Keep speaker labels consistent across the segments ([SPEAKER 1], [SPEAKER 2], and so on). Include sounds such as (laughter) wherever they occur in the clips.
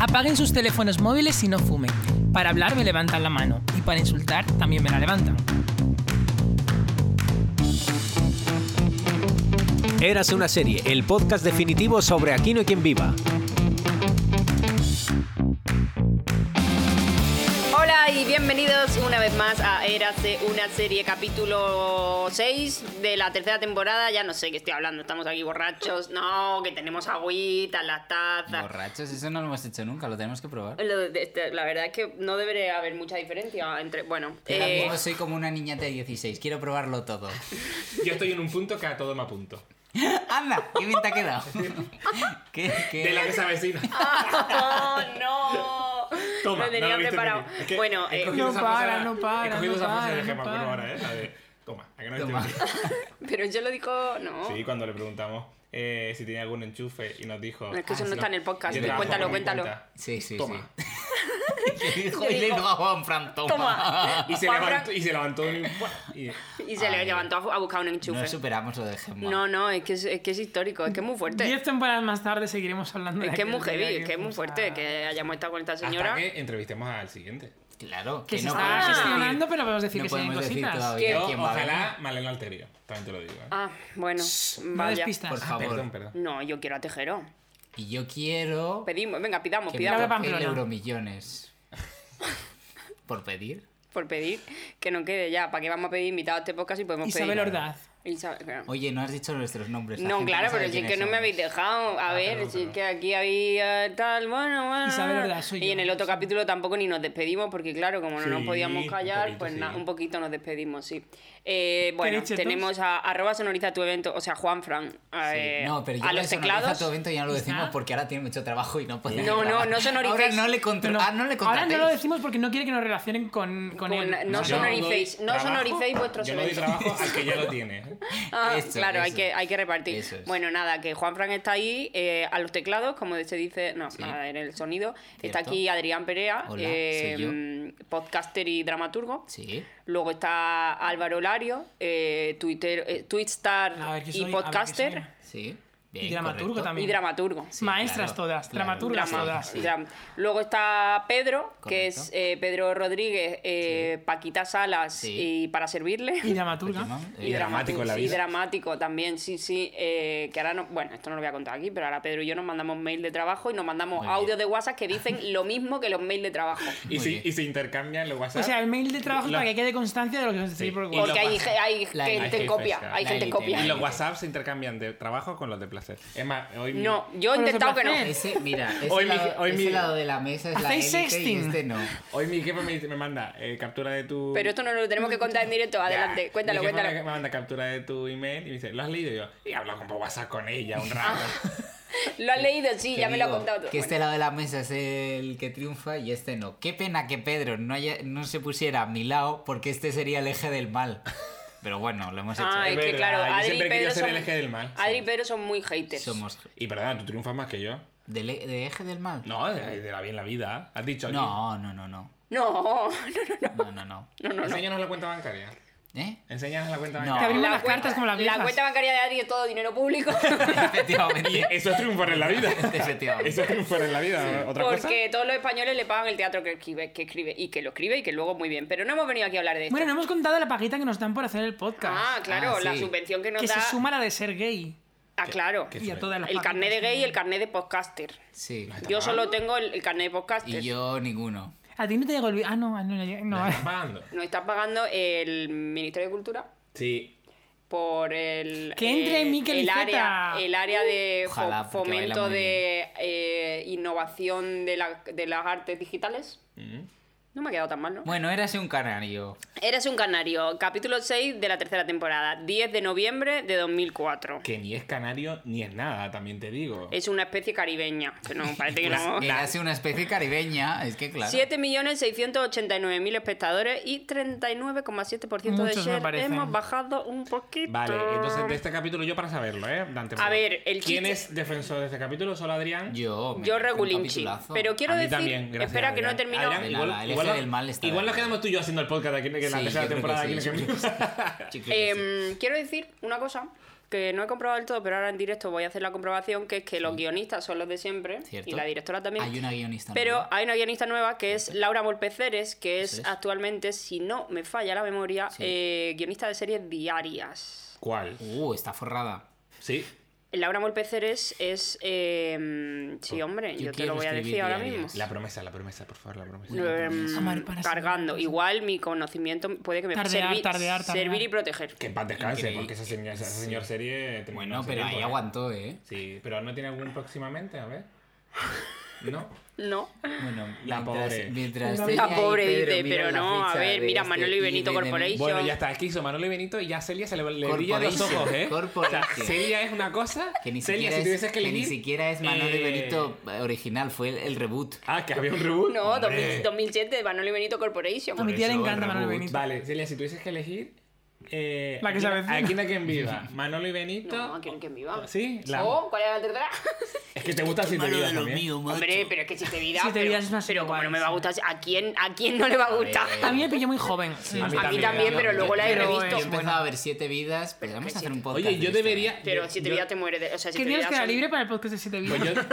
[SPEAKER 1] Apaguen sus teléfonos móviles y no fumen. Para hablar me levantan la mano y para insultar también me la levantan.
[SPEAKER 2] Eras una serie, el podcast definitivo sobre Aquino y quien viva.
[SPEAKER 3] Hola y bienvenidos una vez más a Érase una serie, capítulo 6 de la tercera temporada. Ya no sé qué estoy hablando, estamos aquí borrachos. No, que tenemos agüita en las tazas.
[SPEAKER 4] Borrachos, eso no lo hemos hecho nunca, lo tenemos que probar.
[SPEAKER 3] Lo de este- La verdad es que no debería haber mucha diferencia entre. Bueno,
[SPEAKER 4] Ahora
[SPEAKER 3] eh,
[SPEAKER 4] mismo soy como una niña de 16, quiero probarlo todo.
[SPEAKER 5] Yo estoy en un punto que a todo me apunto.
[SPEAKER 4] ¡Anda! ¿Qué bien te ha quedado? ¿Qué, qué?
[SPEAKER 5] De la que se
[SPEAKER 3] (laughs)
[SPEAKER 5] avecina.
[SPEAKER 3] ¡Oh, (laughs) no!
[SPEAKER 5] Toma,
[SPEAKER 3] lo tenía
[SPEAKER 5] no lo viste
[SPEAKER 3] preparado.
[SPEAKER 5] venir. Es que
[SPEAKER 3] bueno,
[SPEAKER 5] he
[SPEAKER 3] eh,
[SPEAKER 5] cogido
[SPEAKER 1] No
[SPEAKER 5] esa
[SPEAKER 1] para,
[SPEAKER 5] frase-
[SPEAKER 1] no para,
[SPEAKER 5] He cogido
[SPEAKER 1] no
[SPEAKER 5] esa frase
[SPEAKER 1] para,
[SPEAKER 5] de
[SPEAKER 1] no
[SPEAKER 5] Gemma
[SPEAKER 1] para.
[SPEAKER 5] Bruno ahora, ¿eh? La de, toma, ¿a que no
[SPEAKER 4] Toma.
[SPEAKER 5] viste
[SPEAKER 3] (laughs)
[SPEAKER 5] venir?
[SPEAKER 3] pero yo lo dijo. No.
[SPEAKER 5] Sí, cuando le preguntamos eh, si tenía algún enchufe y nos dijo...
[SPEAKER 3] No, es que eso
[SPEAKER 5] "Ah,
[SPEAKER 3] no está en el podcast.
[SPEAKER 5] yo trabajo
[SPEAKER 3] Cuéntalo,
[SPEAKER 5] por mi
[SPEAKER 3] cuéntalo".
[SPEAKER 5] cuenta".
[SPEAKER 4] Sí, sí, (laughs)
[SPEAKER 5] Toma.
[SPEAKER 4] sí. ¿Qué dijo?
[SPEAKER 3] Yo
[SPEAKER 4] Y le
[SPEAKER 3] digo-
[SPEAKER 4] dijo a Juan Fran, toma.
[SPEAKER 3] Toma.
[SPEAKER 5] (laughs) Y
[SPEAKER 3] (laughs)
[SPEAKER 5] se,
[SPEAKER 3] Juan Fran-
[SPEAKER 5] levantó, y se levantó de un... y-
[SPEAKER 3] Y se le
[SPEAKER 4] Ay.
[SPEAKER 3] levantó a fu- a buscar un
[SPEAKER 4] No
[SPEAKER 3] enchufe.
[SPEAKER 4] superamos lo de Gemma.
[SPEAKER 3] No, no, es que es, es que es histórico, es que es muy fuerte.
[SPEAKER 1] Diez temporadas más tarde seguiremos hablando de
[SPEAKER 3] Es que es muy
[SPEAKER 1] aquel día
[SPEAKER 3] heavy, es que es muy
[SPEAKER 1] fuimos a-
[SPEAKER 3] fuerte que hayamos estado con esta señora.
[SPEAKER 5] Hasta que entrevistemos al siguiente.
[SPEAKER 4] Claro,
[SPEAKER 1] Que se
[SPEAKER 4] no
[SPEAKER 1] está
[SPEAKER 4] podemos decir-
[SPEAKER 1] gestionando, pero podemos decir
[SPEAKER 4] no
[SPEAKER 1] que se
[SPEAKER 4] podemos decir
[SPEAKER 1] cositas.
[SPEAKER 4] todavía
[SPEAKER 3] ¿Qué?
[SPEAKER 5] Yo,
[SPEAKER 4] quién va a
[SPEAKER 5] ojalá Malena Alterio, también te lo digo. ¿eh?
[SPEAKER 3] Ah, bueno,
[SPEAKER 1] No
[SPEAKER 3] vaya.
[SPEAKER 1] despistas.
[SPEAKER 4] Por favor.
[SPEAKER 5] Ah, Perdón, perdón.
[SPEAKER 3] No, yo quiero a Tejero.
[SPEAKER 4] Y yo quiero
[SPEAKER 3] Pedimos, venga, pidamos,
[SPEAKER 4] que
[SPEAKER 3] pidamos.
[SPEAKER 1] Dame
[SPEAKER 4] me
[SPEAKER 1] Pamplona.
[SPEAKER 4] el euromillones. ¿Por pedir?
[SPEAKER 3] Por pedir que no quede ya. ¿Para qué vamos a pedir invitados a este podcast si podemos
[SPEAKER 1] Isabel
[SPEAKER 3] pedir?
[SPEAKER 1] Ordaz.
[SPEAKER 3] Isabel claro.
[SPEAKER 4] Oye, no has dicho nuestros nombres. la
[SPEAKER 3] No,
[SPEAKER 4] gente
[SPEAKER 3] claro,
[SPEAKER 4] sabe
[SPEAKER 3] pero si es
[SPEAKER 4] quiénes
[SPEAKER 3] que no me
[SPEAKER 4] somos.
[SPEAKER 3] habéis dejado.
[SPEAKER 4] Ah,
[SPEAKER 3] A ver,
[SPEAKER 5] perdón,
[SPEAKER 3] si es
[SPEAKER 5] perdón.
[SPEAKER 3] que aquí había tal, bueno, bueno.
[SPEAKER 1] Isabel Ordaz, soy
[SPEAKER 3] y
[SPEAKER 1] yo.
[SPEAKER 3] en el otro capítulo tampoco ni nos despedimos, porque claro, como no nos
[SPEAKER 5] Sí,
[SPEAKER 3] podíamos
[SPEAKER 5] un
[SPEAKER 3] callar,
[SPEAKER 5] poquito,
[SPEAKER 3] pues
[SPEAKER 5] sí.
[SPEAKER 3] nada, un poquito nos despedimos, sí. Eh, bueno,
[SPEAKER 1] ¿Queréis chetos?
[SPEAKER 3] tenemos a arroba sonoriza tu evento, o sea, Juan Fran, a,
[SPEAKER 4] Sí.
[SPEAKER 3] eh,
[SPEAKER 4] No, pero yo
[SPEAKER 3] a los teclados.
[SPEAKER 4] todo evento ya no lo
[SPEAKER 1] ¿Está?
[SPEAKER 4] decimos porque ahora tiene mucho trabajo y no podemos.
[SPEAKER 3] No, no,
[SPEAKER 4] grabar.
[SPEAKER 3] no sonoricéis.
[SPEAKER 4] (laughs) Ahora no le contra...
[SPEAKER 1] No,
[SPEAKER 4] ah, no le
[SPEAKER 1] Ahora no lo
[SPEAKER 4] contratéis.
[SPEAKER 1] decimos porque no quiere que nos relacionen con, con,
[SPEAKER 3] Con-
[SPEAKER 1] él.
[SPEAKER 3] no
[SPEAKER 5] Yo
[SPEAKER 3] sonoricéis,
[SPEAKER 5] doy
[SPEAKER 3] no
[SPEAKER 5] trabajo-
[SPEAKER 3] sonoricéis vuestros
[SPEAKER 5] Yo no doy
[SPEAKER 3] eventos.
[SPEAKER 5] trabajo al que
[SPEAKER 3] (laughs)
[SPEAKER 5] ya lo tiene. ¿eh?
[SPEAKER 3] Ah,
[SPEAKER 4] Eso,
[SPEAKER 3] claro, hay
[SPEAKER 4] eso.
[SPEAKER 3] que, hay que repartir.
[SPEAKER 4] Eso es.
[SPEAKER 3] Bueno, nada, que Juan Fran está ahí, eh, a los teclados, como se dice, no,
[SPEAKER 4] Sí.
[SPEAKER 3] nada, en el sonido. Está
[SPEAKER 4] Cierto.
[SPEAKER 3] aquí Adrián Perea,
[SPEAKER 4] Hola,
[SPEAKER 3] eh,
[SPEAKER 4] soy yo.
[SPEAKER 3] mm, podcaster y dramaturgo.
[SPEAKER 4] Sí.
[SPEAKER 3] Luego está Álvaro Lario, eh, Twitter, eh, Twitstar
[SPEAKER 1] A ver, ¿qué
[SPEAKER 3] y
[SPEAKER 1] soy? A ver, ¿qué
[SPEAKER 3] podcaster
[SPEAKER 1] soy?
[SPEAKER 4] Sí. Bien,
[SPEAKER 1] Y dramaturgo
[SPEAKER 4] correcto.
[SPEAKER 1] también.
[SPEAKER 3] y dramaturgo.
[SPEAKER 4] Sí,
[SPEAKER 1] Maestras
[SPEAKER 4] claro,
[SPEAKER 1] todas,
[SPEAKER 4] claro.
[SPEAKER 1] dramaturgas
[SPEAKER 3] Drama-
[SPEAKER 1] todas.
[SPEAKER 4] sí.
[SPEAKER 3] dram- Luego está Pedro, que es
[SPEAKER 4] Correcto.
[SPEAKER 3] eh, Pedro Rodríguez, eh, Paquita Salas
[SPEAKER 4] Sí.
[SPEAKER 3] y para servirle.
[SPEAKER 1] Y
[SPEAKER 3] (laughs)
[SPEAKER 1] dramaturga.
[SPEAKER 4] Pokémon, eh,
[SPEAKER 3] Y dramático,
[SPEAKER 5] en la
[SPEAKER 3] Y
[SPEAKER 5] vida.
[SPEAKER 3] dramático también, sí, sí. eh, que ahora no. Bueno, esto no lo voy a contar aquí, pero ahora Pedro y yo nos mandamos mail de trabajo y nos mandamos
[SPEAKER 4] Muy bien.
[SPEAKER 3] audios de WhatsApp que dicen lo mismo que los mails de trabajo.
[SPEAKER 5] Y,
[SPEAKER 4] Muy
[SPEAKER 5] si,
[SPEAKER 4] bien.
[SPEAKER 5] y se intercambian los WhatsApp.
[SPEAKER 1] O sea, el mail de trabajo es
[SPEAKER 5] Lo-
[SPEAKER 1] para que quede constancia de lo que os decís
[SPEAKER 5] Sí.
[SPEAKER 1] por
[SPEAKER 5] Y
[SPEAKER 1] WhatsApp.
[SPEAKER 3] Porque hay,
[SPEAKER 4] pasa.
[SPEAKER 3] hay
[SPEAKER 4] La
[SPEAKER 3] gente
[SPEAKER 4] élite,
[SPEAKER 3] copia,
[SPEAKER 5] pesca.
[SPEAKER 3] hay
[SPEAKER 4] La
[SPEAKER 3] gente
[SPEAKER 4] élite,
[SPEAKER 3] copia.
[SPEAKER 5] Y los
[SPEAKER 4] Ay,
[SPEAKER 5] WhatsApp se intercambian de trabajo con los de placer. Es más, hoy mi-
[SPEAKER 3] No,
[SPEAKER 1] Pero
[SPEAKER 3] yo he
[SPEAKER 1] se
[SPEAKER 3] intentado que no.
[SPEAKER 1] placer.
[SPEAKER 4] Ese, mira,
[SPEAKER 1] (laughs)
[SPEAKER 4] ese,
[SPEAKER 5] Hoy mi-
[SPEAKER 4] lado,
[SPEAKER 5] hoy
[SPEAKER 4] ese
[SPEAKER 5] mi-
[SPEAKER 4] lado de la mesa es la
[SPEAKER 1] ¿Hacéis
[SPEAKER 4] élite y
[SPEAKER 1] sexting?
[SPEAKER 4] este no.
[SPEAKER 5] Hoy mi jefe me, dice- me manda eh, captura de tu.
[SPEAKER 3] Pero esto no lo tenemos que contar
[SPEAKER 1] (laughs)
[SPEAKER 3] en directo.
[SPEAKER 5] Ya.
[SPEAKER 3] Adelante, cuéntalo,
[SPEAKER 5] mi jefe
[SPEAKER 3] cuéntalo.
[SPEAKER 5] Me manda captura de tu email y me dice, ¿lo has leído? Y yo, y hablo con por WhatsApp con ella un rato.
[SPEAKER 3] Lo has leído, sí, (laughs)
[SPEAKER 4] Te
[SPEAKER 3] ya me lo ha
[SPEAKER 4] digo
[SPEAKER 3] contado tú.
[SPEAKER 4] Que
[SPEAKER 3] Bueno.
[SPEAKER 4] este lado de la mesa es el que triunfa y este no. Qué pena que Pedro no, haya, no se pusiera a mi lado porque este sería el eje del mal.
[SPEAKER 3] (laughs)
[SPEAKER 4] Pero bueno, lo hemos hecho.
[SPEAKER 3] Ah, es
[SPEAKER 5] Es
[SPEAKER 3] que
[SPEAKER 5] verdad,
[SPEAKER 3] claro,
[SPEAKER 5] yo
[SPEAKER 3] Adri y
[SPEAKER 5] siempre quería
[SPEAKER 3] Pedro
[SPEAKER 5] ser
[SPEAKER 3] son.
[SPEAKER 5] el eje del mal, sí.
[SPEAKER 3] Adri y Pedro son muy haters.
[SPEAKER 4] Somos
[SPEAKER 5] y perdona, tú triunfas más que yo.
[SPEAKER 4] del e- de eje del mal.
[SPEAKER 5] No, de, de la bien la vida. Has dicho, oye,
[SPEAKER 4] No, no, no, no.
[SPEAKER 3] No, (laughs)
[SPEAKER 4] No, no, no.
[SPEAKER 5] enséñanos la cuenta bancaria.
[SPEAKER 4] ¿Eh?
[SPEAKER 5] Enséñanos la cuenta
[SPEAKER 3] (laughs)
[SPEAKER 4] No.
[SPEAKER 1] Te
[SPEAKER 5] bancaria.
[SPEAKER 4] (laughs)
[SPEAKER 1] abrimos las cartas como las
[SPEAKER 3] la
[SPEAKER 1] viejas.
[SPEAKER 3] cuenta bancaria de Adri es todo dinero
[SPEAKER 1] (laughs)
[SPEAKER 3] público.
[SPEAKER 5] Y
[SPEAKER 4] Efectivamente.
[SPEAKER 5] eso es triunfar en la vida.
[SPEAKER 4] Efectivamente.
[SPEAKER 5] Eso es triunfar en la vida.
[SPEAKER 3] (laughs)
[SPEAKER 5] ¿Otra cosa?
[SPEAKER 3] Porque todos los españoles le pagan el teatro que escribe, que escribe y que lo escribe y que luego muy bien. Pero no hemos venido aquí a hablar de esto.
[SPEAKER 1] Bueno, no hemos contado la paguita que nos dan por hacer el podcast.
[SPEAKER 3] ah, claro,
[SPEAKER 4] Ah,
[SPEAKER 3] la
[SPEAKER 4] sí.
[SPEAKER 3] subvención que nos
[SPEAKER 1] que
[SPEAKER 3] da.
[SPEAKER 1] se suma la de ser gay.
[SPEAKER 3] Ah, claro.
[SPEAKER 5] que-
[SPEAKER 1] Y a todas las
[SPEAKER 3] El carnet de
[SPEAKER 1] paguitas
[SPEAKER 3] gay
[SPEAKER 1] que-
[SPEAKER 3] y el carnet de podcaster.
[SPEAKER 4] Sí.
[SPEAKER 3] Yo solo tengo el, el carnet de podcaster.
[SPEAKER 4] Y yo ninguno.
[SPEAKER 1] A ti no te llegó el... vi- Ah, no, ah, no, no, no. (laughs)
[SPEAKER 3] ¿eh?
[SPEAKER 5] ¿Me estás pagando?
[SPEAKER 3] Nos está pagando el Ministerio de Cultura
[SPEAKER 5] Sí.
[SPEAKER 3] por el. eh,
[SPEAKER 1] Que entre Mikel
[SPEAKER 3] el
[SPEAKER 1] Iceta.
[SPEAKER 3] área, el área de fo-
[SPEAKER 4] Uh. Ojalá, porque baila
[SPEAKER 3] fomento
[SPEAKER 4] muy
[SPEAKER 3] de eh, innovación de, la- de las artes digitales. No me ha quedado tan mal, ¿no?
[SPEAKER 4] Mm-hmm. Bueno, érase un canario.
[SPEAKER 3] Eres un canario, capítulo 6 de la tercera temporada, 10 de noviembre de 2004.
[SPEAKER 5] Que ni es canario ni es nada, también te digo.
[SPEAKER 3] Es una especie caribeña, que no, parece
[SPEAKER 4] Pues,
[SPEAKER 3] que no.
[SPEAKER 4] Érase una especie caribeña. Es que claro.
[SPEAKER 3] 7.689.000 espectadores y 39,7% de
[SPEAKER 1] Muchos me
[SPEAKER 3] share.
[SPEAKER 1] parecen.
[SPEAKER 3] Hemos bajado un poquito.
[SPEAKER 5] Vale, entonces de este capítulo yo para saberlo, ¿eh? Dante,
[SPEAKER 3] A ver, el
[SPEAKER 5] ¿Quién
[SPEAKER 3] chiste-
[SPEAKER 5] es defensor de este capítulo? Solo Adrián.
[SPEAKER 4] Yo. me
[SPEAKER 3] Yo
[SPEAKER 4] parece un
[SPEAKER 3] regulinchi.
[SPEAKER 4] capitulazo.
[SPEAKER 3] Pero quiero
[SPEAKER 5] A mí
[SPEAKER 3] decir.
[SPEAKER 5] también, gracias,
[SPEAKER 3] espera, que
[SPEAKER 5] Adrián.
[SPEAKER 3] no termino.
[SPEAKER 5] Adrián,
[SPEAKER 4] Nada, el eje
[SPEAKER 5] igual,
[SPEAKER 4] del mal está
[SPEAKER 5] igual nos
[SPEAKER 4] bien.
[SPEAKER 5] quedamos tú y yo haciendo el podcast de aquí, que
[SPEAKER 4] Sí,
[SPEAKER 5] la tercera
[SPEAKER 4] yo creo (laughs)
[SPEAKER 5] temporada.
[SPEAKER 4] que
[SPEAKER 5] de
[SPEAKER 4] sí,
[SPEAKER 5] Aquí
[SPEAKER 4] yo
[SPEAKER 5] no
[SPEAKER 4] creo que sí. Yo creo que
[SPEAKER 5] Quien Viva.
[SPEAKER 4] sí.
[SPEAKER 3] Em, Quiero Em, decir una cosa que no he comprobado del todo, pero ahora en directo voy a hacer la comprobación, que es que los guionistas son los de siempre
[SPEAKER 4] ¿Cierto?
[SPEAKER 3] y la directora también.
[SPEAKER 4] Hay una guionista.
[SPEAKER 3] Pero
[SPEAKER 4] nueva.
[SPEAKER 3] hay una guionista nueva que es Laura Molpeceres, que es,
[SPEAKER 4] Eso es.
[SPEAKER 3] actualmente, si no me falla la memoria,
[SPEAKER 4] Sí.
[SPEAKER 3] eh, guionista de series diarias.
[SPEAKER 5] (laughs) ¿Cuál?
[SPEAKER 4] Uh, está forrada.
[SPEAKER 5] Sí.
[SPEAKER 3] Laura Molpeceres es... eh, sí, hombre,
[SPEAKER 4] Pues,
[SPEAKER 3] yo, te
[SPEAKER 4] Yo
[SPEAKER 3] lo
[SPEAKER 4] quiero
[SPEAKER 3] voy a
[SPEAKER 4] escribir
[SPEAKER 3] decir ahora
[SPEAKER 4] diarias.
[SPEAKER 3] mismo.
[SPEAKER 5] La promesa, la promesa, por favor, la promesa.
[SPEAKER 3] Eh,
[SPEAKER 1] Amar para
[SPEAKER 3] cargando.
[SPEAKER 1] siempre.
[SPEAKER 3] Igual mi conocimiento puede que me
[SPEAKER 1] Tardear,
[SPEAKER 3] servir,
[SPEAKER 1] tardear, tardear.
[SPEAKER 3] servir y proteger.
[SPEAKER 5] Que en paz descanse,
[SPEAKER 4] Increíble.
[SPEAKER 5] porque esa señor, esa señor serie... terminó
[SPEAKER 4] Bueno,
[SPEAKER 5] hace
[SPEAKER 4] pero
[SPEAKER 5] tiempo,
[SPEAKER 4] ahí
[SPEAKER 5] ¿eh?
[SPEAKER 4] aguantó, ¿eh?
[SPEAKER 5] Sí, pero ¿no tiene algún próximamente?
[SPEAKER 4] (laughs)
[SPEAKER 5] A ver. ¿No?
[SPEAKER 3] No.
[SPEAKER 4] Bueno,
[SPEAKER 5] La
[SPEAKER 4] mientras-
[SPEAKER 5] pobre.
[SPEAKER 4] Mientras
[SPEAKER 3] La
[SPEAKER 4] Celia y
[SPEAKER 3] pobre
[SPEAKER 4] Pedro
[SPEAKER 3] dice,
[SPEAKER 4] miran
[SPEAKER 3] pero
[SPEAKER 4] la
[SPEAKER 3] no, a
[SPEAKER 4] fecha
[SPEAKER 3] ver,
[SPEAKER 4] de
[SPEAKER 3] mira, Manolo y Benito
[SPEAKER 4] de- de-
[SPEAKER 3] Corporation.
[SPEAKER 5] Bueno, ya está, es que hizo Manolo y Benito y ya Celia se le, le brillan los
[SPEAKER 4] Corporation,
[SPEAKER 5] ojos, ¿eh?
[SPEAKER 4] Corporation.
[SPEAKER 5] O sea, Celia es una cosa.
[SPEAKER 4] Que ni
[SPEAKER 5] Celia,
[SPEAKER 4] siquiera,
[SPEAKER 5] si
[SPEAKER 4] es,
[SPEAKER 5] tuvieses que
[SPEAKER 4] que ni
[SPEAKER 5] elegir.
[SPEAKER 4] siquiera es Manolo y
[SPEAKER 5] eh,
[SPEAKER 4] Benito original, fue el, el reboot.
[SPEAKER 5] Ah, que había un reboot.
[SPEAKER 3] No,
[SPEAKER 5] Hombre.
[SPEAKER 3] 2000 2007 de Manolo y Benito Corporation.
[SPEAKER 1] A mi tía le
[SPEAKER 4] eso,
[SPEAKER 1] encanta Manuel
[SPEAKER 4] reboot.
[SPEAKER 1] Benito.
[SPEAKER 5] Vale, Celia, si tuvieses que elegir. Eh,
[SPEAKER 1] La que se
[SPEAKER 5] ¿a quién-
[SPEAKER 1] avecina.
[SPEAKER 5] ¿A quién hay
[SPEAKER 1] (laughs)
[SPEAKER 5] quien viva? ¿Manolo y Benito?
[SPEAKER 3] No, quieren que viva.
[SPEAKER 5] ¿Sí? La-
[SPEAKER 3] Oh, ¿cuál era la tercera?
[SPEAKER 5] Es que te gusta si te viva también.
[SPEAKER 3] Hombre, pero es que si te vidas.
[SPEAKER 1] Si te
[SPEAKER 3] pero-
[SPEAKER 1] vidas es más
[SPEAKER 3] Pero como
[SPEAKER 1] igual,
[SPEAKER 3] no me
[SPEAKER 1] sí.
[SPEAKER 3] va a gustar, ¿a quién, a quién no le va a gustar?
[SPEAKER 4] ver.
[SPEAKER 1] A mí me pilló muy joven.
[SPEAKER 5] a mí pues,
[SPEAKER 3] A mí
[SPEAKER 5] también,
[SPEAKER 3] también,
[SPEAKER 5] yo-
[SPEAKER 3] pero
[SPEAKER 5] yo-
[SPEAKER 3] luego la he
[SPEAKER 1] pero
[SPEAKER 4] Yo
[SPEAKER 1] esto-
[SPEAKER 4] he
[SPEAKER 1] es-
[SPEAKER 3] revisto.
[SPEAKER 4] empezado a ver siete vidas, pero vamos a hacer un podcast.
[SPEAKER 5] Oye, yo
[SPEAKER 4] de esto,
[SPEAKER 5] debería.
[SPEAKER 3] Pero
[SPEAKER 5] yo-
[SPEAKER 3] si te
[SPEAKER 5] yo-
[SPEAKER 3] vidas te mueres de. O sea, si
[SPEAKER 1] ¿Qué
[SPEAKER 3] te
[SPEAKER 1] tienes
[SPEAKER 3] vidas.
[SPEAKER 1] queda libre para el podcast de 7
[SPEAKER 5] Pues
[SPEAKER 1] vidas?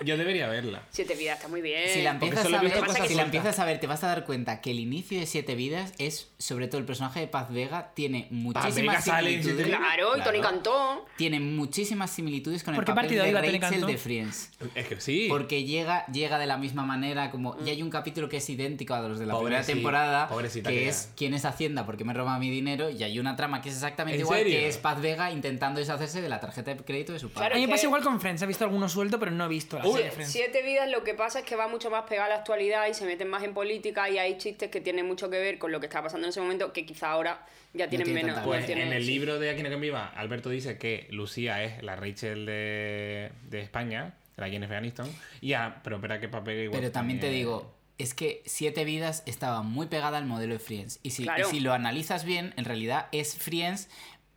[SPEAKER 5] yo, yo (laughs) debería verla.
[SPEAKER 3] Si te vidas está muy bien.
[SPEAKER 4] ¿eh? Si la empiezas,
[SPEAKER 5] solo he
[SPEAKER 4] a
[SPEAKER 5] visto
[SPEAKER 4] ver,
[SPEAKER 5] cosas
[SPEAKER 4] si la
[SPEAKER 5] sueltas.
[SPEAKER 4] empiezas a ver, te vas a dar cuenta que el inicio de Siete Vidas es, sobre todo, el personaje de Paz Vega tiene
[SPEAKER 5] Vega
[SPEAKER 4] muchísimas
[SPEAKER 5] sale en Siete
[SPEAKER 4] similitudes.
[SPEAKER 5] Vidas.
[SPEAKER 3] Claro, y Tony
[SPEAKER 4] Claro.
[SPEAKER 3] cantó.
[SPEAKER 4] Tiene muchísimas similitudes con el
[SPEAKER 1] ¿Por qué
[SPEAKER 4] papel
[SPEAKER 1] partido
[SPEAKER 4] de
[SPEAKER 1] iba Tony
[SPEAKER 4] Rachel
[SPEAKER 1] Cantó?
[SPEAKER 4] de Friends.
[SPEAKER 5] Es que sí.
[SPEAKER 4] Porque llega, llega de la misma manera, como. Y hay un capítulo que es idéntico a los de la primera
[SPEAKER 5] Pobrecita,
[SPEAKER 4] temporada,
[SPEAKER 5] pobrecita
[SPEAKER 4] que
[SPEAKER 5] que
[SPEAKER 4] es
[SPEAKER 5] era.
[SPEAKER 4] ¿Quién es Hacienda? porque me roba mi dinero? Y hay una trama que es exactamente
[SPEAKER 5] ¿En
[SPEAKER 4] igual,
[SPEAKER 5] serio?
[SPEAKER 4] que es Paz Vega intentando deshacerse de la tarjeta de crédito de su padre.
[SPEAKER 1] A
[SPEAKER 3] Claro.
[SPEAKER 1] mí me pasa
[SPEAKER 3] que-
[SPEAKER 1] igual con Friends. He visto alguno suelto, pero no he visto la
[SPEAKER 5] Uy,
[SPEAKER 1] serie de Friends.
[SPEAKER 3] Siete vidas lo que pasa es que va mucho más pegada a la actualidad y se meten más en política y hay chistes que tienen mucho que ver con lo que está pasando en ese momento que quizá ahora ya tienen
[SPEAKER 4] tiene
[SPEAKER 3] menos.
[SPEAKER 4] tanta
[SPEAKER 5] Pues
[SPEAKER 3] no tienen-
[SPEAKER 5] en el
[SPEAKER 3] sí.
[SPEAKER 5] libro de Aquí no quien viva, Alberto dice que Lucía es la Rachel de, de España, la Jennifer Aniston. Y a, pero espera que papel igual.
[SPEAKER 4] Pero también te digo, es que Siete Vidas estaba muy pegada al modelo de Friends. Y si, y
[SPEAKER 3] Claro.
[SPEAKER 4] si lo analizas bien, en realidad es Friends,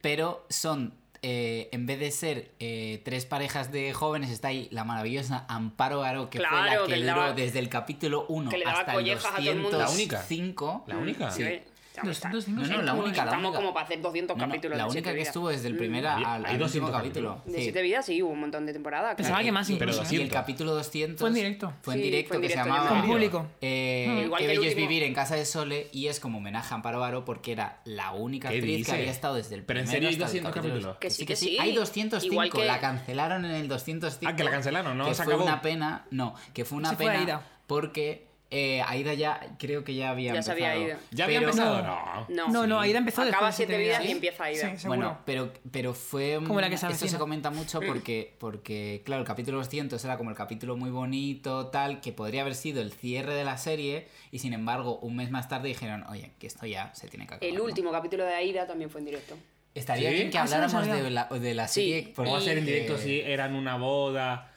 [SPEAKER 4] pero son. eh, en vez de ser eh, tres parejas de jóvenes, está ahí la maravillosa Amparo Aro, que fue la
[SPEAKER 3] Claro,
[SPEAKER 4] que,
[SPEAKER 3] que le
[SPEAKER 4] duró
[SPEAKER 3] daba-
[SPEAKER 4] desde el capítulo 1
[SPEAKER 3] que le daba
[SPEAKER 4] hasta el
[SPEAKER 3] collejas a todo el mundo.
[SPEAKER 5] La única.
[SPEAKER 4] 205.
[SPEAKER 5] La única.
[SPEAKER 4] Sí.
[SPEAKER 3] ¿eh? Estamos-
[SPEAKER 1] 205
[SPEAKER 4] No, no, la única, la
[SPEAKER 3] Pues Estamos
[SPEAKER 4] única.
[SPEAKER 3] como para hacer 200
[SPEAKER 4] No, no,
[SPEAKER 3] capítulos.
[SPEAKER 4] la
[SPEAKER 3] de
[SPEAKER 4] única
[SPEAKER 3] Siete
[SPEAKER 4] que
[SPEAKER 3] Vidas.
[SPEAKER 4] estuvo desde el
[SPEAKER 3] Mm.
[SPEAKER 4] primer
[SPEAKER 5] Hay-
[SPEAKER 4] al,
[SPEAKER 5] hay
[SPEAKER 4] al último
[SPEAKER 5] 200
[SPEAKER 4] capítulo.
[SPEAKER 3] De
[SPEAKER 4] Sí.
[SPEAKER 3] siete vidas, sí, hubo un montón de temporadas.
[SPEAKER 1] Pensaba
[SPEAKER 3] claro.
[SPEAKER 1] que más
[SPEAKER 5] Pero
[SPEAKER 1] incluso.
[SPEAKER 4] Pues Y el
[SPEAKER 5] 200.
[SPEAKER 4] capítulo 200
[SPEAKER 1] Ah, Fue en directo.
[SPEAKER 4] Fue en
[SPEAKER 3] Sí,
[SPEAKER 4] directo,
[SPEAKER 3] fue en
[SPEAKER 4] que se
[SPEAKER 3] directo, yo
[SPEAKER 4] llamaba
[SPEAKER 1] Con público.
[SPEAKER 4] Eh,
[SPEAKER 3] Igual
[SPEAKER 4] qué
[SPEAKER 3] que el
[SPEAKER 4] bello es
[SPEAKER 3] último.
[SPEAKER 4] vivir en casa de Sole y es como homenaje a Amparo Baró porque era la única
[SPEAKER 5] ¿Qué
[SPEAKER 4] actriz
[SPEAKER 5] dice?
[SPEAKER 4] que había estado desde el
[SPEAKER 5] Pero en
[SPEAKER 4] primero
[SPEAKER 5] serio hay
[SPEAKER 4] hasta el
[SPEAKER 5] 200
[SPEAKER 4] capítulo
[SPEAKER 5] capítulos.
[SPEAKER 4] Que sí, que sí.
[SPEAKER 3] sí.
[SPEAKER 4] Hay 205,
[SPEAKER 3] Igual que-
[SPEAKER 4] la cancelaron en el 205.
[SPEAKER 5] Ah, que la cancelaron, ¿no?
[SPEAKER 4] Que
[SPEAKER 5] Se
[SPEAKER 4] fue
[SPEAKER 5] acabó.
[SPEAKER 4] una pena, no, que fue una
[SPEAKER 1] Se fue
[SPEAKER 4] pena
[SPEAKER 1] Aida.
[SPEAKER 4] porque eh, Aida ya, creo que ya había
[SPEAKER 3] Ya se
[SPEAKER 4] empezado.
[SPEAKER 3] había ido.
[SPEAKER 5] ¿Ya había
[SPEAKER 4] Pero-
[SPEAKER 5] empezado?
[SPEAKER 1] No.
[SPEAKER 5] No.
[SPEAKER 3] No.
[SPEAKER 1] No, no, Aida empezó después
[SPEAKER 3] Acaba
[SPEAKER 1] de Siete
[SPEAKER 3] siete vidas
[SPEAKER 1] Vidas.
[SPEAKER 3] y empieza Aida.
[SPEAKER 1] Sí, seguro.
[SPEAKER 4] Bueno, pero, pero fue...
[SPEAKER 1] Como la que se
[SPEAKER 4] Esto se
[SPEAKER 1] avecina.
[SPEAKER 4] comenta mucho porque, porque, claro, el capítulo 200 era como el capítulo muy bonito, tal, que podría haber sido el cierre de la serie y sin embargo un mes más tarde dijeron, oye, que esto ya se tiene que acabar.
[SPEAKER 3] El
[SPEAKER 4] ¿no?".
[SPEAKER 3] último capítulo de Aida también fue en directo.
[SPEAKER 4] Estaría
[SPEAKER 5] ¿Sí?
[SPEAKER 4] bien que
[SPEAKER 1] Ah, eso no
[SPEAKER 4] habláramos
[SPEAKER 1] sabía.
[SPEAKER 4] de la, de la
[SPEAKER 3] Sí,
[SPEAKER 4] serie. eh,
[SPEAKER 5] ¿Cómo Pues va a ser en
[SPEAKER 4] porque-
[SPEAKER 5] directo si eran una boda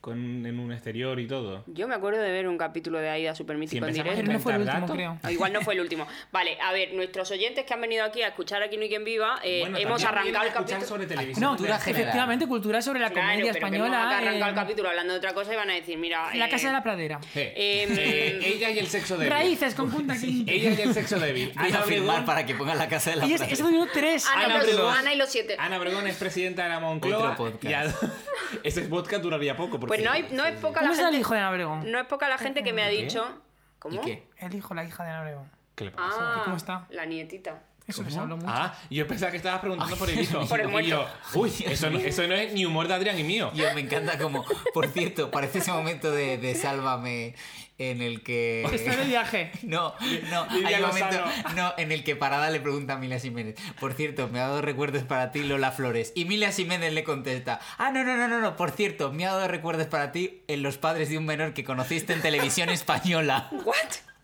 [SPEAKER 5] con, en un exterior y todo?
[SPEAKER 3] Yo me acuerdo de ver un capítulo de Aida super mítico en
[SPEAKER 5] empezamos
[SPEAKER 3] directo.
[SPEAKER 1] Pero no fue el último,
[SPEAKER 5] Datos.
[SPEAKER 1] creo.
[SPEAKER 3] O igual no fue el último. Vale, a ver, nuestros oyentes que han venido aquí a escuchar aquí No hay quien viva, eh,
[SPEAKER 5] Bueno,
[SPEAKER 3] hemos
[SPEAKER 5] también vienen a
[SPEAKER 3] arrancado el
[SPEAKER 5] escuchar
[SPEAKER 3] capítulo. Ah,
[SPEAKER 5] sobre televisión.
[SPEAKER 1] No,
[SPEAKER 4] Cultura general.
[SPEAKER 1] efectivamente, cultura sobre la
[SPEAKER 3] Claro,
[SPEAKER 1] comedia
[SPEAKER 3] pero que hemos
[SPEAKER 1] española.
[SPEAKER 3] arrancado el
[SPEAKER 1] eh,
[SPEAKER 3] capítulo hablando de otra cosa y van a decir, mira.
[SPEAKER 1] la
[SPEAKER 3] eh,
[SPEAKER 1] casa de la pradera.
[SPEAKER 5] Eh,
[SPEAKER 3] Em,
[SPEAKER 5] eh, ella y el sexo débil.
[SPEAKER 1] Raíces con punta quinta.
[SPEAKER 5] Ella y el sexo débil.
[SPEAKER 4] Voy a
[SPEAKER 5] Ana
[SPEAKER 4] firmar
[SPEAKER 5] Obregón,
[SPEAKER 4] para que ponga la casa de la
[SPEAKER 1] Y es,
[SPEAKER 4] Plata.
[SPEAKER 1] es el minuto 3.
[SPEAKER 3] Ana,
[SPEAKER 5] Ana
[SPEAKER 3] pero-
[SPEAKER 5] Obregón.
[SPEAKER 3] Ana y los siete.
[SPEAKER 5] Ana Obregón es presidenta de la Moncloa.
[SPEAKER 4] Otro podcast.
[SPEAKER 5] y a- (laughs) ese podcast duraría poco. Porque
[SPEAKER 3] Pues no, hay, no es poca
[SPEAKER 1] ¿Cómo
[SPEAKER 3] la
[SPEAKER 1] es el
[SPEAKER 3] gente.
[SPEAKER 1] hijo de Ana Obregón?
[SPEAKER 3] No es poca la gente que me ha
[SPEAKER 5] ¿Qué?
[SPEAKER 3] dicho.
[SPEAKER 4] ¿Y
[SPEAKER 3] ¿Cómo?
[SPEAKER 4] qué?
[SPEAKER 1] El hijo, la hija de Ana Obregón.
[SPEAKER 5] ¿Qué le pasa?
[SPEAKER 3] Ah,
[SPEAKER 1] ¿Y cómo está?
[SPEAKER 3] La nietita.
[SPEAKER 1] Eso les hablo mucho.
[SPEAKER 5] Ah, yo pensaba que estabas preguntando por el
[SPEAKER 3] (laughs)
[SPEAKER 5] hijo.
[SPEAKER 3] Por el
[SPEAKER 5] Y
[SPEAKER 3] muerto.
[SPEAKER 5] yo, uy, eso no, eso no es ni humor de Adrián y mío.
[SPEAKER 4] Yo me encanta como, por cierto, parece ese momento de, de Sálvame en el que...
[SPEAKER 1] Pues Está de viaje.
[SPEAKER 4] No, no,
[SPEAKER 5] Lidia
[SPEAKER 4] hay un momento
[SPEAKER 5] Lozano.
[SPEAKER 4] no, en el que Parada le pregunta a Mila Jiménez. Por cierto, me ha dado recuerdos para ti Lola Flores. Y Mila Jiménez le contesta, ah, no, no, no, no, no, por cierto, me ha dado recuerdos para ti en los padres de un menor que conociste en televisión
[SPEAKER 5] (laughs)
[SPEAKER 4] española.
[SPEAKER 3] ¿What?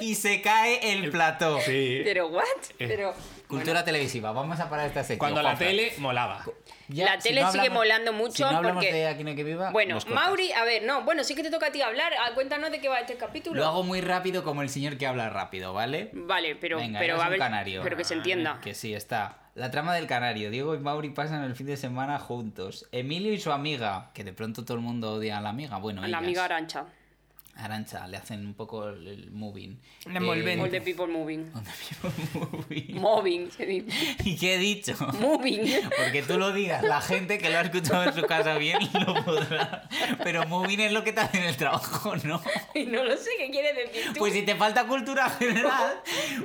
[SPEAKER 4] Y se cae el plató.
[SPEAKER 5] Sí.
[SPEAKER 3] Pero what?
[SPEAKER 5] Eh,
[SPEAKER 3] Pero
[SPEAKER 4] Cultura televisiva, vamos a parar esta sección.
[SPEAKER 5] Cuando la
[SPEAKER 4] Juanfran.
[SPEAKER 5] tele molaba.
[SPEAKER 4] Ya,
[SPEAKER 3] La tele sigue molando mucho
[SPEAKER 4] si no hablamos
[SPEAKER 3] porque-
[SPEAKER 4] de Aquí no hay que viva,
[SPEAKER 3] bueno,
[SPEAKER 4] nos cortas.
[SPEAKER 3] Mauri, a ver, no, bueno, sí que te toca a ti hablar. Ah, Cuéntanos de qué va este capítulo.
[SPEAKER 4] Lo hago muy rápido como el señor que habla rápido, ¿vale?
[SPEAKER 3] Vale, pero
[SPEAKER 4] Venga,
[SPEAKER 3] pero
[SPEAKER 4] eras
[SPEAKER 3] va a
[SPEAKER 4] un
[SPEAKER 3] haber
[SPEAKER 4] canario. Ah,
[SPEAKER 3] pero que se entienda.
[SPEAKER 4] Que sí, está. La trama del canario. Diego y Mauri pasan el fin de semana juntos. Emilio y su amiga, que de pronto todo el mundo odia a la amiga. Bueno,
[SPEAKER 3] A la
[SPEAKER 4] ellas.
[SPEAKER 3] amiga Arancha.
[SPEAKER 4] Arancha, le hacen un poco el, el moving.
[SPEAKER 1] La envolvente.
[SPEAKER 3] All the people
[SPEAKER 4] (laughs)
[SPEAKER 3] moving.
[SPEAKER 4] all the people moving.
[SPEAKER 3] Moving, se dice.
[SPEAKER 4] Eh, (laughs) ¿Y qué he dicho? (laughs)
[SPEAKER 3] Moving.
[SPEAKER 4] Porque tú lo digas, la gente que lo ha escuchado en su casa bien lo podrá. Pero moving es lo que te hace en el trabajo, ¿no?
[SPEAKER 3] No lo sé qué quiere decir tú.
[SPEAKER 4] Pues si te falta cultura (laughs) general,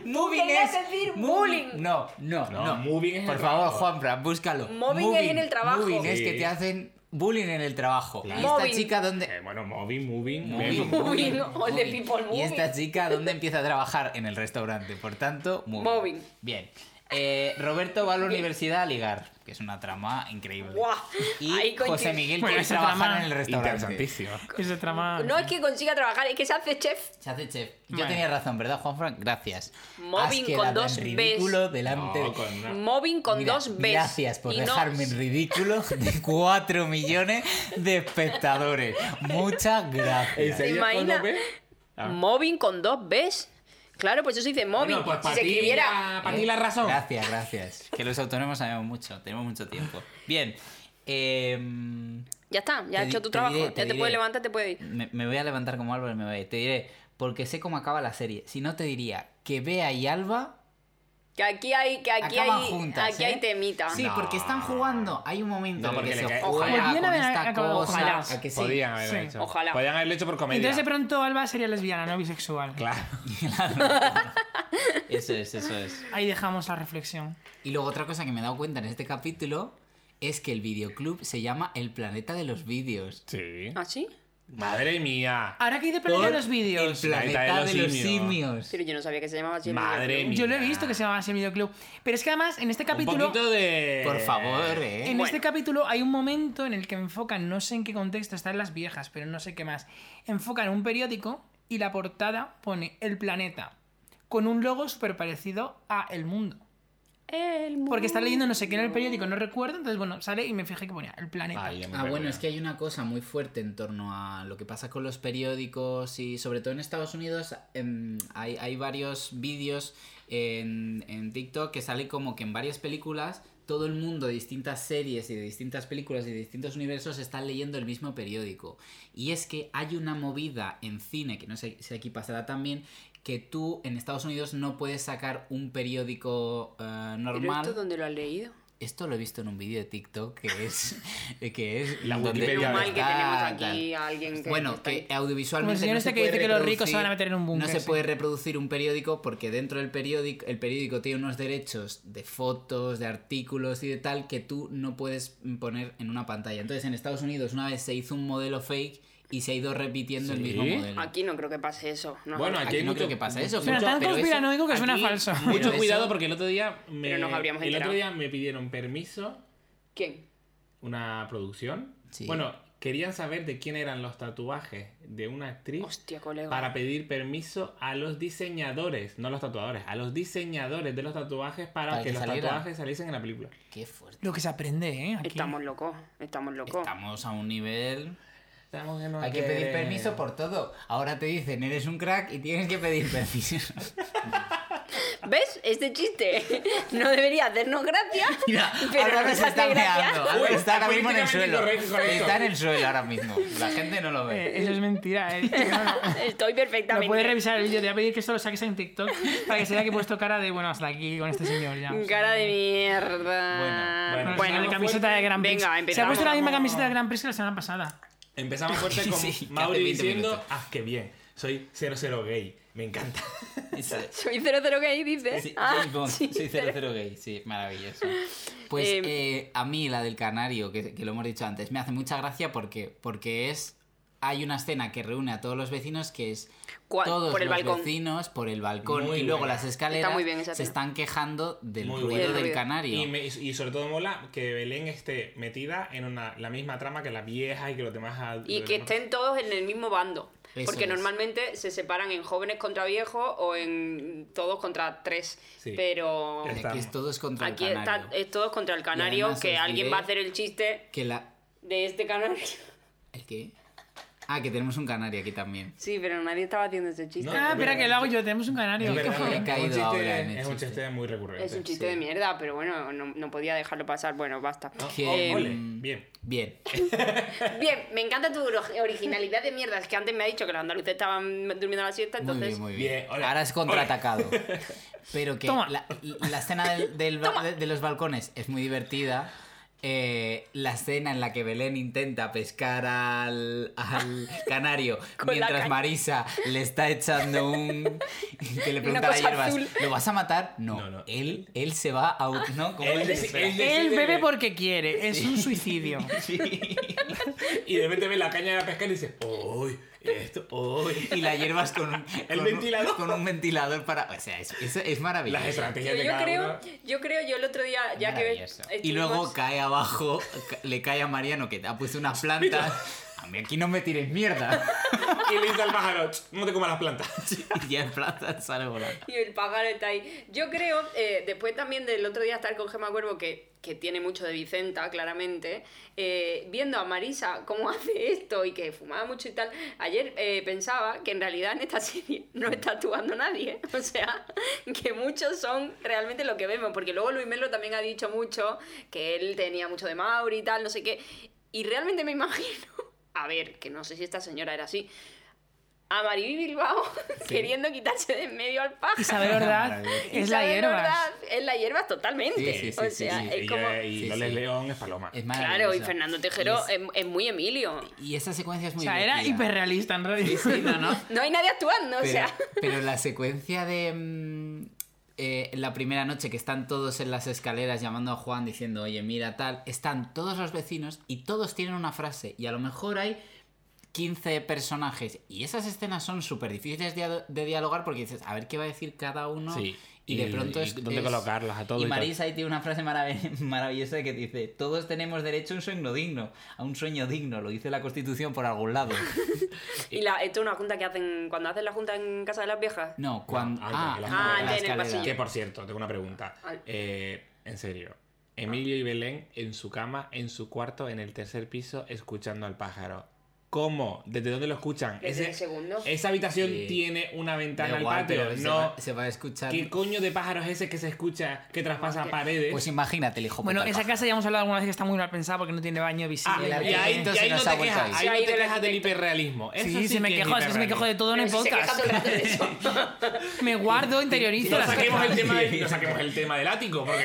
[SPEAKER 4] moving
[SPEAKER 3] querías
[SPEAKER 4] es.
[SPEAKER 3] decir
[SPEAKER 4] moving-
[SPEAKER 3] bullying.
[SPEAKER 4] No, no,
[SPEAKER 5] No,
[SPEAKER 4] no.
[SPEAKER 5] moving es
[SPEAKER 4] Por
[SPEAKER 5] el
[SPEAKER 4] favor,
[SPEAKER 5] trabajo.
[SPEAKER 4] Juanfran, búscalo.
[SPEAKER 3] Moving es en el trabajo.
[SPEAKER 4] Moving es
[SPEAKER 5] Sí.
[SPEAKER 4] que te hacen bullying en el trabajo.
[SPEAKER 5] Claro.
[SPEAKER 4] ¿Y esta
[SPEAKER 3] Moving.
[SPEAKER 4] chica dónde.?
[SPEAKER 5] Eh, bueno, moving, moving,
[SPEAKER 4] Moving,
[SPEAKER 5] moving.
[SPEAKER 3] Moving, all the people
[SPEAKER 4] Y
[SPEAKER 3] moving.
[SPEAKER 4] esta chica, ¿dónde empieza a trabajar? En el restaurante, por tanto, moving.
[SPEAKER 3] Moving.
[SPEAKER 4] Bien. Eh, Roberto va a la universidad a ligar, que es una trama increíble.
[SPEAKER 3] Guau.
[SPEAKER 4] Y
[SPEAKER 3] Ahí coincide.
[SPEAKER 4] José Miguel
[SPEAKER 1] Bueno,
[SPEAKER 4] quiere
[SPEAKER 1] esa
[SPEAKER 4] trabajar
[SPEAKER 1] trama
[SPEAKER 4] en el restaurante.
[SPEAKER 5] Interesantísimo.
[SPEAKER 1] Ese trama.
[SPEAKER 3] No es que consiga trabajar, es que se hace chef.
[SPEAKER 4] Se hace chef. Yo
[SPEAKER 1] Bueno.
[SPEAKER 4] tenía razón, ¿verdad, Juanfran? Gracias.
[SPEAKER 3] Moving
[SPEAKER 4] Has
[SPEAKER 3] con
[SPEAKER 4] quedado en
[SPEAKER 3] dos Bs.
[SPEAKER 4] ridículo delante de-
[SPEAKER 5] No, con una-
[SPEAKER 3] Moving con
[SPEAKER 4] Mira,
[SPEAKER 3] dos Bs.
[SPEAKER 4] Gracias por
[SPEAKER 3] Y no-
[SPEAKER 4] dejarme en
[SPEAKER 3] (laughs)
[SPEAKER 4] ridículo de 4 millones de espectadores. Muchas
[SPEAKER 5] ¿En
[SPEAKER 4] gracias.
[SPEAKER 5] serio?
[SPEAKER 3] imaginas?
[SPEAKER 5] ¿Cuándo ve? Ah.
[SPEAKER 3] Moving con dos Bs. Claro, pues eso se dice moving.
[SPEAKER 5] Bueno, pues
[SPEAKER 3] si
[SPEAKER 5] para
[SPEAKER 3] se
[SPEAKER 5] ti
[SPEAKER 3] escribiera.
[SPEAKER 5] la- para ti la razón.
[SPEAKER 4] Gracias, gracias. Que los autónomos sabemos mucho, tenemos mucho tiempo. Bien. em,
[SPEAKER 3] Ya está, ya
[SPEAKER 4] Te
[SPEAKER 3] has
[SPEAKER 4] di-
[SPEAKER 3] hecho tu
[SPEAKER 4] te
[SPEAKER 3] trabajo.
[SPEAKER 4] diré,
[SPEAKER 3] ya
[SPEAKER 4] te
[SPEAKER 3] te
[SPEAKER 4] diré.
[SPEAKER 3] puedes levantar, te puedes ir.
[SPEAKER 4] me, me voy a levantar como Álvaro y me voy a ir. Te diré, porque sé cómo acaba la serie. Si no, te diría que Bea y Alba
[SPEAKER 3] Que aquí hay, que aquí
[SPEAKER 4] acaban
[SPEAKER 3] hay,
[SPEAKER 4] juntas.
[SPEAKER 3] aquí
[SPEAKER 4] ¿eh?
[SPEAKER 3] hay temita.
[SPEAKER 4] Sí,
[SPEAKER 5] No.
[SPEAKER 4] porque están jugando. Hay un momento
[SPEAKER 5] No,
[SPEAKER 4] en el
[SPEAKER 5] porque
[SPEAKER 4] que
[SPEAKER 5] le
[SPEAKER 4] se
[SPEAKER 5] cae-
[SPEAKER 4] juega
[SPEAKER 1] Ojalá.
[SPEAKER 4] con esta
[SPEAKER 1] Ojalá.
[SPEAKER 4] cosa.
[SPEAKER 1] Ojalá.
[SPEAKER 4] ¿a que sí?
[SPEAKER 5] Podían haberlo
[SPEAKER 1] Sí.
[SPEAKER 5] hecho.
[SPEAKER 3] Ojalá.
[SPEAKER 5] Podían haberlo hecho por comedia.
[SPEAKER 1] Entonces de pronto Alba sería lesbiana, no bisexual.
[SPEAKER 5] Claro.
[SPEAKER 4] Eso es, eso es.
[SPEAKER 1] Ahí dejamos la reflexión.
[SPEAKER 4] Y luego otra cosa que me he dado cuenta en este capítulo es que el videoclub se llama El Planeta de los Vídeos.
[SPEAKER 5] Sí.
[SPEAKER 3] ¿Ah, sí?
[SPEAKER 5] Madre mía.
[SPEAKER 1] Ahora que dice planeta de
[SPEAKER 4] Por
[SPEAKER 1] los vídeos.
[SPEAKER 4] El Planeta de los Simios.
[SPEAKER 3] Pero yo no sabía que se llamaba así.
[SPEAKER 5] Madre mía.
[SPEAKER 1] Yo lo he visto que se llamaba ese videoclub. Pero es que además en este
[SPEAKER 5] Un
[SPEAKER 1] capítulo.
[SPEAKER 5] poquito de...
[SPEAKER 4] Por favor,
[SPEAKER 1] En
[SPEAKER 4] eh.
[SPEAKER 3] Bueno.
[SPEAKER 1] este capítulo hay un momento en el que enfocan, no sé en qué contexto están las viejas, pero no sé qué más. Enfocan un periódico y la portada pone El Planeta, con un logo súper parecido a El Mundo.
[SPEAKER 3] El mundo.
[SPEAKER 1] Porque está leyendo no sé qué en el periódico, no recuerdo, entonces bueno, sale y me fijé que ponía El Planeta.
[SPEAKER 5] Ay, ya me
[SPEAKER 4] Ah, bueno,
[SPEAKER 5] perdí.
[SPEAKER 4] es que hay una cosa muy fuerte en torno a lo que pasa con los periódicos y sobre todo en Estados Unidos em, hay, hay varios vídeos en, en TikTok que sale como que en varias películas todo el mundo de distintas series y de distintas películas y de distintos universos están leyendo el mismo periódico. Y es que hay una movida en cine, que no sé si aquí pasará también, que tú en Estados Unidos no puedes sacar un periódico eh, normal.
[SPEAKER 3] ¿Pero esto dónde lo has leído?
[SPEAKER 4] Esto lo he visto en un vídeo de TikTok que es.
[SPEAKER 1] (laughs)
[SPEAKER 4] eh, que es
[SPEAKER 5] La
[SPEAKER 4] donde-
[SPEAKER 5] Wikipedia.
[SPEAKER 3] Menos
[SPEAKER 5] Menos
[SPEAKER 3] mal que tenemos
[SPEAKER 4] Ah,
[SPEAKER 3] aquí
[SPEAKER 4] tal.
[SPEAKER 3] a alguien que.
[SPEAKER 4] Bueno,
[SPEAKER 3] está-
[SPEAKER 4] que eh,
[SPEAKER 1] Como el
[SPEAKER 4] audiovisualmente.
[SPEAKER 1] señor
[SPEAKER 4] no
[SPEAKER 1] este
[SPEAKER 4] se
[SPEAKER 1] que dice
[SPEAKER 4] puede
[SPEAKER 1] que los ricos se van a
[SPEAKER 4] reproducir-
[SPEAKER 1] meter en un búnker,
[SPEAKER 4] No se
[SPEAKER 1] sí.
[SPEAKER 4] puede reproducir un periódico porque dentro del periódico el periódico tiene unos derechos de fotos, de artículos y de tal que tú no puedes poner en una pantalla. Entonces en Estados Unidos una vez se hizo un modelo fake y se ha ido repitiendo el
[SPEAKER 5] ¿Sí?
[SPEAKER 4] mismo modelo.
[SPEAKER 1] Ah.
[SPEAKER 3] Aquí no creo que pase eso. no.
[SPEAKER 5] Bueno,
[SPEAKER 4] Aquí
[SPEAKER 5] aquí hay
[SPEAKER 4] no creo
[SPEAKER 5] mucho-
[SPEAKER 4] que pase eso.
[SPEAKER 1] Suena
[SPEAKER 4] mucho-
[SPEAKER 1] tan
[SPEAKER 4] pero eso-
[SPEAKER 1] conspiranoico que suena
[SPEAKER 4] aquí-
[SPEAKER 1] falso.
[SPEAKER 4] pero
[SPEAKER 5] Mucho
[SPEAKER 4] eso-
[SPEAKER 5] cuidado porque el otro día me,
[SPEAKER 3] Pero nos habríamos
[SPEAKER 5] el otro
[SPEAKER 3] enterado.
[SPEAKER 5] día me pidieron permiso
[SPEAKER 3] ¿Quién?
[SPEAKER 5] una producción.
[SPEAKER 4] Sí.
[SPEAKER 5] Bueno, querían saber de quién eran los tatuajes de una actriz
[SPEAKER 3] Hostia, colega.
[SPEAKER 5] para pedir permiso a los diseñadores, no a los tatuadores, a los diseñadores de los tatuajes para,
[SPEAKER 4] Para
[SPEAKER 5] que,
[SPEAKER 4] que
[SPEAKER 5] los
[SPEAKER 4] salieran.
[SPEAKER 5] tatuajes saliesen en la película.
[SPEAKER 4] Qué fuerte.
[SPEAKER 1] Lo que se aprende, ¿eh? Aquí.
[SPEAKER 3] Estamos locos, estamos locos.
[SPEAKER 4] Estamos a un nivel.
[SPEAKER 5] Estamos en
[SPEAKER 4] Hay que pedir permiso por todo. Ahora te dicen, eres un crack y tienes que pedir (laughs) permiso.
[SPEAKER 3] ¿Ves? Este chiste (laughs) no debería hacernos gracia.
[SPEAKER 4] Mira,
[SPEAKER 3] (laughs) pero
[SPEAKER 4] ahora
[SPEAKER 3] nos
[SPEAKER 4] se está
[SPEAKER 3] hace gracia.
[SPEAKER 4] meando. Álvaro
[SPEAKER 5] Uy,
[SPEAKER 4] está ahora mismo en el
[SPEAKER 5] políticamente
[SPEAKER 4] suelo.
[SPEAKER 5] correcto, correcto.
[SPEAKER 4] Está en el suelo ahora mismo. La gente no lo ve.
[SPEAKER 1] Eh, eso es mentira,
[SPEAKER 3] (laughs)
[SPEAKER 1] ¿eh? No, no.
[SPEAKER 3] (laughs) Estoy
[SPEAKER 1] Lo
[SPEAKER 3] perfectamente.
[SPEAKER 1] puedes revisar el vídeo, te voy a pedir que esto lo saques en TikTok para que se vea que he puesto cara de, bueno, hasta aquí con este señor ya.
[SPEAKER 3] Cara de mierda.
[SPEAKER 5] Bueno, bueno,
[SPEAKER 1] Bueno, la
[SPEAKER 5] Bueno,
[SPEAKER 1] camiseta de Gran Prix.
[SPEAKER 3] Venga,
[SPEAKER 1] se ha
[SPEAKER 3] empezamos.
[SPEAKER 1] puesto la misma camiseta de Gran Prix que la semana pasada.
[SPEAKER 5] Empezamos fuerte
[SPEAKER 4] (laughs)
[SPEAKER 5] con
[SPEAKER 4] Sí, que hace
[SPEAKER 5] Mauri
[SPEAKER 4] 20
[SPEAKER 5] diciendo,
[SPEAKER 4] minutos.
[SPEAKER 5] ah, qué bien, soy 00 gay, me encanta.
[SPEAKER 3] (laughs) Soy 00 gay, dice.
[SPEAKER 4] Sí,
[SPEAKER 3] Ah,
[SPEAKER 4] James Bond,
[SPEAKER 3] sí.
[SPEAKER 4] soy 00 gay, sí, maravilloso. Pues
[SPEAKER 3] Eh,
[SPEAKER 4] eh, a mí la del canario, que, que lo hemos dicho antes, me hace mucha gracia porque, porque es... Hay una escena que reúne a todos los vecinos que es
[SPEAKER 3] ¿Cuál?
[SPEAKER 4] todos
[SPEAKER 3] Por el
[SPEAKER 4] los
[SPEAKER 3] balcón.
[SPEAKER 4] vecinos por el balcón
[SPEAKER 5] Muy
[SPEAKER 4] y luego
[SPEAKER 5] buena.
[SPEAKER 4] las escaleras
[SPEAKER 3] Está muy bien esa
[SPEAKER 4] se
[SPEAKER 3] escena.
[SPEAKER 4] están quejando del
[SPEAKER 5] Muy buena.
[SPEAKER 4] ruido
[SPEAKER 3] Del
[SPEAKER 4] del
[SPEAKER 3] ruido.
[SPEAKER 4] canario.
[SPEAKER 5] Y, me- y sobre todo mola que Belén esté metida en una, la misma trama que la vieja y que los demás...
[SPEAKER 3] Y
[SPEAKER 5] los
[SPEAKER 3] que
[SPEAKER 5] demás-
[SPEAKER 3] estén todos en el mismo bando.
[SPEAKER 4] Eso
[SPEAKER 3] porque
[SPEAKER 4] es.
[SPEAKER 3] normalmente se separan en jóvenes contra viejos o en todos contra tres.
[SPEAKER 5] Sí.
[SPEAKER 3] Pero
[SPEAKER 5] Está-
[SPEAKER 4] Aquí es todos contra
[SPEAKER 3] aquí
[SPEAKER 4] el
[SPEAKER 3] está,
[SPEAKER 4] canario.
[SPEAKER 3] es todos contra el canario,
[SPEAKER 4] además
[SPEAKER 3] que
[SPEAKER 4] os
[SPEAKER 3] alguien
[SPEAKER 4] diré-
[SPEAKER 3] va a hacer el chiste
[SPEAKER 1] (laughs)
[SPEAKER 4] Que la...
[SPEAKER 3] de este canario.
[SPEAKER 4] ¿El qué? Ah, que tenemos un canario aquí también.
[SPEAKER 3] Sí, pero nadie estaba haciendo ese chiste.
[SPEAKER 5] No,
[SPEAKER 1] Ah,
[SPEAKER 5] es
[SPEAKER 1] espera,
[SPEAKER 5] verdad.
[SPEAKER 1] que lo hago yo. Tenemos un canario.
[SPEAKER 5] Es
[SPEAKER 1] qué (laughs)
[SPEAKER 5] verdad,
[SPEAKER 4] joder.
[SPEAKER 5] es un
[SPEAKER 4] Caído
[SPEAKER 5] chiste-
[SPEAKER 4] ahora en el
[SPEAKER 5] es un
[SPEAKER 4] chiste.
[SPEAKER 5] chiste muy recurrente.
[SPEAKER 3] es un chiste
[SPEAKER 5] Sí.
[SPEAKER 3] de mierda, pero bueno, no, no podía dejarlo pasar. Bueno, basta.
[SPEAKER 5] Ah,
[SPEAKER 4] Que,
[SPEAKER 5] ole,
[SPEAKER 4] mm,
[SPEAKER 5] bien.
[SPEAKER 4] Bien.
[SPEAKER 3] Bien, me encanta tu ori- originalidad de mierda. Es que antes me ha dicho que los andaluces estaban durmiendo la siesta,
[SPEAKER 4] Muy
[SPEAKER 3] entonces.
[SPEAKER 4] bien, muy bien.
[SPEAKER 5] Bien, ole.
[SPEAKER 4] Ahora es contraatacado.
[SPEAKER 5] (laughs)
[SPEAKER 4] Pero que
[SPEAKER 1] Toma.
[SPEAKER 4] la, la escena del- del ba- de, de los balcones es muy divertida. Eh, la escena en la que Belén intenta pescar al,
[SPEAKER 3] (laughs)
[SPEAKER 4] al canario
[SPEAKER 3] Con la
[SPEAKER 4] mientras
[SPEAKER 3] caña.
[SPEAKER 4] Marisa le está echando un. que le
[SPEAKER 3] Una
[SPEAKER 4] pregunta a la
[SPEAKER 3] cosa
[SPEAKER 4] hierbas:
[SPEAKER 3] azul.
[SPEAKER 4] ¿Lo vas a matar? No.
[SPEAKER 5] No, no.
[SPEAKER 4] Él, él se va a. au- ¿no? ¿Cómo
[SPEAKER 5] Él
[SPEAKER 4] es?
[SPEAKER 5] deci- él decide-
[SPEAKER 1] Él bebe porque quiere. Es un
[SPEAKER 5] (laughs)
[SPEAKER 1] suicidio.
[SPEAKER 5] Y de repente ve la caña de la pesca y dice, uy, esto, (laughs) uy.
[SPEAKER 4] Y la hierbas con un,
[SPEAKER 5] (laughs)
[SPEAKER 4] con
[SPEAKER 5] El
[SPEAKER 4] un-
[SPEAKER 5] ventilador.
[SPEAKER 4] con un ventilador para. O sea, es, es- es maravilloso.
[SPEAKER 5] Las estrategias
[SPEAKER 3] Pero
[SPEAKER 5] de
[SPEAKER 3] yo
[SPEAKER 5] cada
[SPEAKER 3] creo,
[SPEAKER 5] uno.
[SPEAKER 3] yo creo, yo el otro día, ya que eh,
[SPEAKER 4] Maravilloso. Y luego
[SPEAKER 3] estuvimos-
[SPEAKER 4] cae abajo, ca- le cae a Mariano que te ha puesto unas plantas. A mí aquí no me tires mierda. (laughs)
[SPEAKER 5] Y le dice al pájaro, "Ch, no te comas las plantas.
[SPEAKER 4] Y ya en plantas sale volando.
[SPEAKER 3] Y el pájaro está ahí. Yo creo, eh, después también del otro día estar con Gemma Cuervo, que, que tiene mucho de Vicenta, claramente, eh, viendo a Marisa cómo (laughs) hace esto y que fumaba mucho y tal, ayer eh, pensaba que en realidad en esta serie no está actuando nadie. (laughs) O sea, que muchos son realmente lo que vemos. Porque luego Luis Melo también ha dicho mucho que él tenía mucho de Mauri y tal, no sé qué. Y realmente me (laughs) imagino, a ver, que no sé si esta señora era así, a Mariby Bilbao (laughs) queriendo quitarse de en medio al pájaro.
[SPEAKER 1] Isabel Ordaz es la
[SPEAKER 3] Isabel
[SPEAKER 1] hierba.
[SPEAKER 3] Ordaz es la hierbas totalmente.
[SPEAKER 4] Sí, sí, sí,
[SPEAKER 3] o
[SPEAKER 4] sí,
[SPEAKER 3] sea,
[SPEAKER 4] sí.
[SPEAKER 3] es
[SPEAKER 5] y
[SPEAKER 3] como...
[SPEAKER 5] ya- y
[SPEAKER 4] Sí,
[SPEAKER 5] Loles
[SPEAKER 4] sí.
[SPEAKER 5] León es paloma.
[SPEAKER 4] Es
[SPEAKER 3] Claro, y
[SPEAKER 4] maravillosa.
[SPEAKER 3] Fernando Tejero
[SPEAKER 4] Y,
[SPEAKER 3] es, es muy Emilio.
[SPEAKER 4] es- y esa secuencia es
[SPEAKER 1] O
[SPEAKER 4] muy
[SPEAKER 1] sea, era
[SPEAKER 4] divertida.
[SPEAKER 1] hiperrealista en realidad.
[SPEAKER 4] Sí, no, no.
[SPEAKER 3] No hay nadie actuando, o
[SPEAKER 4] Pero, (laughs)
[SPEAKER 3] sea... (laughs)
[SPEAKER 4] pero la secuencia de. mm, eh, la primera noche que están todos en las escaleras llamando a Juan diciendo, oye, mira tal, están todos los vecinos y todos tienen una frase y a lo mejor hay 15 personajes y esas escenas son súper difíciles de, ado- de dialogar porque dices, a ver qué va a decir cada uno
[SPEAKER 5] Sí,
[SPEAKER 4] y, de
[SPEAKER 5] y-
[SPEAKER 4] pronto
[SPEAKER 5] y
[SPEAKER 4] es...
[SPEAKER 5] dónde
[SPEAKER 4] es-
[SPEAKER 5] colocarlos a todos
[SPEAKER 4] Y
[SPEAKER 5] y tal.
[SPEAKER 4] Marisa ahí tiene una frase marav- (laughs) maravillosa que dice, todos tenemos derecho a un sueño digno, a un sueño digno, lo dice la Constitución por algún
[SPEAKER 5] (laughs)
[SPEAKER 4] lado.
[SPEAKER 3] Y la, esto es una junta que hacen... Cuando hacen la junta en casa de las viejas.
[SPEAKER 4] No, cuando...
[SPEAKER 5] antes,
[SPEAKER 4] ah,
[SPEAKER 5] en la
[SPEAKER 4] ah,
[SPEAKER 5] escalera.
[SPEAKER 4] la
[SPEAKER 3] Ah, en el
[SPEAKER 4] escalera.
[SPEAKER 3] pasillo.
[SPEAKER 5] Que por cierto, tengo una pregunta.
[SPEAKER 3] Ay.
[SPEAKER 5] Eh, en serio. Emilio y Belén en su cama, en su cuarto, en el tercer piso, escuchando al pájaro. ¿Cómo? ¿Desde dónde lo escuchan?
[SPEAKER 3] Desde el segundo.
[SPEAKER 5] Esa habitación
[SPEAKER 4] Sí.
[SPEAKER 5] tiene una
[SPEAKER 4] Da
[SPEAKER 5] ventana al
[SPEAKER 4] igual,
[SPEAKER 5] patio.
[SPEAKER 4] pero se
[SPEAKER 5] No.
[SPEAKER 4] va- se va a escuchar.
[SPEAKER 5] ¿Qué coño de pájaro es ese que se escucha, que traspasa paredes?
[SPEAKER 4] Pues imagínate el hijo.
[SPEAKER 1] Bueno,
[SPEAKER 4] puta
[SPEAKER 1] esa
[SPEAKER 4] del
[SPEAKER 1] casa ya hemos hablado alguna vez que está muy mal pensada porque no tiene baño
[SPEAKER 5] Ah,
[SPEAKER 1] visible.
[SPEAKER 5] y
[SPEAKER 4] el
[SPEAKER 5] ahí, y ahí
[SPEAKER 4] arquitecto se
[SPEAKER 5] no
[SPEAKER 4] nos ha
[SPEAKER 5] te
[SPEAKER 4] vuelto a
[SPEAKER 5] quejas,
[SPEAKER 4] ir.
[SPEAKER 5] ahí no
[SPEAKER 3] Sí,
[SPEAKER 5] te
[SPEAKER 3] del
[SPEAKER 5] quejas del
[SPEAKER 3] arquitecto.
[SPEAKER 5] hiperrealismo. Eso
[SPEAKER 1] Sí, sí, me
[SPEAKER 5] que es
[SPEAKER 1] quejo, es que me quejo de todo en
[SPEAKER 3] Pero si se queja
[SPEAKER 1] podcast.
[SPEAKER 3] todo el rato
[SPEAKER 4] (laughs)
[SPEAKER 3] de eso.
[SPEAKER 1] Me guardo, interiorizo
[SPEAKER 5] No
[SPEAKER 1] las
[SPEAKER 5] saquemos, el
[SPEAKER 1] cosas.
[SPEAKER 5] tema del, no saquemos el tema del
[SPEAKER 4] (laughs)
[SPEAKER 5] ático, porque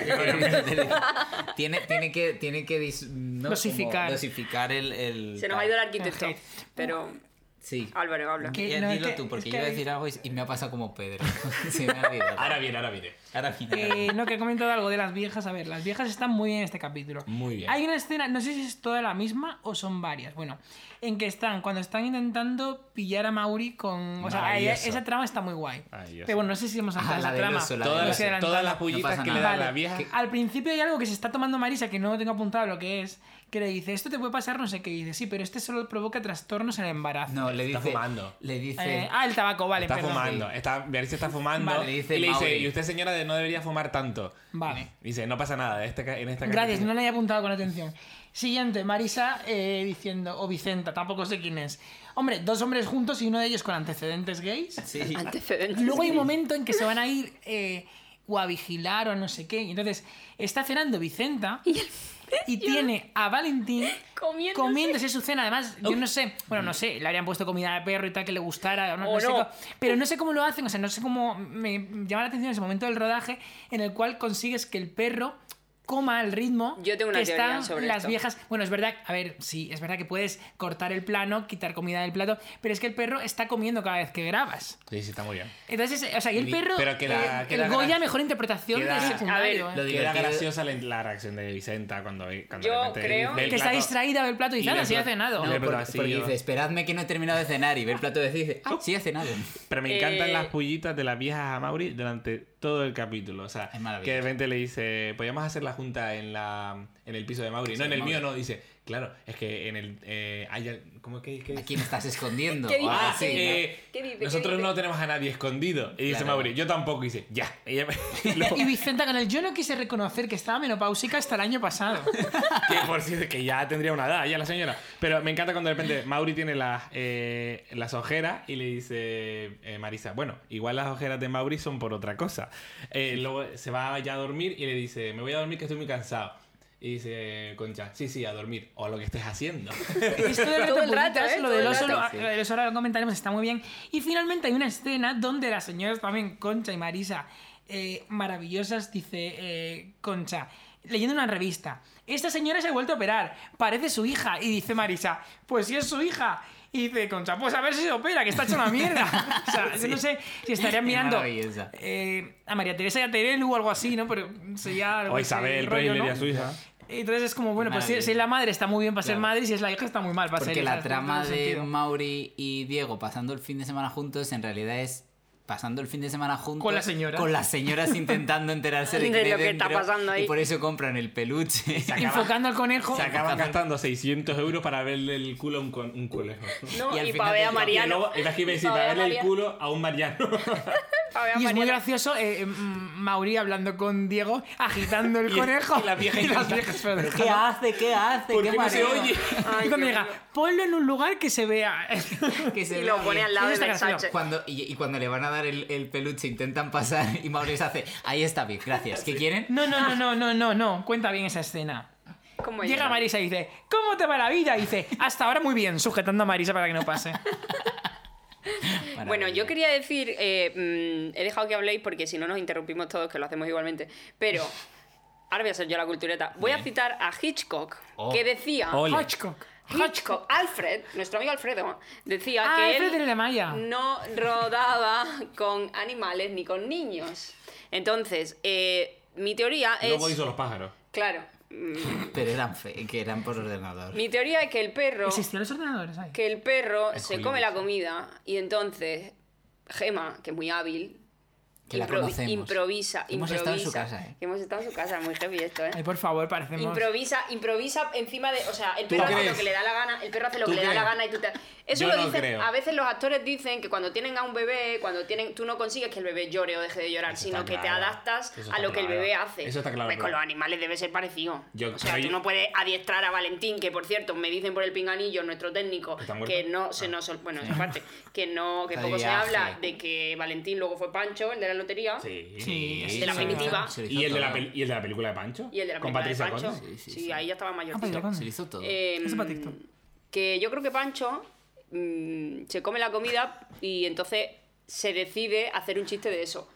[SPEAKER 5] si no-
[SPEAKER 4] pájaro. tiene, tiene que, tiene que dis- no,
[SPEAKER 1] Dosificar.
[SPEAKER 4] como dosificar el, el-
[SPEAKER 3] Se nos ha ido el arquitecto.
[SPEAKER 1] Ajá.
[SPEAKER 3] Pero... (laughs)
[SPEAKER 4] Sí.
[SPEAKER 3] Álvaro, habla.
[SPEAKER 1] ¿Qué?
[SPEAKER 4] Ya
[SPEAKER 1] No, es
[SPEAKER 4] dilo
[SPEAKER 1] que-
[SPEAKER 4] tú,
[SPEAKER 1] es
[SPEAKER 4] porque yo
[SPEAKER 1] que
[SPEAKER 4] iba a
[SPEAKER 1] hay-
[SPEAKER 4] decir algo y, y me ha pasado
[SPEAKER 1] (laughs)
[SPEAKER 4] como Pedro. (laughs) Se me ha olvidado.
[SPEAKER 5] Ahora viene, ahora viene.
[SPEAKER 4] Ahora final.
[SPEAKER 1] Eh, no, que he comentado algo de las viejas. A ver, las viejas están muy bien en este capítulo.
[SPEAKER 5] Muy bien.
[SPEAKER 1] Hay una escena, no sé si es toda la misma o son varias. Bueno, en que están, cuando están intentando pillar a Mauri con. O sea, ahí-
[SPEAKER 5] Maravilloso.
[SPEAKER 1] esa trama está muy guay.
[SPEAKER 5] Maravilloso.
[SPEAKER 1] Pero bueno, no sé si hemos entrado
[SPEAKER 4] Ah,
[SPEAKER 1] esa
[SPEAKER 4] la del
[SPEAKER 1] trama.
[SPEAKER 4] oso, la
[SPEAKER 1] No
[SPEAKER 4] del
[SPEAKER 5] Todas,
[SPEAKER 1] sé
[SPEAKER 4] oso.
[SPEAKER 5] las-
[SPEAKER 1] adelantar.
[SPEAKER 5] todas las
[SPEAKER 4] No
[SPEAKER 5] pullitas
[SPEAKER 4] pasa
[SPEAKER 5] que le da
[SPEAKER 4] nada.
[SPEAKER 5] la
[SPEAKER 1] Vale.
[SPEAKER 5] vieja.
[SPEAKER 1] Al principio hay algo que se está tomando Marisa, que no tengo apuntado lo que es, que le dice, esto te puede pasar, no sé qué, y dice, sí, pero este solo provoca trastornos en el embarazo.
[SPEAKER 4] No, le dice.
[SPEAKER 5] Está fumando.
[SPEAKER 4] Le dice. eh".
[SPEAKER 1] Eh, ah, el tabaco, vale,
[SPEAKER 5] está
[SPEAKER 1] perdón.
[SPEAKER 5] fumando. Está, Beatriz está fumando.
[SPEAKER 4] Vale, dice
[SPEAKER 5] y le dice,
[SPEAKER 4] Mauri.
[SPEAKER 5] y usted señora de- no debería fumar tanto.
[SPEAKER 1] Vale.
[SPEAKER 5] Dice, no pasa nada, este ca- en esta
[SPEAKER 1] Gracias,
[SPEAKER 5] casa-
[SPEAKER 1] no le había apuntado con atención. Siguiente, Marisa eh, diciendo, o Vicenta, tampoco sé quién es. Hombre, dos hombres juntos y uno de ellos con antecedentes gays.
[SPEAKER 4] Sí.
[SPEAKER 3] Antecedentes.
[SPEAKER 1] Luego hay un momento en que se van a ir eh, o a vigilar o a no sé qué. Y entonces está cenando Vicenta y, tiene a Valentín
[SPEAKER 3] Comiéndose.
[SPEAKER 1] comiéndose su cena. Además, yo no sé, bueno, no sé, le habrían puesto comida de perro y tal que le gustara. o no,
[SPEAKER 3] O
[SPEAKER 1] no sé
[SPEAKER 3] no.
[SPEAKER 1] cómo- pero no sé cómo lo hacen, o sea, no sé cómo me llama la atención ese momento del rodaje en el cual consigues que el perro coma al ritmo
[SPEAKER 3] Yo tengo una
[SPEAKER 1] que
[SPEAKER 3] teoría
[SPEAKER 1] están
[SPEAKER 3] sobre
[SPEAKER 1] las
[SPEAKER 3] esto.
[SPEAKER 1] viejas bueno es verdad a ver sí es verdad que puedes cortar el plano quitar comida del plato pero es que el perro está comiendo cada vez que grabas
[SPEAKER 5] Sí, sí, está muy bien.
[SPEAKER 1] entonces, o sea, y el
[SPEAKER 4] Y-
[SPEAKER 1] perro.
[SPEAKER 5] pero que la-
[SPEAKER 1] eh,
[SPEAKER 5] que
[SPEAKER 1] el
[SPEAKER 5] la
[SPEAKER 1] Goya,
[SPEAKER 5] gran-
[SPEAKER 1] mejor interpretación
[SPEAKER 5] que la-
[SPEAKER 1] de secundario.
[SPEAKER 3] a
[SPEAKER 1] eh.
[SPEAKER 4] Lo
[SPEAKER 5] Queda
[SPEAKER 4] divertido-
[SPEAKER 5] graciosa la, la reacción de Vicenta cuando, eh, cuando
[SPEAKER 3] Yo
[SPEAKER 5] de repente
[SPEAKER 3] creo-
[SPEAKER 5] ve el
[SPEAKER 1] que está
[SPEAKER 5] plato.
[SPEAKER 1] distraída, ve el plato y dice,
[SPEAKER 5] Y
[SPEAKER 1] "Ah,
[SPEAKER 5] ve el
[SPEAKER 1] sí, ha
[SPEAKER 5] plato-
[SPEAKER 1] cenado.
[SPEAKER 5] ve
[SPEAKER 1] No,
[SPEAKER 5] el plato
[SPEAKER 4] porque,
[SPEAKER 5] vacío.
[SPEAKER 4] porque dice, esperadme que no he terminado de cenar y ve el plato de vacío y dice, ah, sí
[SPEAKER 1] (laughs)
[SPEAKER 4] he cenado.
[SPEAKER 5] Pero me
[SPEAKER 3] Eh,
[SPEAKER 5] encantan las pullitas de las viejas a Mauri durante todo el capítulo. O sea,
[SPEAKER 4] Es maravilloso.
[SPEAKER 5] que de repente le dice, podríamos hacer la junta en la, en el piso de Mauri. no, en el mío no, dice, claro, es que en el... Eh, hay al- ¿Cómo que, que
[SPEAKER 4] ¿A quién estás escondiendo?
[SPEAKER 3] ¿Qué dices?
[SPEAKER 4] Ah,
[SPEAKER 5] Ah,
[SPEAKER 4] sí,
[SPEAKER 5] eh,
[SPEAKER 3] ¿Qué dice? ¿Qué
[SPEAKER 5] nosotros
[SPEAKER 3] dice?
[SPEAKER 5] no tenemos a nadie escondido. Y dice
[SPEAKER 4] Claro.
[SPEAKER 5] Mauri, yo tampoco. Y dice, ya. Y ella
[SPEAKER 3] (laughs)
[SPEAKER 5] me- y luego-
[SPEAKER 1] Y Vicenta Canal, yo no quise reconocer que estaba menopáusica hasta el año
[SPEAKER 4] (laughs)
[SPEAKER 1] pasado.
[SPEAKER 5] (laughs) que por cierto, que ya tendría una edad, ya la señora. Pero me encanta cuando de repente Mauri tiene las, eh, las ojeras y le dice eh, Marisa, bueno, igual las ojeras de Mauri son por otra cosa. Eh, luego se va ya a dormir y le dice, me voy a dormir que estoy muy cansado. Y dice Concha, sí, sí, a dormir. O lo que
[SPEAKER 3] (laughs)
[SPEAKER 5] estés haciendo. (laughs)
[SPEAKER 1] Esto de las
[SPEAKER 3] Todo el rato,
[SPEAKER 1] ampolletas,
[SPEAKER 3] ¿eh?
[SPEAKER 1] lo
[SPEAKER 3] Todo
[SPEAKER 1] del
[SPEAKER 3] el
[SPEAKER 1] oso,
[SPEAKER 3] rato.
[SPEAKER 1] lo- lo del oso ahora lo comentaremos, está muy bien. Y finalmente hay una escena donde las señoras también, Concha y Marisa, eh, maravillosas, dice eh, Concha, leyendo una revista. Esta señora se ha vuelto a operar, parece su hija. Y dice Marisa, pues si es su hija. Y dice Concha, pues a ver si se opera, que está hecha una mierda. (laughs) O sea, yo no sé si estarían
[SPEAKER 4] Es
[SPEAKER 1] mirando
[SPEAKER 4] maravillosa.
[SPEAKER 1] eh, a María Teresa y a Terelu o algo así, ¿no? Pero sería algo
[SPEAKER 5] o
[SPEAKER 1] ese
[SPEAKER 5] Isabel,
[SPEAKER 1] rollo,
[SPEAKER 5] Reyes
[SPEAKER 1] ¿no?
[SPEAKER 5] y a su hija.
[SPEAKER 1] Entonces es como, bueno, pues si,
[SPEAKER 4] Madre.
[SPEAKER 1] si es la madre está muy bien para ser
[SPEAKER 4] Claro.
[SPEAKER 1] madre y si es la hija está muy mal para ser
[SPEAKER 4] Porque
[SPEAKER 1] hija.
[SPEAKER 4] la trama
[SPEAKER 1] Tiene
[SPEAKER 4] de
[SPEAKER 1] sentido.
[SPEAKER 4] Mauri y Diego pasando el fin de semana juntos en realidad es pasando el fin de semana juntos
[SPEAKER 1] Con las señoras.
[SPEAKER 4] con las señoras
[SPEAKER 3] (laughs)
[SPEAKER 4] intentando enterarse de,
[SPEAKER 3] De
[SPEAKER 4] qué hay
[SPEAKER 3] lo que está
[SPEAKER 4] dentro,
[SPEAKER 3] pasando ahí.
[SPEAKER 4] y por eso compran el
[SPEAKER 5] (laughs)
[SPEAKER 4] peluche
[SPEAKER 1] Enfocando al conejo.
[SPEAKER 5] Se acaban
[SPEAKER 4] Ojalá.
[SPEAKER 5] gastando 600 euros para verle el culo a un, con- un
[SPEAKER 4] (laughs)
[SPEAKER 5] conejo.
[SPEAKER 3] No,
[SPEAKER 4] Y al
[SPEAKER 3] y,
[SPEAKER 4] final
[SPEAKER 3] para ver a
[SPEAKER 4] del
[SPEAKER 5] Y
[SPEAKER 3] Mariano.
[SPEAKER 5] luego, es que iba a decir,
[SPEAKER 3] Pa'
[SPEAKER 5] para
[SPEAKER 3] ver a
[SPEAKER 5] verle el
[SPEAKER 3] Mariano.
[SPEAKER 5] culo a un (laughs) Mariano.
[SPEAKER 3] Pa'
[SPEAKER 1] Y
[SPEAKER 3] ver a
[SPEAKER 1] es muy
[SPEAKER 3] Mariano.
[SPEAKER 1] gracioso eh, mm, Mauri hablando con Diego, agitando
[SPEAKER 4] (laughs)
[SPEAKER 1] el
[SPEAKER 5] Y-
[SPEAKER 1] conejo. (laughs)
[SPEAKER 5] y la vieja
[SPEAKER 1] y las
[SPEAKER 5] intenta-
[SPEAKER 1] viejas, pero
[SPEAKER 4] qué
[SPEAKER 1] déjalo.
[SPEAKER 4] hace qué hace
[SPEAKER 5] ¿Por
[SPEAKER 4] qué
[SPEAKER 5] qué no se
[SPEAKER 4] mareo?
[SPEAKER 5] oye?
[SPEAKER 1] Y
[SPEAKER 3] Ay,
[SPEAKER 1] cuando
[SPEAKER 3] qué
[SPEAKER 1] llega,
[SPEAKER 3] horror.
[SPEAKER 1] ponlo en un lugar que se vea.
[SPEAKER 4] (laughs)
[SPEAKER 1] (laughs)
[SPEAKER 4] Que se
[SPEAKER 3] Y
[SPEAKER 4] vea
[SPEAKER 3] lo pone
[SPEAKER 4] bien.
[SPEAKER 3] al lado
[SPEAKER 1] Eso
[SPEAKER 3] de
[SPEAKER 1] está
[SPEAKER 3] Bel
[SPEAKER 1] gracioso.
[SPEAKER 3] Sánchez.
[SPEAKER 4] cuando, y, y cuando le van a dar el, el peluche intentan pasar y Mauri les hace ahí está bien gracias ¿qué quieren?
[SPEAKER 1] No, no, no, no, no, no, no. Cuenta bien esa escena.
[SPEAKER 3] ¿Cómo es?
[SPEAKER 1] Llega Marisa y dice, ¿cómo te va la vida? Y dice, hasta ahora muy bien, sujetando a Marisa para que no
[SPEAKER 3] (laughs)
[SPEAKER 1] pase.
[SPEAKER 3] Bueno, yo
[SPEAKER 4] Maravilla.
[SPEAKER 3] quería decir, eh, mm, he dejado que habléis porque si no nos interrumpimos todos, que lo hacemos igualmente, pero
[SPEAKER 5] (laughs)
[SPEAKER 3] ahora voy a ser yo la cultureta. Voy a citar a Hitchcock,
[SPEAKER 4] Oh.
[SPEAKER 3] que decía...
[SPEAKER 5] Ole.
[SPEAKER 1] Hitchcock.
[SPEAKER 3] Hitchcock, Alfred, nuestro amigo Alfredo, decía
[SPEAKER 1] Ah,
[SPEAKER 3] que
[SPEAKER 1] Alfred
[SPEAKER 3] él
[SPEAKER 1] de la Maya.
[SPEAKER 3] no rodaba con animales ni con niños. Entonces, eh, mi teoría es...
[SPEAKER 5] Luego hizo los pájaros.
[SPEAKER 3] Claro. mm,
[SPEAKER 4] pero eran fe- que eran por ordenador
[SPEAKER 3] mi teoría es que el perro...
[SPEAKER 1] ¿Existían los ordenadores ahí?
[SPEAKER 3] que el perro se
[SPEAKER 5] Hollywood,
[SPEAKER 3] come la
[SPEAKER 5] sí.
[SPEAKER 3] comida y entonces Gema, que es muy hábil,
[SPEAKER 4] Que la
[SPEAKER 3] improvi-
[SPEAKER 4] conocemos.
[SPEAKER 3] improvisa,
[SPEAKER 4] Hemos
[SPEAKER 3] improvisa.
[SPEAKER 4] estado en su casa, ¿eh?
[SPEAKER 3] Que hemos estado en su casa, muy heavy esto,
[SPEAKER 1] Ay,
[SPEAKER 3] ¿eh?
[SPEAKER 1] por favor, parecemos...
[SPEAKER 3] Improvisa, improvisa encima de, o sea, el
[SPEAKER 5] ¿Tú
[SPEAKER 3] perro hace lo
[SPEAKER 5] crees?
[SPEAKER 3] que le da la gana, el perro hace lo
[SPEAKER 5] ¿Tú
[SPEAKER 3] que le da la
[SPEAKER 5] crees?
[SPEAKER 3] gana y tú te Eso
[SPEAKER 5] Yo
[SPEAKER 3] lo
[SPEAKER 5] no
[SPEAKER 3] dicen,
[SPEAKER 5] creo.
[SPEAKER 3] a veces los actores dicen que cuando tienen a un bebé, cuando tienen tú no consigues que el bebé llore o deje de llorar,
[SPEAKER 5] Eso
[SPEAKER 3] sino
[SPEAKER 5] está
[SPEAKER 3] que te
[SPEAKER 5] claro.
[SPEAKER 3] adaptas
[SPEAKER 5] Eso
[SPEAKER 3] a
[SPEAKER 5] está
[SPEAKER 3] lo que el
[SPEAKER 5] claro.
[SPEAKER 3] bebé hace.
[SPEAKER 5] Eso está claro,
[SPEAKER 3] Pues con
[SPEAKER 5] pero-
[SPEAKER 3] los animales debe ser parecido.
[SPEAKER 5] Yo
[SPEAKER 3] o sea,
[SPEAKER 5] creo-
[SPEAKER 3] tú no puedes adiestrar a Valentín, que por cierto, me dicen por el pinganillo nuestro técnico
[SPEAKER 5] ¿Está muerto?
[SPEAKER 3] que no se nos ol- bueno, esa parte, que no que
[SPEAKER 4] Está de
[SPEAKER 3] poco se
[SPEAKER 4] viaje.
[SPEAKER 3] habla de que Valentín luego fue Pancho, el de la lotería.
[SPEAKER 1] Sí,
[SPEAKER 5] Sí,
[SPEAKER 1] de
[SPEAKER 3] la
[SPEAKER 5] sí.
[SPEAKER 3] primitiva.
[SPEAKER 4] Se lo hizo
[SPEAKER 5] ¿Y el, de la
[SPEAKER 4] todo.
[SPEAKER 5] pel- y el de la película de Pancho?
[SPEAKER 3] Y el de la
[SPEAKER 5] Con
[SPEAKER 3] película
[SPEAKER 5] Patricia
[SPEAKER 3] de Pancho. (laughs)
[SPEAKER 5] Conde.
[SPEAKER 4] Sí, sí,
[SPEAKER 3] sí,
[SPEAKER 4] sí.
[SPEAKER 3] ahí ya
[SPEAKER 1] Ah,
[SPEAKER 3] estaba mayor.
[SPEAKER 1] Patricia Conde.
[SPEAKER 4] se lo hizo todo
[SPEAKER 3] Eh,
[SPEAKER 1] pues, Eso para TikTok.
[SPEAKER 3] Que yo creo que Pancho mm, se come la comida y entonces se decide hacer un chiste de eso.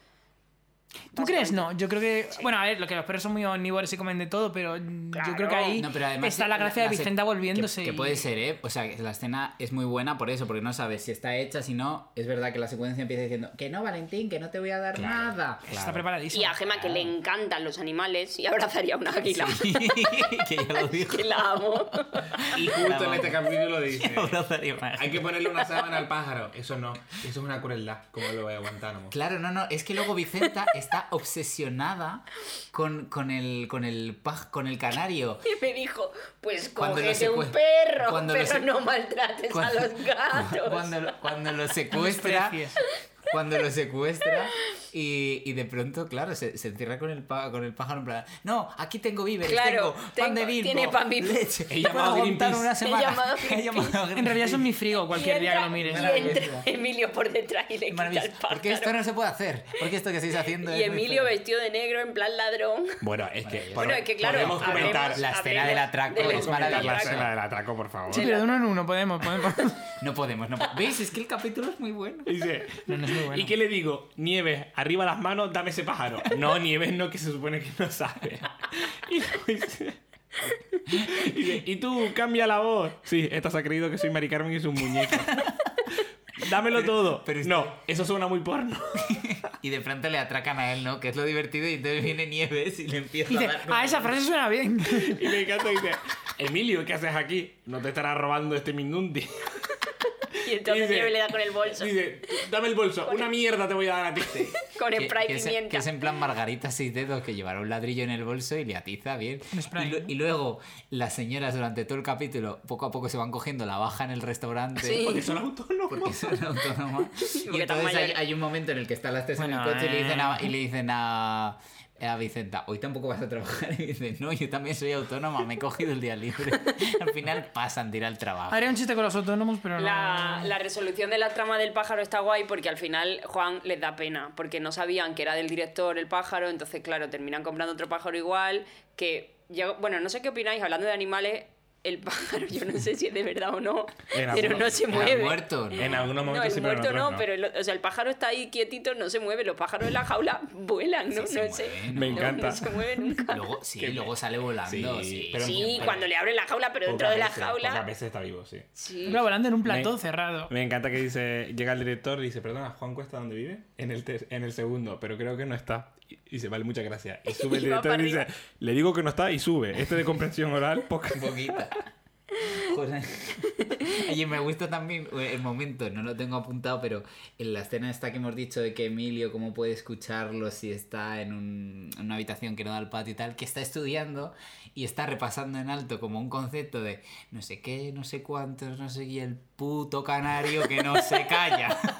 [SPEAKER 1] ¿Tú
[SPEAKER 3] Básicamente.
[SPEAKER 1] crees? No, yo creo que. Bueno, a ver, lo que los perros son muy omnívoros y comen de todo, pero mm, yo
[SPEAKER 3] Claro.
[SPEAKER 1] creo que ahí
[SPEAKER 4] No, pero además
[SPEAKER 1] está la gracia de
[SPEAKER 4] se-
[SPEAKER 1] Vicenta volviéndose.
[SPEAKER 4] Que, que
[SPEAKER 1] y-
[SPEAKER 4] puede ser, ¿eh? O sea, que la escena es muy buena por eso, porque no sabes si está hecha, si no. Es verdad que la secuencia empieza diciendo que no, Valentín, que no te voy a dar
[SPEAKER 5] Claro.
[SPEAKER 4] nada.
[SPEAKER 1] Está
[SPEAKER 5] Claro.
[SPEAKER 1] preparadísimo.
[SPEAKER 3] Y a Gema que le encantan los animales y abrazaría a una águila.
[SPEAKER 4] (laughs) que ya lo
[SPEAKER 3] (laughs)
[SPEAKER 4] dijo.
[SPEAKER 3] Que la amo.
[SPEAKER 5] Y
[SPEAKER 4] La
[SPEAKER 5] justo en
[SPEAKER 4] mamá.
[SPEAKER 5] este capítulo (laughs) dice...
[SPEAKER 4] Abrazaría una
[SPEAKER 5] Hay que ponerle una sábana al pájaro. Eso no. Eso es una crueldad, como lo de Guantánamo.
[SPEAKER 4] Claro, no, no, es que luego Vicenta está obsesionada con, con el con el paj- con el canario.
[SPEAKER 3] Y me dijo, pues
[SPEAKER 4] Cuando lo
[SPEAKER 3] cógete un
[SPEAKER 4] secue-
[SPEAKER 3] perro,
[SPEAKER 4] cuando lo
[SPEAKER 3] pero
[SPEAKER 4] se-
[SPEAKER 3] no maltrates a los gatos.
[SPEAKER 4] (laughs) Cuando, lo-
[SPEAKER 3] (laughs)
[SPEAKER 4] cuando lo secuestra.
[SPEAKER 1] Especies.
[SPEAKER 4] Cuando lo secuestra y, y de pronto, claro, se, se encierra con el, pa- con el pájaro en plan, no, aquí tengo víveres,
[SPEAKER 3] Claro,
[SPEAKER 4] tengo pan
[SPEAKER 3] tengo-
[SPEAKER 4] de bimbo,
[SPEAKER 3] tiene pan
[SPEAKER 4] (laughs)
[SPEAKER 3] bimbo". (laughs)
[SPEAKER 4] leche,
[SPEAKER 5] He llamado
[SPEAKER 4] puedo
[SPEAKER 5] a
[SPEAKER 4] aguantar
[SPEAKER 5] Greenpeace.
[SPEAKER 4] una
[SPEAKER 5] He
[SPEAKER 4] semana. (laughs)
[SPEAKER 3] llamado a
[SPEAKER 4] He
[SPEAKER 1] (laughs)
[SPEAKER 4] llamado a
[SPEAKER 1] En realidad
[SPEAKER 4] Greenpeace.
[SPEAKER 1] son mi frigo, cualquier
[SPEAKER 3] Y
[SPEAKER 1] día que lo
[SPEAKER 3] entra-
[SPEAKER 1] mires.
[SPEAKER 3] Y entra
[SPEAKER 4] Maravilloso.
[SPEAKER 3] Emilio por detrás y (laughs) le quita el
[SPEAKER 4] Maravilloso.
[SPEAKER 3] pájaro.
[SPEAKER 4] Porque esto no se puede hacer. Porque esto que estáis haciendo
[SPEAKER 3] Y
[SPEAKER 4] es muy
[SPEAKER 3] Emilio
[SPEAKER 4] feo.
[SPEAKER 3] vestido de negro en plan ladrón. (laughs)
[SPEAKER 5] Bueno, es que...
[SPEAKER 3] Bueno, es que claro,
[SPEAKER 5] Podemos
[SPEAKER 3] hablemos-
[SPEAKER 5] comentar...
[SPEAKER 4] la escena del
[SPEAKER 3] hablemos
[SPEAKER 4] atraco,
[SPEAKER 3] del-
[SPEAKER 5] podemos
[SPEAKER 4] es
[SPEAKER 5] comentar la
[SPEAKER 4] maravillosa.
[SPEAKER 5] escena del atraco, por favor.
[SPEAKER 1] Sí, pero de uno en uno podemos. podemos.
[SPEAKER 4] No podemos, no po- ¿Ves? Es que el capítulo es muy bueno.
[SPEAKER 5] Dice,
[SPEAKER 1] No, no es muy bueno.
[SPEAKER 5] ¿y qué le digo? Nieves, arriba las manos, dame ese pájaro. No, Nieves no, que se supone que no sabe. (laughs) Y luego dice, dice, y tú, cambia la voz. Sí, estás ha creído que soy Mari Carmen y es un muñeco. Dámelo todo.
[SPEAKER 4] pero
[SPEAKER 5] no, eso suena muy porno. (laughs)
[SPEAKER 4] Y de pronto le atracan a él, ¿no? Que es lo divertido. Y entonces viene Nieves y le empieza
[SPEAKER 1] Y dice,
[SPEAKER 4] a dar...
[SPEAKER 1] ah, esa frase suena bien.
[SPEAKER 5] Y me encanta, dice, Emilio, ¿qué haces aquí? No te estarás robando este Minundi.
[SPEAKER 3] Y Y entonces
[SPEAKER 5] Dice-
[SPEAKER 3] Nieve le da con el bolso.
[SPEAKER 5] Dice, dame el bolso, una mierda te voy a dar a ti.
[SPEAKER 3] con
[SPEAKER 4] Que-
[SPEAKER 3] spray
[SPEAKER 4] que es-
[SPEAKER 3] pimienta.
[SPEAKER 4] que es en plan Margarita seis dedos que llevará un ladrillo en el bolso y le atiza bien.
[SPEAKER 1] Un spray,
[SPEAKER 4] y, lu-
[SPEAKER 1] ¿no?
[SPEAKER 4] y luego las señoras durante todo el capítulo poco a poco se van cogiendo la baja en el restaurante. (laughs)
[SPEAKER 3] Sí.
[SPEAKER 5] Porque son autónomos.
[SPEAKER 4] Porque son
[SPEAKER 3] (laughs)
[SPEAKER 4] autónomas. y
[SPEAKER 3] Porque están
[SPEAKER 4] entonces hay,
[SPEAKER 3] mayores.
[SPEAKER 4] hay un momento en el que están las tres en el
[SPEAKER 1] Bueno,
[SPEAKER 4] coche y le dicen a,
[SPEAKER 1] eh.
[SPEAKER 4] y le dicen a, a Vicenta, hoy tampoco vas a trabajar. (laughs) Y dice, no, yo también soy autónoma, me he cogido el día libre. (laughs) Al final pasan de ir al trabajo.
[SPEAKER 1] Haré un chiste con los autónomos, pero no-
[SPEAKER 3] La, la resolución de la trama del pájaro está guay porque al final Juan les da pena, porque no sabían que era del director el pájaro, entonces claro, terminan comprando otro pájaro igual, que llega- bueno, no sé qué opináis, hablando de animales, el (laughs) pájaro, yo no sé si es de verdad o no,
[SPEAKER 5] Era
[SPEAKER 3] pero
[SPEAKER 5] muerto.
[SPEAKER 3] no se
[SPEAKER 4] Era
[SPEAKER 3] mueve.
[SPEAKER 4] muerto, ¿no?
[SPEAKER 5] En algunos
[SPEAKER 3] No,
[SPEAKER 5] momentos
[SPEAKER 3] el
[SPEAKER 5] sí, pero en
[SPEAKER 3] muerto
[SPEAKER 5] otros
[SPEAKER 3] no,
[SPEAKER 5] no.
[SPEAKER 3] pero el, o sea, el pájaro está ahí quietito, no se mueve, los pájaros en la jaula vuelan, ¿no?
[SPEAKER 4] Sí,
[SPEAKER 3] no
[SPEAKER 4] se
[SPEAKER 3] sé.
[SPEAKER 4] mueve,
[SPEAKER 5] Me
[SPEAKER 3] No,
[SPEAKER 5] encanta.
[SPEAKER 3] No, se mueve nunca.
[SPEAKER 4] Luego, sí,
[SPEAKER 5] Que-
[SPEAKER 4] luego sale volando.
[SPEAKER 5] Sí,
[SPEAKER 4] sí.
[SPEAKER 5] pero-
[SPEAKER 3] sí,
[SPEAKER 5] pero-
[SPEAKER 3] cuando le abren la jaula, pero dentro
[SPEAKER 5] Pocas
[SPEAKER 3] de la
[SPEAKER 5] veces, Pocas
[SPEAKER 3] jaula.
[SPEAKER 5] veces está vivo, sí.
[SPEAKER 3] Sí. Eh,
[SPEAKER 1] Iba volando en un plató
[SPEAKER 5] Me-
[SPEAKER 1] cerrado.
[SPEAKER 5] Me encanta que dice, llega el director y dice, perdona, Juan Cuesta, ¿dónde vive? En el, ter- en el segundo, pero creo que no está. Y y dice, vale, muchas gracias.
[SPEAKER 3] (laughs)
[SPEAKER 5] Y sube el
[SPEAKER 3] Y va
[SPEAKER 5] director
[SPEAKER 3] para
[SPEAKER 5] y dice,
[SPEAKER 3] arriba.
[SPEAKER 5] le digo que no está y sube. Este de
[SPEAKER 3] (laughs)
[SPEAKER 5] comprensión oral, poca.
[SPEAKER 4] (laughs) poquita. Joder. (laughs) Oye, me gusta también eh, el momento, no lo tengo apuntado, pero en la escena esta que hemos dicho de que Emilio, cómo puede escucharlo si está en, un- en una habitación que no da al patio y tal, que está estudiando y está repasando en alto como un concepto de no sé qué, no sé cuántos, no sé, y el puto canario que no se calla. (laughs)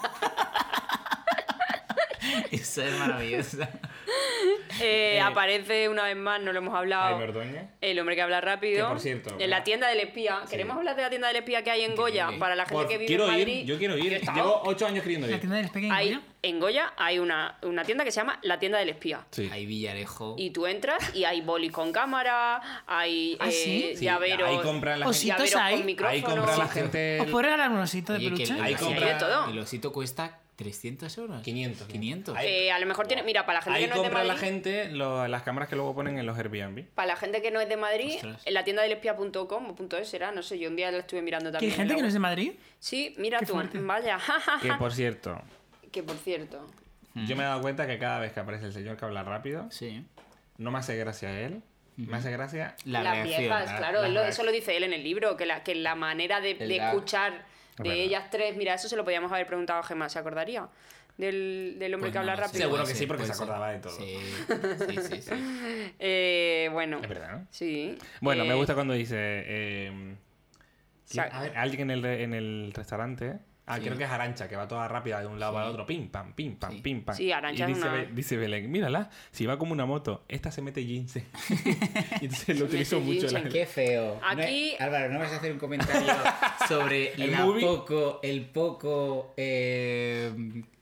[SPEAKER 4] Eso es maravilloso.
[SPEAKER 3] Eh, aparece una vez más, no lo hemos hablado.
[SPEAKER 5] Jaime Ordoñez.
[SPEAKER 3] El hombre que habla rápido.
[SPEAKER 5] Que, por cierto,
[SPEAKER 3] en la
[SPEAKER 5] ¿verdad?
[SPEAKER 3] tienda del espía. ¿Queremos hablar de la tienda del espía que hay en Goya?
[SPEAKER 4] Increíble.
[SPEAKER 3] Para la gente
[SPEAKER 5] Por-
[SPEAKER 3] que vive
[SPEAKER 5] quiero
[SPEAKER 3] en
[SPEAKER 5] ir,
[SPEAKER 3] Madrid.
[SPEAKER 5] yo quiero ir.
[SPEAKER 3] estaba-
[SPEAKER 5] Llevo ocho años queriendo
[SPEAKER 1] La
[SPEAKER 5] ir.
[SPEAKER 1] tienda del pequeño.
[SPEAKER 3] Hay-
[SPEAKER 1] ¿no?
[SPEAKER 3] en Goya hay una, una tienda que se llama La tienda del espía.
[SPEAKER 5] Sí.
[SPEAKER 4] Ahí Villarejo.
[SPEAKER 3] Y tú entras y hay bolis con cámara, hay
[SPEAKER 1] ¿Ah,
[SPEAKER 3] eh,
[SPEAKER 1] sí?
[SPEAKER 5] Sí,
[SPEAKER 3] llaveros,
[SPEAKER 5] Ahí compra la
[SPEAKER 1] O
[SPEAKER 5] gente.
[SPEAKER 1] sí, Ositos
[SPEAKER 3] llaveros
[SPEAKER 1] hay.
[SPEAKER 3] con
[SPEAKER 5] Ahí compra la
[SPEAKER 3] micrófonos.
[SPEAKER 5] gente.
[SPEAKER 1] ¿Os puedo regalar un osito de
[SPEAKER 4] Oye, que
[SPEAKER 1] peluche?
[SPEAKER 4] el,
[SPEAKER 5] Ahí
[SPEAKER 4] osito-
[SPEAKER 5] compra-
[SPEAKER 3] todo.
[SPEAKER 4] el osito cuesta 300 euros.
[SPEAKER 5] 500.
[SPEAKER 4] 500.
[SPEAKER 3] Eh, a lo mejor tiene. Mira, para la gente
[SPEAKER 5] Ahí
[SPEAKER 3] que no es de
[SPEAKER 5] compra
[SPEAKER 3] Madrid.
[SPEAKER 5] la gente lo- las cámaras que luego ponen en los Airbnb.
[SPEAKER 3] Para la gente que no es de Madrid,
[SPEAKER 4] Ostras.
[SPEAKER 3] en la tienda del espía.com o punto .es será, no sé, yo un día la estuve mirando
[SPEAKER 1] ¿Que hay
[SPEAKER 3] también.
[SPEAKER 1] gente
[SPEAKER 3] en
[SPEAKER 1] que no
[SPEAKER 3] la
[SPEAKER 1] es de
[SPEAKER 3] web.
[SPEAKER 1] Madrid?
[SPEAKER 3] Sí, mira
[SPEAKER 1] Qué
[SPEAKER 3] tú,
[SPEAKER 1] fuerte.
[SPEAKER 3] vaya,
[SPEAKER 5] Que por cierto,
[SPEAKER 3] (laughs) que por cierto,
[SPEAKER 5] yo me he dado cuenta que cada vez que aparece el señor que habla rápido,
[SPEAKER 4] Sí.
[SPEAKER 5] no me hace gracia a él, me hace gracia
[SPEAKER 4] La
[SPEAKER 3] las
[SPEAKER 4] reacción.
[SPEAKER 3] viejas,
[SPEAKER 5] la-
[SPEAKER 3] claro,
[SPEAKER 5] la
[SPEAKER 3] él lo- eso
[SPEAKER 5] reacción.
[SPEAKER 3] lo dice él en el libro, que la, que la manera de,
[SPEAKER 4] El
[SPEAKER 3] de
[SPEAKER 4] la-
[SPEAKER 3] escuchar de
[SPEAKER 5] verdad.
[SPEAKER 3] ellas tres, mira, eso se lo podíamos haber preguntado a Gemma, ¿se acordaría? Del, del hombre
[SPEAKER 4] Pues
[SPEAKER 3] que habla
[SPEAKER 4] no,
[SPEAKER 3] rápido.
[SPEAKER 5] Seguro que
[SPEAKER 4] puede
[SPEAKER 5] sí,
[SPEAKER 4] ser,
[SPEAKER 5] porque
[SPEAKER 4] puede
[SPEAKER 5] se
[SPEAKER 4] ser.
[SPEAKER 5] acordaba de todo. (laughs)
[SPEAKER 4] Sí, sí, sí. sí.
[SPEAKER 3] Eh, bueno,
[SPEAKER 5] Es verdad, ¿no?
[SPEAKER 3] sí.
[SPEAKER 5] Bueno, me
[SPEAKER 3] Eh,
[SPEAKER 5] gusta cuando dice. eh,
[SPEAKER 3] Sa-
[SPEAKER 5] ¿quién- alguien en el, re- en el restaurante. Ah,
[SPEAKER 4] Sí.
[SPEAKER 5] creo que es Arancha, que va toda rápida de un lado al otro. Pim, pam, pim, pam,
[SPEAKER 4] Sí.
[SPEAKER 5] pim, pam.
[SPEAKER 3] Sí, Arantxa
[SPEAKER 5] y
[SPEAKER 3] es
[SPEAKER 5] dice,
[SPEAKER 3] una-
[SPEAKER 5] Be- dice Belén, mírala, si va como una moto, esta se mete jeans. (laughs) y entonces lo utilizo
[SPEAKER 3] mete
[SPEAKER 5] mucho.
[SPEAKER 3] jeans.
[SPEAKER 4] Qué feo. No- eh,
[SPEAKER 3] Aquí-
[SPEAKER 4] Álvaro, ¿no vas a hacer un
[SPEAKER 5] (laughs)
[SPEAKER 4] comentario sobre
[SPEAKER 5] El
[SPEAKER 4] la
[SPEAKER 5] movie.
[SPEAKER 4] poco, el poco, eh,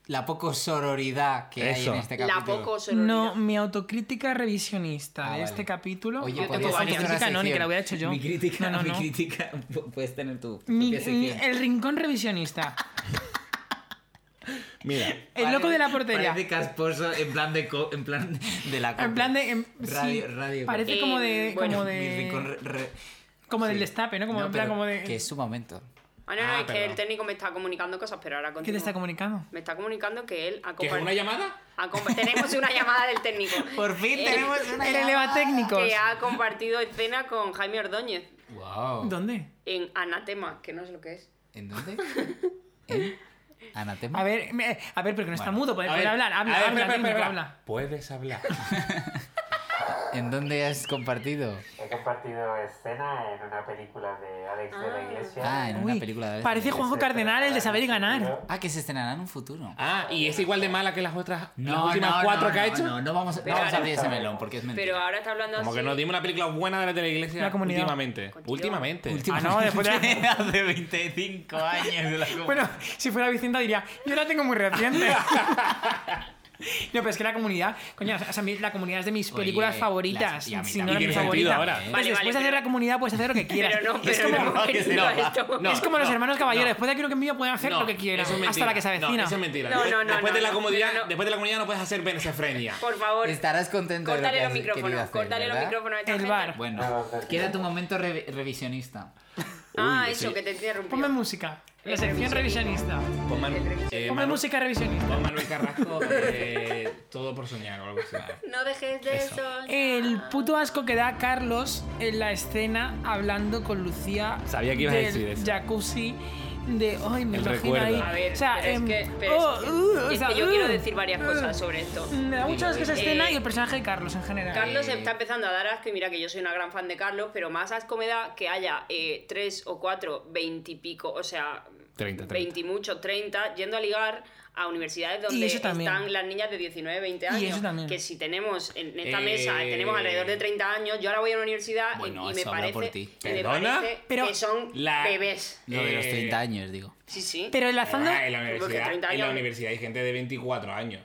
[SPEAKER 4] la poco sororidad que
[SPEAKER 5] Eso.
[SPEAKER 4] hay en este capítulo?
[SPEAKER 3] la poco sororidad.
[SPEAKER 1] No, mi autocrítica revisionista
[SPEAKER 4] Ah,
[SPEAKER 1] de
[SPEAKER 4] vale.
[SPEAKER 1] este capítulo.
[SPEAKER 4] Oye,
[SPEAKER 1] No,
[SPEAKER 4] podrías
[SPEAKER 1] tengo
[SPEAKER 4] hacer
[SPEAKER 1] varias.
[SPEAKER 4] una
[SPEAKER 1] Crítica no, ni que
[SPEAKER 4] sección.
[SPEAKER 1] la hubiera hecho yo.
[SPEAKER 4] Mi crítica,
[SPEAKER 1] no, no,
[SPEAKER 4] mi
[SPEAKER 1] no.
[SPEAKER 4] crítica, (laughs) pu- puedes tener tú.
[SPEAKER 1] Mi- el rincón
[SPEAKER 4] (laughs)
[SPEAKER 1] revisionista.
[SPEAKER 5] Mira,
[SPEAKER 1] El loco de la portería.
[SPEAKER 4] Parece casposo en plan de, co- en plan de la
[SPEAKER 1] En plan de. en-
[SPEAKER 4] Radio-
[SPEAKER 1] sí,
[SPEAKER 4] radio-
[SPEAKER 1] Parece como de.
[SPEAKER 3] Eh, bueno,
[SPEAKER 1] como
[SPEAKER 4] Mi rincón
[SPEAKER 1] de.
[SPEAKER 4] re- re-
[SPEAKER 1] Como del
[SPEAKER 4] sí.
[SPEAKER 1] destape, ¿no? Como en plan
[SPEAKER 4] pero
[SPEAKER 1] como de.
[SPEAKER 4] Que es su momento.
[SPEAKER 3] Ah, no, no,
[SPEAKER 5] Ah,
[SPEAKER 3] es que
[SPEAKER 5] perdón.
[SPEAKER 3] el técnico me está comunicando cosas, pero ahora
[SPEAKER 1] ¿Qué te
[SPEAKER 3] continúo.
[SPEAKER 1] está comunicando?
[SPEAKER 3] Me está comunicando que él ha
[SPEAKER 5] ¿que es
[SPEAKER 3] compa-
[SPEAKER 5] una llamada?
[SPEAKER 3] ha compa- Tenemos una llamada del técnico.
[SPEAKER 4] Por fin tenemos una
[SPEAKER 1] El eleva técnicos.
[SPEAKER 3] que ha compartido escena con Jaime Ordóñez
[SPEAKER 4] Wow.
[SPEAKER 1] ¿Dónde?
[SPEAKER 3] en Anatema, que no sé lo que es.
[SPEAKER 4] ¿En dónde? ¿En Anatema?
[SPEAKER 1] A ver, me- a ver, pero que no está
[SPEAKER 4] Bueno.
[SPEAKER 1] mudo, puede
[SPEAKER 5] A
[SPEAKER 1] puede
[SPEAKER 5] ver,
[SPEAKER 1] hablar, habla,
[SPEAKER 5] a ver,
[SPEAKER 1] habla,
[SPEAKER 5] espera, espera,
[SPEAKER 1] técnico,
[SPEAKER 5] espera.
[SPEAKER 1] habla.
[SPEAKER 5] Puedes hablar.
[SPEAKER 4] ¿En dónde has compartido?
[SPEAKER 6] He compartido escena en una película de Alex de la Iglesia.
[SPEAKER 4] Ah, en
[SPEAKER 1] Uy,
[SPEAKER 4] una película de...
[SPEAKER 1] parece Juanjo Cardenal el de saber y ganar.
[SPEAKER 4] Ah, que se estrenará en un futuro.
[SPEAKER 5] Ah, y es igual de mala que las otras las últimas cuatro que ha hecho.
[SPEAKER 4] No, no vamos, no vamos a abrir ese melón porque es
[SPEAKER 3] Pero
[SPEAKER 4] mentira.
[SPEAKER 3] ahora está hablando
[SPEAKER 5] Como
[SPEAKER 3] así.
[SPEAKER 5] que nos dimos una película buena de la teleiglesia
[SPEAKER 1] La comunidad.
[SPEAKER 5] últimamente.
[SPEAKER 3] Contigo.
[SPEAKER 5] Últimamente.
[SPEAKER 1] Ah, no, después (laughs) de la-
[SPEAKER 4] Hace 25 años de la com-
[SPEAKER 1] Bueno, si fuera Vicenta diría, yo la tengo muy
[SPEAKER 5] (laughs)
[SPEAKER 1] reciente. No, pero es que la comunidad, coño, o sea, a mí la comunidad es de mis
[SPEAKER 4] Oye,
[SPEAKER 1] películas favoritas.
[SPEAKER 4] las- y a mí
[SPEAKER 1] Si no
[SPEAKER 4] también.
[SPEAKER 1] era mi
[SPEAKER 5] Tiene sentido
[SPEAKER 1] favorita.
[SPEAKER 5] ahora. ¿eh?
[SPEAKER 1] Pues
[SPEAKER 3] Vale,
[SPEAKER 1] después
[SPEAKER 3] vale,
[SPEAKER 1] de hacer
[SPEAKER 3] pero-
[SPEAKER 1] la comunidad puedes hacer lo que
[SPEAKER 3] (laughs)
[SPEAKER 1] quieras.
[SPEAKER 3] Pero no,
[SPEAKER 1] es
[SPEAKER 3] pero
[SPEAKER 1] como,
[SPEAKER 3] (laughs) no, que no, esto.
[SPEAKER 5] no.
[SPEAKER 1] es como los hermanos caballeros. Después de Quiero que en Viva pueden hacer
[SPEAKER 5] No,
[SPEAKER 1] lo que quieran.
[SPEAKER 5] eso es
[SPEAKER 1] hasta
[SPEAKER 5] mentira.
[SPEAKER 1] la que se avecina.
[SPEAKER 5] No, eso es mentira.
[SPEAKER 3] No,
[SPEAKER 5] Después-
[SPEAKER 3] no, no,
[SPEAKER 5] después, de
[SPEAKER 3] no,
[SPEAKER 5] la
[SPEAKER 3] no.
[SPEAKER 5] comunidad,
[SPEAKER 3] No, no.
[SPEAKER 5] después de la comunidad no puedes hacer benesefrenia.
[SPEAKER 3] Por favor,
[SPEAKER 4] Estarás contento de lo
[SPEAKER 3] córtale
[SPEAKER 4] que
[SPEAKER 3] los
[SPEAKER 4] has querido
[SPEAKER 3] micrófonos,
[SPEAKER 4] hacer,
[SPEAKER 3] córtale los
[SPEAKER 4] ¿verdad?
[SPEAKER 3] micrófonos a esta
[SPEAKER 1] El
[SPEAKER 3] gente.
[SPEAKER 1] bar.
[SPEAKER 4] Bueno, queda tu momento re- revisionista.
[SPEAKER 3] Ah,
[SPEAKER 5] Uy,
[SPEAKER 3] eso,
[SPEAKER 5] sí.
[SPEAKER 3] que te interrumpí.
[SPEAKER 1] Ponme música. La sección revisionista.
[SPEAKER 5] Pon Manu- eh,
[SPEAKER 1] Ponme
[SPEAKER 5] Manu-
[SPEAKER 1] música revisionista.
[SPEAKER 5] pon Manuel Carrasco, eh, todo por soñar o algo así.
[SPEAKER 3] No dejes de eso.
[SPEAKER 1] Eh, El puto asco que da Carlos en la escena hablando con Lucía.
[SPEAKER 5] Sabía que ibas a
[SPEAKER 1] del
[SPEAKER 5] decir eso.
[SPEAKER 1] Jacuzzi de. ¡Ay, me
[SPEAKER 5] El
[SPEAKER 1] imagino ahí!
[SPEAKER 5] recuerdo.
[SPEAKER 3] A ver,
[SPEAKER 1] o sea,
[SPEAKER 3] pero
[SPEAKER 1] em,
[SPEAKER 3] es que, pero es
[SPEAKER 1] oh,
[SPEAKER 3] que-
[SPEAKER 1] uh, o
[SPEAKER 3] es
[SPEAKER 1] sea,
[SPEAKER 3] que yo
[SPEAKER 1] uh,
[SPEAKER 3] quiero decir varias
[SPEAKER 1] uh.
[SPEAKER 3] cosas sobre esto.
[SPEAKER 1] Me da mucho asco esa
[SPEAKER 3] Eh,
[SPEAKER 1] escena y el personaje de Carlos en general.
[SPEAKER 3] Carlos
[SPEAKER 4] Eh.
[SPEAKER 3] está empezando a dar asco y mira que yo soy una gran fan de Carlos, pero más asco me da que haya eh, tres o cuatro, veintipico, o sea,
[SPEAKER 5] 30, 30.
[SPEAKER 3] veintimuchos, mucho, treinta, yendo a ligar a universidades
[SPEAKER 1] Y
[SPEAKER 3] donde
[SPEAKER 1] eso también.
[SPEAKER 3] están las niñas de 19, 20 años.
[SPEAKER 1] eso también.
[SPEAKER 3] Que si tenemos en esta
[SPEAKER 4] Eh.
[SPEAKER 3] mesa, tenemos alrededor de 30 años, yo ahora voy a una universidad y-
[SPEAKER 4] Bueno,
[SPEAKER 3] y, me
[SPEAKER 4] eso habla
[SPEAKER 3] parece,
[SPEAKER 4] por ti.
[SPEAKER 3] y me
[SPEAKER 5] ¿Perdona?
[SPEAKER 3] parece
[SPEAKER 1] Pero
[SPEAKER 3] que son
[SPEAKER 5] la-
[SPEAKER 3] bebés.
[SPEAKER 4] Lo de los
[SPEAKER 5] Eh,
[SPEAKER 4] 30 años, digo.
[SPEAKER 3] Sí, sí.
[SPEAKER 1] Pero enlazando.
[SPEAKER 5] Ah, en la
[SPEAKER 3] Porque
[SPEAKER 5] universidad,
[SPEAKER 3] 30
[SPEAKER 5] en la
[SPEAKER 3] años-
[SPEAKER 5] universidad hay gente de 24 años.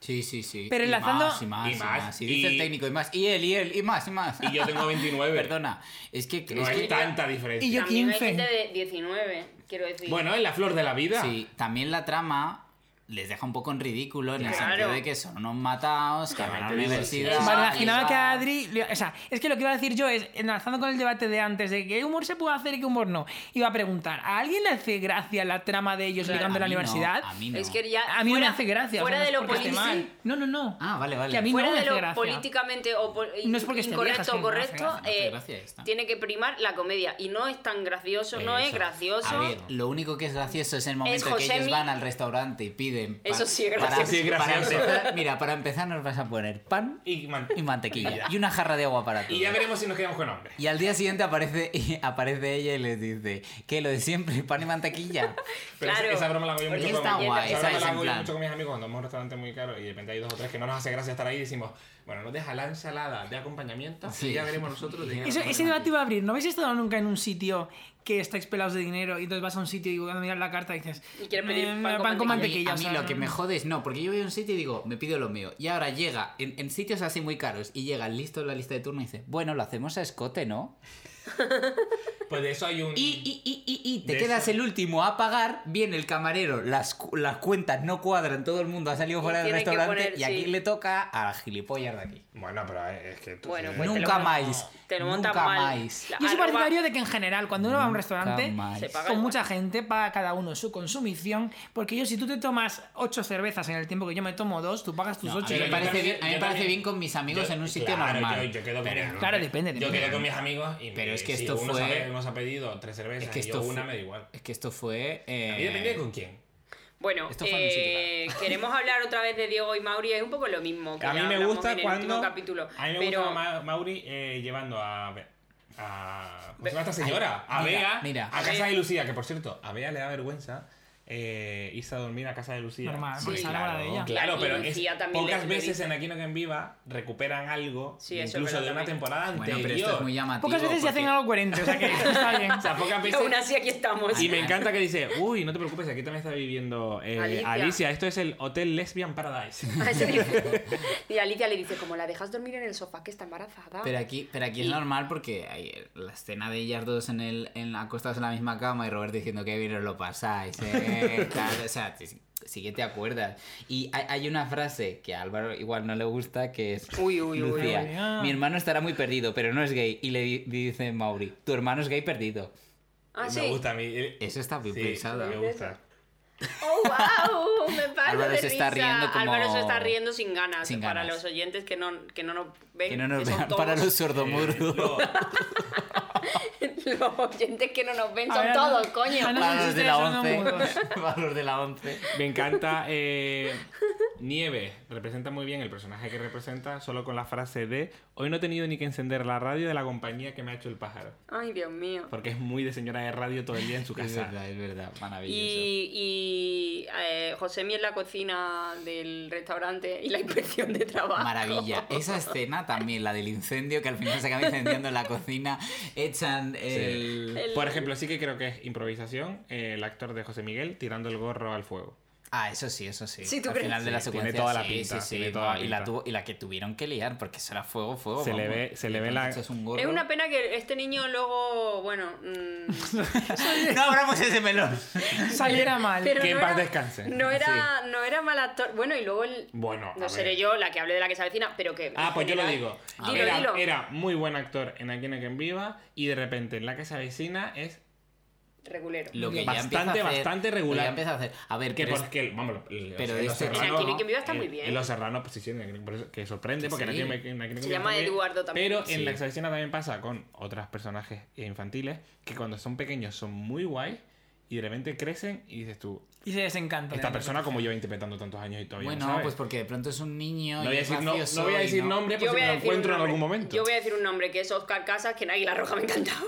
[SPEAKER 4] Sí, sí, sí.
[SPEAKER 1] Pero
[SPEAKER 4] Y
[SPEAKER 1] enlazando-
[SPEAKER 4] más, y más, y más. Y dice el
[SPEAKER 5] y-
[SPEAKER 4] técnico, y más. Y él, y él, y más, y más.
[SPEAKER 5] Y yo tengo 29.
[SPEAKER 4] (laughs) Perdona, es que...
[SPEAKER 5] No
[SPEAKER 4] es
[SPEAKER 5] hay
[SPEAKER 4] que-
[SPEAKER 5] tanta diferencia.
[SPEAKER 1] Y yo-
[SPEAKER 3] También hay
[SPEAKER 1] 15.
[SPEAKER 3] gente de 19, quiero decir.
[SPEAKER 5] Bueno, en la flor de la vida.
[SPEAKER 4] Sí, también la trama les deja un poco en ridículo en el
[SPEAKER 3] Claro.
[SPEAKER 4] sentido de que son unos matados, que van a la
[SPEAKER 5] te digo,
[SPEAKER 4] universidad...
[SPEAKER 1] Vale,
[SPEAKER 5] sí.
[SPEAKER 4] y
[SPEAKER 1] imaginaba
[SPEAKER 4] va-
[SPEAKER 1] que a Adri. le- O sea, es que lo que iba a decir yo es, enlazando con el debate de antes, de qué humor se puede hacer y qué humor no, iba a preguntar: ¿a alguien le hace gracia la trama de ellos
[SPEAKER 4] Claro,
[SPEAKER 1] ligando en la
[SPEAKER 4] a mí no,
[SPEAKER 1] universidad?
[SPEAKER 4] a mí no.
[SPEAKER 3] Es que ya.
[SPEAKER 1] A mí no me
[SPEAKER 3] fuera-
[SPEAKER 1] hace gracia. o sea,
[SPEAKER 3] Fuera
[SPEAKER 1] no
[SPEAKER 3] de
[SPEAKER 1] es
[SPEAKER 3] lo
[SPEAKER 1] porque esté
[SPEAKER 3] político.
[SPEAKER 1] mal. No, no, no.
[SPEAKER 4] Ah, vale, vale.
[SPEAKER 1] Que a mí
[SPEAKER 3] fuera
[SPEAKER 1] no me
[SPEAKER 3] de
[SPEAKER 1] hace
[SPEAKER 3] lo
[SPEAKER 1] gracia.
[SPEAKER 3] políticamente o pol-
[SPEAKER 1] No es porque esté vieja,
[SPEAKER 3] incorrecto
[SPEAKER 1] es que
[SPEAKER 3] o
[SPEAKER 1] no hace gracia,
[SPEAKER 3] correcto,
[SPEAKER 4] no hace
[SPEAKER 3] eh,
[SPEAKER 4] gracia, ya está.
[SPEAKER 3] tiene que primar la comedia y no es tan gracioso, no es
[SPEAKER 4] Eso.
[SPEAKER 3] gracioso.
[SPEAKER 4] A ver, lo único que es gracioso es el momento en que
[SPEAKER 3] Josemi.
[SPEAKER 4] ellos van al restaurante y piden. pan.
[SPEAKER 3] Eso sí es
[SPEAKER 4] Para-
[SPEAKER 5] gracioso. Eso sí es
[SPEAKER 4] para
[SPEAKER 5] gracioso.
[SPEAKER 4] empezar- mira, para empezar nos vas a poner pan
[SPEAKER 5] Y, man-
[SPEAKER 4] y mantequilla
[SPEAKER 5] Y
[SPEAKER 4] y una jarra de agua para ti.
[SPEAKER 5] y ya veremos si nos quedamos con hombres.
[SPEAKER 4] Y al día siguiente aparece, (laughs) y aparece ella y les dice que lo de siempre, pan y mantequilla.
[SPEAKER 5] Pero
[SPEAKER 3] Claro.
[SPEAKER 5] esa, esa broma la hago yo
[SPEAKER 3] Porque
[SPEAKER 5] mucho
[SPEAKER 4] está
[SPEAKER 5] con,
[SPEAKER 4] guay,
[SPEAKER 5] esa broma
[SPEAKER 4] ¿sabes?
[SPEAKER 5] la
[SPEAKER 4] En
[SPEAKER 5] hago yo
[SPEAKER 4] plan-
[SPEAKER 5] mucho con mis amigos cuando vamos a un restaurante muy caro y de repente hay dos o tres que no nos hace gracia estar ahí y decimos, bueno, nos deja la ensalada de acompañamiento y
[SPEAKER 4] Sí.
[SPEAKER 5] ya veremos nosotros. de qué
[SPEAKER 1] Eso-
[SPEAKER 5] nos
[SPEAKER 1] ese
[SPEAKER 5] ponemos".
[SPEAKER 1] debate iba a abrir. ¿No habéis estado nunca en un sitio que estáis pelados de dinero y entonces vas a un sitio y cuando miras la carta dices
[SPEAKER 3] Y quieres pedir
[SPEAKER 1] "Mm,
[SPEAKER 3] pan con
[SPEAKER 1] pan con
[SPEAKER 4] A mí-
[SPEAKER 1] mantequilla?
[SPEAKER 4] A
[SPEAKER 1] o
[SPEAKER 4] mí,
[SPEAKER 1] sea,
[SPEAKER 4] lo
[SPEAKER 1] no,
[SPEAKER 4] que me
[SPEAKER 1] no.
[SPEAKER 4] jode es no, porque yo voy a un sitio y digo, me pido lo mío. Y ahora llega en, en sitios así muy caros y llega el listo de la lista de turno y dice, bueno, lo hacemos a escote, ¿no?
[SPEAKER 5] Pues de eso hay un...
[SPEAKER 4] Y, y, y, y, y te
[SPEAKER 5] De
[SPEAKER 4] quedas
[SPEAKER 5] eso.
[SPEAKER 4] el último a pagar, viene el camarero, las, cu- las cuentas no cuadran, todo el mundo ha salido
[SPEAKER 3] Y
[SPEAKER 4] fuera del
[SPEAKER 3] tiene que
[SPEAKER 4] restaurante
[SPEAKER 3] poner,
[SPEAKER 4] y aquí
[SPEAKER 3] sí.
[SPEAKER 4] le toca a la gilipollas de aquí.
[SPEAKER 5] Bueno, pero es que... tú-
[SPEAKER 3] Bueno,
[SPEAKER 5] eh,
[SPEAKER 3] pues te lo
[SPEAKER 4] nunca
[SPEAKER 3] monta-
[SPEAKER 4] más.
[SPEAKER 3] Te lo montan
[SPEAKER 4] nunca
[SPEAKER 3] mal.
[SPEAKER 4] más.
[SPEAKER 3] La
[SPEAKER 1] Yo soy
[SPEAKER 3] arroba-
[SPEAKER 1] partidario de que en general, cuando uno va a un restaurante,
[SPEAKER 4] más. Se
[SPEAKER 3] paga
[SPEAKER 1] con
[SPEAKER 3] igual.
[SPEAKER 1] mucha gente, paga cada uno su consumición, porque yo si tú te tomas ocho cervezas en el tiempo que yo me tomo dos, tú pagas tus
[SPEAKER 4] No, a
[SPEAKER 1] ocho.
[SPEAKER 4] mí me
[SPEAKER 5] yo
[SPEAKER 4] parece
[SPEAKER 5] también-
[SPEAKER 4] bien, a mí
[SPEAKER 5] yo
[SPEAKER 4] me parece
[SPEAKER 5] también-
[SPEAKER 4] bien con mis amigos
[SPEAKER 5] Yo-
[SPEAKER 4] en un sitio
[SPEAKER 5] claro,
[SPEAKER 4] normal.
[SPEAKER 5] Yo, yo quedo con
[SPEAKER 4] Pero-
[SPEAKER 1] claro, depende,
[SPEAKER 5] Yo
[SPEAKER 1] depende.
[SPEAKER 5] quedo con mis amigos y
[SPEAKER 4] Pero es que
[SPEAKER 5] si
[SPEAKER 4] esto
[SPEAKER 5] uno
[SPEAKER 4] fue-
[SPEAKER 5] sabe- uno se ha pedido tres cervezas
[SPEAKER 4] Es que
[SPEAKER 5] y yo
[SPEAKER 4] esto
[SPEAKER 5] una
[SPEAKER 4] fue-
[SPEAKER 5] me da igual.
[SPEAKER 4] Es que esto fue. eh,
[SPEAKER 5] A mí depende de con quién.
[SPEAKER 3] Bueno,
[SPEAKER 4] Esto fue en un sitio,
[SPEAKER 3] eh, queremos hablar otra vez de Diego y Mauri, es un poco lo mismo. que
[SPEAKER 5] A mí
[SPEAKER 3] ya
[SPEAKER 5] me
[SPEAKER 3] hablamos
[SPEAKER 5] gusta
[SPEAKER 3] en el
[SPEAKER 5] cuando.
[SPEAKER 3] último capítulo.
[SPEAKER 5] A mí me
[SPEAKER 3] pero
[SPEAKER 5] gusta Ma- Mauri eh, llevando a. Be- a ¿Cómo se llama esta
[SPEAKER 4] Ay,
[SPEAKER 5] señora? a
[SPEAKER 4] mira,
[SPEAKER 5] Bea.
[SPEAKER 4] mira.
[SPEAKER 5] A casa de Lucía, que por cierto, a Bea le da vergüenza. Eh, irse a dormir a casa de Lucía.
[SPEAKER 1] Normal, pues,
[SPEAKER 5] Sí,
[SPEAKER 1] porque se enamora
[SPEAKER 5] claro,
[SPEAKER 1] de ella.
[SPEAKER 5] claro,
[SPEAKER 3] Y
[SPEAKER 5] pero
[SPEAKER 3] Lucía
[SPEAKER 5] es-
[SPEAKER 3] también le-
[SPEAKER 5] pocas
[SPEAKER 3] le
[SPEAKER 5] veces
[SPEAKER 3] dice.
[SPEAKER 5] en Aquí no que en viva recuperan algo
[SPEAKER 3] Sí, eso es
[SPEAKER 5] incluso
[SPEAKER 3] verdad
[SPEAKER 5] de una
[SPEAKER 3] también.
[SPEAKER 5] temporada
[SPEAKER 4] Bueno,
[SPEAKER 5] anterior.
[SPEAKER 4] pero esto es muy llamativo.
[SPEAKER 1] Pocas veces se hacen algo coherente, o sea que está bien.
[SPEAKER 5] O sea, pocas
[SPEAKER 3] y
[SPEAKER 5] veces
[SPEAKER 3] aún así aquí estamos. (laughs)
[SPEAKER 5] y me encanta que dice, uy, no te preocupes, aquí también está viviendo eh,
[SPEAKER 3] Alicia.
[SPEAKER 5] Alicia. Esto es el Hotel Lesbian Paradise.
[SPEAKER 3] Eso dice. y Alicia le dice, como la dejas dormir en el sofá, que está embarazada.
[SPEAKER 4] Pero aquí, pero aquí es normal porque hay la escena de ellas dos en el, en, acostadas en la misma cama y Robert diciendo que bien os lo pasáis. eh, tal, o sea, si, si que te acuerdas. Y hay, hay una frase que a Álvaro igual no le gusta que es...
[SPEAKER 3] Uy, uy, uy,
[SPEAKER 4] Lucía,
[SPEAKER 1] uy, ah.
[SPEAKER 4] mi hermano estará muy perdido, pero no es gay. Y le di- dice Mauri, tu hermano es gay perdido.
[SPEAKER 3] Ah,
[SPEAKER 5] (laughs) me
[SPEAKER 3] sí.
[SPEAKER 5] gusta a mí. eh,
[SPEAKER 4] Eso está bien
[SPEAKER 5] Sí,
[SPEAKER 4] pensado.
[SPEAKER 5] Me gusta.
[SPEAKER 3] ¡Oh, wow! Me paro
[SPEAKER 4] Álvaro
[SPEAKER 3] de
[SPEAKER 4] se está
[SPEAKER 3] risa.
[SPEAKER 4] riendo como-
[SPEAKER 3] Álvaro se está riendo sin ganas.
[SPEAKER 4] Sin
[SPEAKER 3] para
[SPEAKER 4] ganas.
[SPEAKER 3] los oyentes que no, que no nos ven.
[SPEAKER 4] Que no nos
[SPEAKER 3] son
[SPEAKER 4] vean
[SPEAKER 3] todos.
[SPEAKER 4] para los
[SPEAKER 5] Eh,
[SPEAKER 4] sordomudos.
[SPEAKER 5] No,
[SPEAKER 3] (laughs) los oyentes que no nos ven
[SPEAKER 1] A
[SPEAKER 3] son
[SPEAKER 1] ver,
[SPEAKER 3] todos,
[SPEAKER 1] no-
[SPEAKER 3] coño.
[SPEAKER 1] a no-
[SPEAKER 4] (laughs) para los de la
[SPEAKER 1] Son
[SPEAKER 4] once.
[SPEAKER 1] sordomudos.
[SPEAKER 4] (laughs) Para los de la once.
[SPEAKER 5] me encanta eh, Nieve. Representa muy bien el personaje que representa, solo con la frase de Hoy no he tenido ni que encender la radio de la compañía que me ha hecho el pájaro.
[SPEAKER 3] Ay, Dios mío.
[SPEAKER 5] Porque es muy de señora de radio todo el día en su
[SPEAKER 4] Es
[SPEAKER 5] casa.
[SPEAKER 4] verdad, es verdad, maravilloso.
[SPEAKER 3] Y, y eh, Josemi en la cocina del restaurante y la inspección de trabajo.
[SPEAKER 4] Maravilla. Esa escena también, la del incendio, que al final se acaba incendiando en la cocina, echan el...
[SPEAKER 3] El-
[SPEAKER 5] Por ejemplo, sí que creo que es improvisación, eh, el actor de José Miguel tirando el gorro al fuego.
[SPEAKER 4] Ah, eso sí, eso sí.
[SPEAKER 3] Sí, ¿tú
[SPEAKER 4] al
[SPEAKER 3] crees?
[SPEAKER 4] final de la
[SPEAKER 5] Sí,
[SPEAKER 4] secuencia.
[SPEAKER 5] tiene toda la
[SPEAKER 4] sí, sí,
[SPEAKER 5] pinta,
[SPEAKER 4] sí,
[SPEAKER 5] tiene toda la
[SPEAKER 4] y, la
[SPEAKER 5] pinta.
[SPEAKER 4] tuvo- y la que tuvieron que liar, porque eso era fuego, fuego.
[SPEAKER 5] Se le
[SPEAKER 4] Oh, vamos.
[SPEAKER 5] ve- se le ve la-
[SPEAKER 4] Entonces es un gorro.
[SPEAKER 3] Es
[SPEAKER 4] (laughs)
[SPEAKER 3] una pena que este niño luego, bueno... mm,
[SPEAKER 4] No abramos ese melón.
[SPEAKER 1] Saliera mal.
[SPEAKER 3] (laughs) pero
[SPEAKER 5] Que en
[SPEAKER 3] no
[SPEAKER 5] paz
[SPEAKER 3] era-
[SPEAKER 5] descanse.
[SPEAKER 3] No era, no era mal actor. Bueno, y luego el...
[SPEAKER 5] Bueno,
[SPEAKER 3] No
[SPEAKER 5] a
[SPEAKER 3] seré
[SPEAKER 5] ver.
[SPEAKER 3] yo la que hable de la que se avecina, pero que...
[SPEAKER 5] Ah,
[SPEAKER 3] en
[SPEAKER 5] pues yo lo
[SPEAKER 3] general-
[SPEAKER 5] digo.
[SPEAKER 3] Dilo,
[SPEAKER 5] era,
[SPEAKER 3] dilo.
[SPEAKER 5] era muy buen actor en Aquí en Aquí en Viva y de repente en la que se avecina es
[SPEAKER 3] Regulero.
[SPEAKER 4] Lo que
[SPEAKER 5] Bastante,
[SPEAKER 4] ya empieza a hacer,
[SPEAKER 5] bastante
[SPEAKER 4] lo que ya
[SPEAKER 5] regular.
[SPEAKER 4] empieza a hacer. A ver,
[SPEAKER 5] que
[SPEAKER 4] pero es-
[SPEAKER 5] porque vamos, el-
[SPEAKER 4] pero
[SPEAKER 5] el-
[SPEAKER 4] de
[SPEAKER 5] los
[SPEAKER 4] este-
[SPEAKER 5] serranos,
[SPEAKER 3] En Aquí en Aquí en Viva está
[SPEAKER 5] el-
[SPEAKER 3] muy bien.
[SPEAKER 5] el Los Serranos pues, sí, sí, en Aquí- por eso que sorprende porque en
[SPEAKER 4] Sí.
[SPEAKER 5] Aquí en Aquí en Aquí en
[SPEAKER 3] Se
[SPEAKER 5] Viva
[SPEAKER 3] llama
[SPEAKER 5] está bien,
[SPEAKER 3] Eduardo también.
[SPEAKER 5] Pero
[SPEAKER 4] Sí.
[SPEAKER 5] en la que se avecina también pasa con otros personajes infantiles que cuando son pequeños son muy guay y de repente crecen y dices tú,
[SPEAKER 1] Y se desencanta.
[SPEAKER 5] esta
[SPEAKER 1] de-
[SPEAKER 5] persona como lleva interpretando tantos años y todavía
[SPEAKER 4] Bueno,
[SPEAKER 5] no sabe.
[SPEAKER 4] pues porque de pronto es un niño
[SPEAKER 5] no
[SPEAKER 4] y
[SPEAKER 5] voy a
[SPEAKER 4] es
[SPEAKER 5] decir, no,
[SPEAKER 4] gracioso
[SPEAKER 5] no voy a
[SPEAKER 4] y
[SPEAKER 5] decir
[SPEAKER 4] no-
[SPEAKER 5] nombre porque me pues, lo
[SPEAKER 3] un
[SPEAKER 5] encuentro en
[SPEAKER 3] nombre.
[SPEAKER 5] algún momento.
[SPEAKER 3] Yo voy a decir un nombre que es Oscar Casas, que en Águila Roja me encantaba.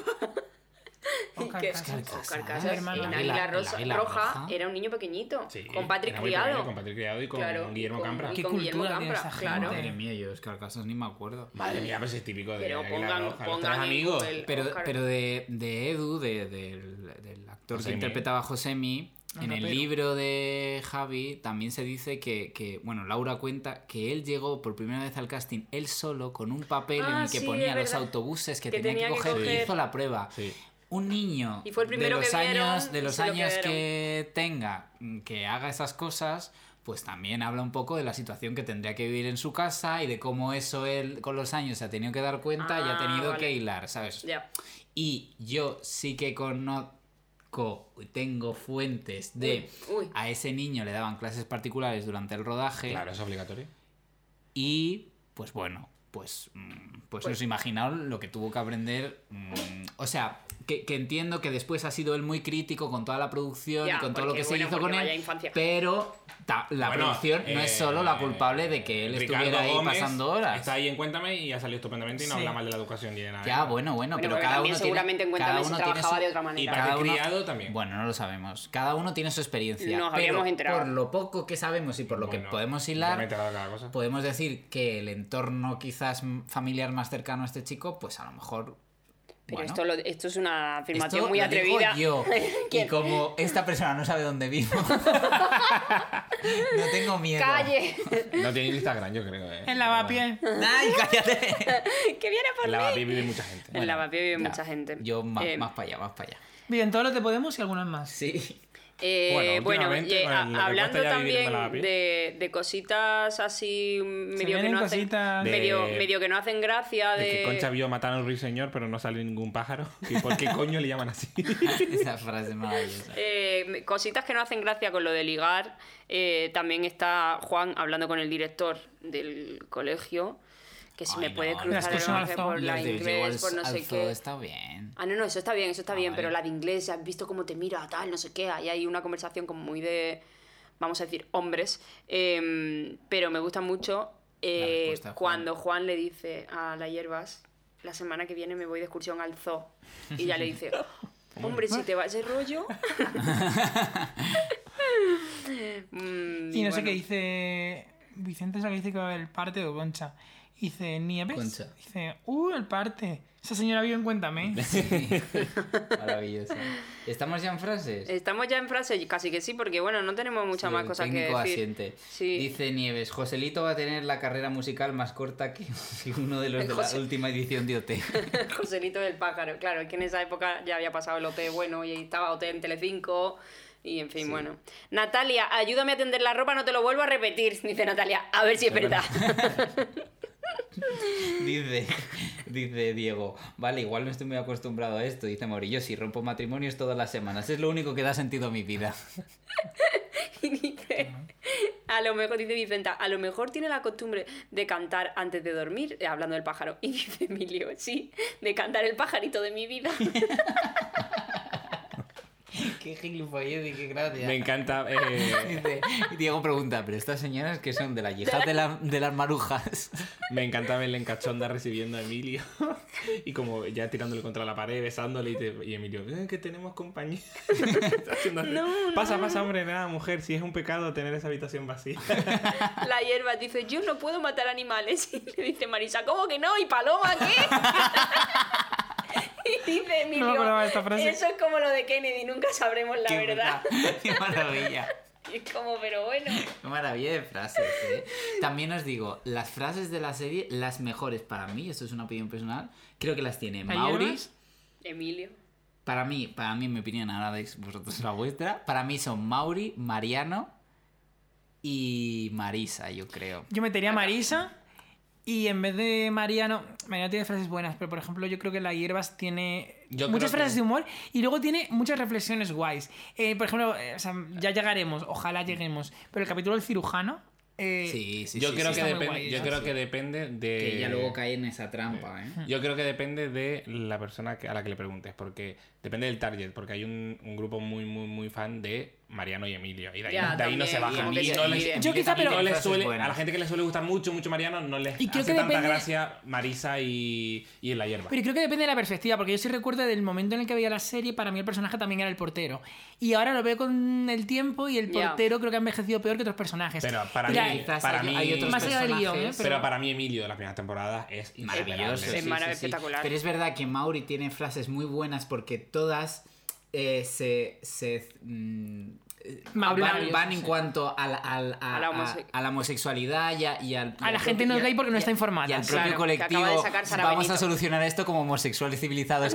[SPEAKER 1] Oscar
[SPEAKER 3] Que-
[SPEAKER 1] Casas.
[SPEAKER 4] Oscar
[SPEAKER 3] Oscar
[SPEAKER 4] Casas,
[SPEAKER 3] Casas,
[SPEAKER 1] el hermano.
[SPEAKER 3] en
[SPEAKER 1] El
[SPEAKER 4] Águila-
[SPEAKER 3] Águila
[SPEAKER 4] el
[SPEAKER 3] Rosa-
[SPEAKER 4] Águila Roja.
[SPEAKER 3] Roja era un niño pequeñito.
[SPEAKER 5] Sí,
[SPEAKER 3] Con Patrick
[SPEAKER 5] era muy
[SPEAKER 3] Criado.
[SPEAKER 5] pequeño, Con Patrick Criado y con
[SPEAKER 3] Claro, y
[SPEAKER 5] Guillermo
[SPEAKER 3] con-
[SPEAKER 5] Campra.
[SPEAKER 3] y
[SPEAKER 1] Qué
[SPEAKER 3] con Guillermo
[SPEAKER 1] cultura tiene
[SPEAKER 3] Campra,
[SPEAKER 1] esa
[SPEAKER 3] claro.
[SPEAKER 1] gente.
[SPEAKER 4] Madre mía, yo Oscar Casas ni me acuerdo.
[SPEAKER 5] Madre mía, pues es típico de
[SPEAKER 3] Pero
[SPEAKER 5] Águila
[SPEAKER 3] pongan-
[SPEAKER 5] Roja, los tres
[SPEAKER 3] pongan en
[SPEAKER 5] amigos.
[SPEAKER 3] Google.
[SPEAKER 4] Pero,
[SPEAKER 3] Eh, Oscar.
[SPEAKER 4] pero de, de Edu, de- del, del actor que
[SPEAKER 5] Josemi.
[SPEAKER 4] interpretaba a Josemi,
[SPEAKER 1] Un
[SPEAKER 4] en el
[SPEAKER 1] rapero.
[SPEAKER 4] libro de Javi también se dice que, que, bueno, Laura cuenta que él llegó por primera vez al casting él solo con un papel en
[SPEAKER 3] Ah,
[SPEAKER 4] el que
[SPEAKER 3] sí,
[SPEAKER 4] ponía
[SPEAKER 3] es
[SPEAKER 4] los
[SPEAKER 3] verdad.
[SPEAKER 4] autobuses que,
[SPEAKER 3] Que
[SPEAKER 4] tenía, que coger, y
[SPEAKER 3] coger.
[SPEAKER 4] hizo la prueba.
[SPEAKER 5] Sí.
[SPEAKER 4] Un niño
[SPEAKER 3] Y fue el
[SPEAKER 4] de
[SPEAKER 3] primero
[SPEAKER 4] los
[SPEAKER 3] que vieron
[SPEAKER 4] años, de
[SPEAKER 3] y
[SPEAKER 4] los
[SPEAKER 3] se lo
[SPEAKER 4] años
[SPEAKER 3] quedaron.
[SPEAKER 4] que tenga, mm, que haga esas cosas, pues también habla un poco de la situación que tendría que vivir en su casa y de cómo eso él con los años se ha tenido que dar cuenta y ha
[SPEAKER 3] Ah,
[SPEAKER 4] tenido
[SPEAKER 3] vale.
[SPEAKER 4] que hilar, ¿sabes?
[SPEAKER 3] Ya.
[SPEAKER 4] Y yo sí que conozco, tengo fuentes de...
[SPEAKER 3] Uy, uy.
[SPEAKER 4] A ese niño le daban clases particulares durante el rodaje
[SPEAKER 5] Claro, es obligatorio.
[SPEAKER 4] y pues bueno, pues, mm, pues, os imaginaos lo que tuvo que aprender. mm, o sea, que, que entiendo que después ha sido él muy crítico con toda la producción
[SPEAKER 3] Ya,
[SPEAKER 4] y con todo lo
[SPEAKER 3] porque,
[SPEAKER 4] que se
[SPEAKER 3] bueno,
[SPEAKER 4] hizo con
[SPEAKER 3] porque vaya
[SPEAKER 4] él,
[SPEAKER 3] infancia.
[SPEAKER 4] pero ta- la
[SPEAKER 5] Bueno,
[SPEAKER 4] producción no es
[SPEAKER 5] eh,
[SPEAKER 4] solo la culpable de que él
[SPEAKER 5] Ricardo
[SPEAKER 4] estuviera ahí
[SPEAKER 5] Gómez
[SPEAKER 4] pasando horas.
[SPEAKER 5] Está ahí en Cuéntame y ha salido estupendamente y no
[SPEAKER 1] Sí.
[SPEAKER 5] habla mal de la educación ni de nada. ¿eh?
[SPEAKER 4] Ya, bueno, bueno,
[SPEAKER 3] Bueno,
[SPEAKER 4] pero
[SPEAKER 3] porque
[SPEAKER 4] cada
[SPEAKER 3] también
[SPEAKER 4] uno
[SPEAKER 3] seguramente en
[SPEAKER 4] tiene,
[SPEAKER 3] Cuéntame
[SPEAKER 4] cada
[SPEAKER 3] se
[SPEAKER 4] uno tiene
[SPEAKER 3] trabajaba
[SPEAKER 4] su-
[SPEAKER 3] de otra manera.
[SPEAKER 5] Y para
[SPEAKER 4] cada
[SPEAKER 5] el
[SPEAKER 4] uno-
[SPEAKER 5] criado también.
[SPEAKER 4] Bueno, no lo sabemos. Cada uno tiene su experiencia.
[SPEAKER 3] Nos
[SPEAKER 4] pero
[SPEAKER 3] habríamos enterado.
[SPEAKER 4] por lo poco que sabemos y por lo que
[SPEAKER 5] Bueno,
[SPEAKER 4] podemos
[SPEAKER 5] yo me he
[SPEAKER 4] hilar, pues,
[SPEAKER 5] enterado de cada
[SPEAKER 3] (laughs)
[SPEAKER 5] cosa.
[SPEAKER 4] podemos decir que el entorno quizás m- familiar más cercano a este chico, pues a lo mejor...
[SPEAKER 3] Pero
[SPEAKER 4] bueno,
[SPEAKER 3] esto, lo- esto es una afirmación
[SPEAKER 4] esto
[SPEAKER 3] muy
[SPEAKER 4] lo digo
[SPEAKER 3] atrevida.
[SPEAKER 4] yo. Y
[SPEAKER 3] ¿Quién?
[SPEAKER 4] como esta persona no sabe
[SPEAKER 3] (laughs)
[SPEAKER 4] dónde vivo, (laughs) no tengo miedo.
[SPEAKER 3] ¡Calle!
[SPEAKER 5] No tiene Instagram, yo creo. ¿eh?
[SPEAKER 1] El lavapié.
[SPEAKER 4] ¡Ay,
[SPEAKER 3] (laughs)
[SPEAKER 4] cállate!
[SPEAKER 3] (laughs) ¡Que viene por
[SPEAKER 5] El
[SPEAKER 3] mí!
[SPEAKER 5] lavapié vive mucha gente.
[SPEAKER 3] En Lavapié vive
[SPEAKER 4] ya,
[SPEAKER 3] mucha gente.
[SPEAKER 4] Yo más,
[SPEAKER 3] Eh,
[SPEAKER 4] más para allá, más para allá.
[SPEAKER 1] Bien, todo lo que podemos y algunas más.
[SPEAKER 4] Sí. (laughs)
[SPEAKER 3] Eh,
[SPEAKER 5] Bueno,
[SPEAKER 3] bueno,
[SPEAKER 5] últimamente,
[SPEAKER 3] y,
[SPEAKER 5] con
[SPEAKER 3] a-
[SPEAKER 5] lo que cuesta
[SPEAKER 3] hablando
[SPEAKER 5] ya vivir en
[SPEAKER 3] también
[SPEAKER 5] Lavapié.
[SPEAKER 3] de, de cositas así medio que,
[SPEAKER 1] vienen
[SPEAKER 3] no hacen,
[SPEAKER 1] cositas.
[SPEAKER 5] De-
[SPEAKER 3] medio, medio que no hacen gracia
[SPEAKER 5] De
[SPEAKER 3] de...
[SPEAKER 5] que Concha vio matar a un ruiseñor, pero no sale ningún pájaro. ¿Y por qué coño le
[SPEAKER 4] (laughs)
[SPEAKER 5] llaman así?
[SPEAKER 4] Esa frase maravillosa.
[SPEAKER 3] Eh, me- cositas que no hacen gracia con lo de ligar. Eh, también está Juan hablando con el director del colegio, que si
[SPEAKER 4] Ay,
[SPEAKER 3] me
[SPEAKER 4] no,
[SPEAKER 3] puede
[SPEAKER 4] las
[SPEAKER 3] cruzar el
[SPEAKER 1] cosas
[SPEAKER 3] avance
[SPEAKER 1] alzó.
[SPEAKER 3] por la
[SPEAKER 4] Los de
[SPEAKER 3] inglés,
[SPEAKER 4] Jewels
[SPEAKER 3] por no sé
[SPEAKER 4] Alfo
[SPEAKER 3] qué.
[SPEAKER 4] Está bien.
[SPEAKER 3] Ah, no, no, eso está bien, eso está
[SPEAKER 4] Ah,
[SPEAKER 3] bien,
[SPEAKER 4] vale.
[SPEAKER 3] pero la de inglés, has visto cómo te mira, tal, no sé qué, ahí hay una conversación como muy de, vamos a decir, hombres, Em, pero me gusta mucho eh,
[SPEAKER 4] respuesta de Juan.
[SPEAKER 3] cuando Juan le dice a la hierbas, la semana que viene me voy de excursión al zoo, y ya le dice,
[SPEAKER 4] (laughs)
[SPEAKER 3] hombre, si te va ese rollo... Mm,
[SPEAKER 1] Y no sé
[SPEAKER 3] bueno.
[SPEAKER 1] qué dice. Vicente es la que dice que va a haber el parte o Concha. Dice, ¿nieves?
[SPEAKER 4] Concha.
[SPEAKER 1] Dice, ¡uh, el parte! Esa señora vive en Cuéntame.
[SPEAKER 3] (laughs)
[SPEAKER 4] Maravilloso. ¿Estamos ya en frases?
[SPEAKER 3] Estamos ya en frase, casi que sí, porque bueno, no tenemos mucha
[SPEAKER 4] Sí,
[SPEAKER 3] más
[SPEAKER 4] el
[SPEAKER 3] cosa que decir.
[SPEAKER 4] técnico asiente.
[SPEAKER 3] Sí.
[SPEAKER 4] Dice Nieves, Joselito va a tener la carrera musical más corta que (laughs) que uno de los de la
[SPEAKER 3] José-
[SPEAKER 4] última edición de OT.
[SPEAKER 3] (laughs) Joselito del pájaro, claro, es que en esa época ya había pasado el OT bueno y ahí estaba OT en Telecinco y en fin, bueno. Natalia, ayúdame a tender la ropa, no te lo vuelvo a repetir, (laughs) dice Natalia, a ver si es verdad.
[SPEAKER 4] Dice, dice Diego, vale, igual no estoy muy acostumbrado a esto. Dice Morillo, si rompo matrimonios todas las semanas, es lo único que da sentido a mi vida.
[SPEAKER 3] (laughs)
[SPEAKER 4] (laughs)
[SPEAKER 3] Y dice, a lo mejor, dice Vicenta, a lo mejor tiene la costumbre de cantar antes de dormir, eh, hablando del pájaro. (laughs) Y dice Emilio, sí, de cantar el pajarito de mi vida.
[SPEAKER 4] qué gilipollez y qué gracia.
[SPEAKER 5] Me encanta. eh,
[SPEAKER 4] (laughs) Dice- y Diego pregunta, pero estas señoras que son de la yihad de, la- de
[SPEAKER 1] (laughs)
[SPEAKER 4] las marujas.
[SPEAKER 5] Me encanta verle en cachonda recibiendo a Emilio (laughs) y como ya tirándole contra la pared, besándole y, te- y Emilio, "Eh, que tenemos compañía. (laughs) Haciendo así. Pasa, pasa, hombre, nada, mujer, si es un pecado tener esa habitación vacía.
[SPEAKER 3] La hierba dice, yo no puedo matar animales. (laughs) Y le dice Marisa, ¿cómo que no? ¿Y Paloma qué? (laughs) y dice Emilio,
[SPEAKER 1] No me acordaba de esta frase.
[SPEAKER 3] eso es como lo de Kennedy, nunca sabremos la
[SPEAKER 4] Qué
[SPEAKER 3] verdad. (laughs)
[SPEAKER 4] verdad, Qué maravilla.
[SPEAKER 3] Y es como, pero bueno.
[SPEAKER 4] Qué maravilla de frases, ¿eh? También os digo, las frases de la serie, las mejores para mí, esto es una opinión personal, creo que las tiene
[SPEAKER 1] ¿Hay
[SPEAKER 4] Mauri.
[SPEAKER 1] hierbas?
[SPEAKER 3] Emilio.
[SPEAKER 4] Para mí, para mí, en mi opinión, ahora dais vosotros la vuestra. Para mí son Mauri, Mariano y Marisa, yo creo.
[SPEAKER 1] Yo metería a Marisa y en vez de Mariano, Mariano tiene frases buenas, pero por ejemplo yo creo que la hierbas tiene
[SPEAKER 5] Yo
[SPEAKER 1] muchas
[SPEAKER 5] creo que-
[SPEAKER 1] frases de humor y luego tiene muchas reflexiones guays. Eh, por ejemplo, eh, o sea, ya llegaremos, ojalá lleguemos, pero el capítulo del cirujano... eh,
[SPEAKER 4] Sí, sí,
[SPEAKER 5] yo
[SPEAKER 4] sí,
[SPEAKER 5] creo,
[SPEAKER 4] sí.
[SPEAKER 5] que,
[SPEAKER 1] Está muy
[SPEAKER 5] depende-
[SPEAKER 1] guay,
[SPEAKER 5] yo
[SPEAKER 1] ¿no?
[SPEAKER 5] creo
[SPEAKER 1] Sí.
[SPEAKER 5] que depende de...
[SPEAKER 4] Que ella luego cae en esa trampa, ¿eh?
[SPEAKER 5] Yo creo que depende de la persona que- a la que le preguntes, porque Depende del target, porque hay un, un grupo muy, muy, muy fan de Mariano y Emilio. Y de ahí,
[SPEAKER 3] Ya,
[SPEAKER 5] de ahí no
[SPEAKER 3] también,
[SPEAKER 5] se bajan.
[SPEAKER 3] como que
[SPEAKER 5] Y
[SPEAKER 3] se
[SPEAKER 5] no
[SPEAKER 3] divide.
[SPEAKER 5] les,
[SPEAKER 1] Yo
[SPEAKER 5] y
[SPEAKER 1] quizá,
[SPEAKER 5] no
[SPEAKER 1] pero-
[SPEAKER 5] les
[SPEAKER 4] Frases
[SPEAKER 5] suele-
[SPEAKER 4] buenas.
[SPEAKER 5] a la gente que le suele gustar mucho, mucho Mariano, no les
[SPEAKER 1] Y creo
[SPEAKER 5] hace
[SPEAKER 1] que
[SPEAKER 5] tanta
[SPEAKER 1] depende-
[SPEAKER 5] gracia Marisa y, y en la hierba.
[SPEAKER 1] Pero creo que depende de la perspectiva, porque yo sí recuerdo del momento en el que veía la serie, para mí el personaje también era el portero. Y ahora lo veo con el tiempo y el
[SPEAKER 3] Ya.
[SPEAKER 1] portero creo que ha envejecido peor que otros personajes.
[SPEAKER 5] Pero para
[SPEAKER 1] Y
[SPEAKER 5] mí-
[SPEAKER 1] la-
[SPEAKER 4] Quizás
[SPEAKER 5] para
[SPEAKER 4] hay,
[SPEAKER 5] mí-
[SPEAKER 4] hay otros
[SPEAKER 1] Más allá del guión,
[SPEAKER 4] personajes-
[SPEAKER 1] ¿eh? pero-
[SPEAKER 5] Pero para mí Emilio de la primera temporada es
[SPEAKER 4] Maravilloso.
[SPEAKER 5] insuperable.
[SPEAKER 3] Es maravilloso, espectacular.
[SPEAKER 4] Pero es verdad que Mauri tiene frases muy buenas porque todas eh, se. se, mm, eh,
[SPEAKER 1] Ma-
[SPEAKER 4] van,
[SPEAKER 1] varios,
[SPEAKER 4] van en
[SPEAKER 1] sí.
[SPEAKER 4] cuanto al- al- a,
[SPEAKER 3] A la
[SPEAKER 4] a-
[SPEAKER 3] homose-
[SPEAKER 4] a la homosexualidad y, a, y al. y
[SPEAKER 1] A la
[SPEAKER 4] al
[SPEAKER 1] gente no
[SPEAKER 4] propio-
[SPEAKER 1] es gay porque no está informada.
[SPEAKER 4] Y al propio
[SPEAKER 1] claro.
[SPEAKER 3] que
[SPEAKER 4] colectivo.
[SPEAKER 3] acaba de sacar Sara
[SPEAKER 4] vamos
[SPEAKER 3] Benito.
[SPEAKER 4] a solucionar esto como homosexuales civilizados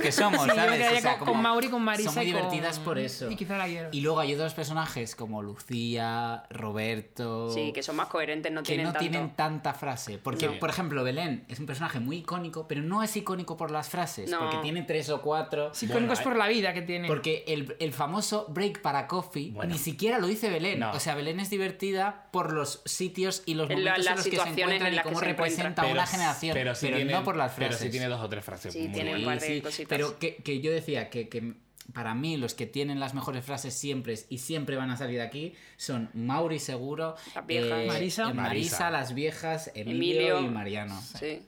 [SPEAKER 1] (laughs)
[SPEAKER 4] que somos,
[SPEAKER 1] Sí, yo me
[SPEAKER 4] ¿sabes?
[SPEAKER 1] quedaría
[SPEAKER 4] O sea,
[SPEAKER 1] con,
[SPEAKER 4] como
[SPEAKER 1] con Mauri, con Marisa.
[SPEAKER 4] Son muy
[SPEAKER 1] y con-
[SPEAKER 4] divertidas por eso.
[SPEAKER 1] Y quizá la hierba.
[SPEAKER 4] Y luego hay otros personajes como Lucía, Roberto.
[SPEAKER 3] Sí, que son más coherentes, no
[SPEAKER 4] Oh. que
[SPEAKER 3] tienen
[SPEAKER 4] no
[SPEAKER 3] tanto.
[SPEAKER 4] tienen tanta frase. Porque,
[SPEAKER 5] No.
[SPEAKER 4] por ejemplo, Belén es un personaje muy icónico, pero no es icónico por las frases,
[SPEAKER 3] No.
[SPEAKER 4] porque tiene tres o cuatro.
[SPEAKER 1] Sí,
[SPEAKER 5] Bueno,
[SPEAKER 1] cónicos
[SPEAKER 5] hay-
[SPEAKER 1] por la vida que tiene.
[SPEAKER 4] Porque el, el famoso break para coffee
[SPEAKER 5] Bueno.
[SPEAKER 4] ni siquiera lo dice Belén.
[SPEAKER 5] No.
[SPEAKER 4] O sea, Belén es divertida por los sitios y los
[SPEAKER 3] En la-
[SPEAKER 4] momentos en
[SPEAKER 3] las
[SPEAKER 4] los que se
[SPEAKER 3] situaciones en
[SPEAKER 4] encuentran y
[SPEAKER 3] las que
[SPEAKER 4] cómo
[SPEAKER 3] se
[SPEAKER 4] representa
[SPEAKER 3] encuentran.
[SPEAKER 4] a una generación, pero,
[SPEAKER 5] sí tiene-
[SPEAKER 4] no por las
[SPEAKER 5] pero
[SPEAKER 4] frases.
[SPEAKER 5] sí tiene dos o tres frases
[SPEAKER 3] Sí,
[SPEAKER 5] muy
[SPEAKER 3] tiene
[SPEAKER 5] buenas.
[SPEAKER 3] un par de cositas.
[SPEAKER 4] Pero que, que yo decía que, que para mí los que tienen las mejores frases siempre es- y siempre van a salir aquí son Mauri seguro,
[SPEAKER 3] Las viejas.
[SPEAKER 1] Marisa.
[SPEAKER 4] eh, Marisa, las viejas, Emilio,
[SPEAKER 3] Emilio.
[SPEAKER 4] y Mariano.
[SPEAKER 3] Sí.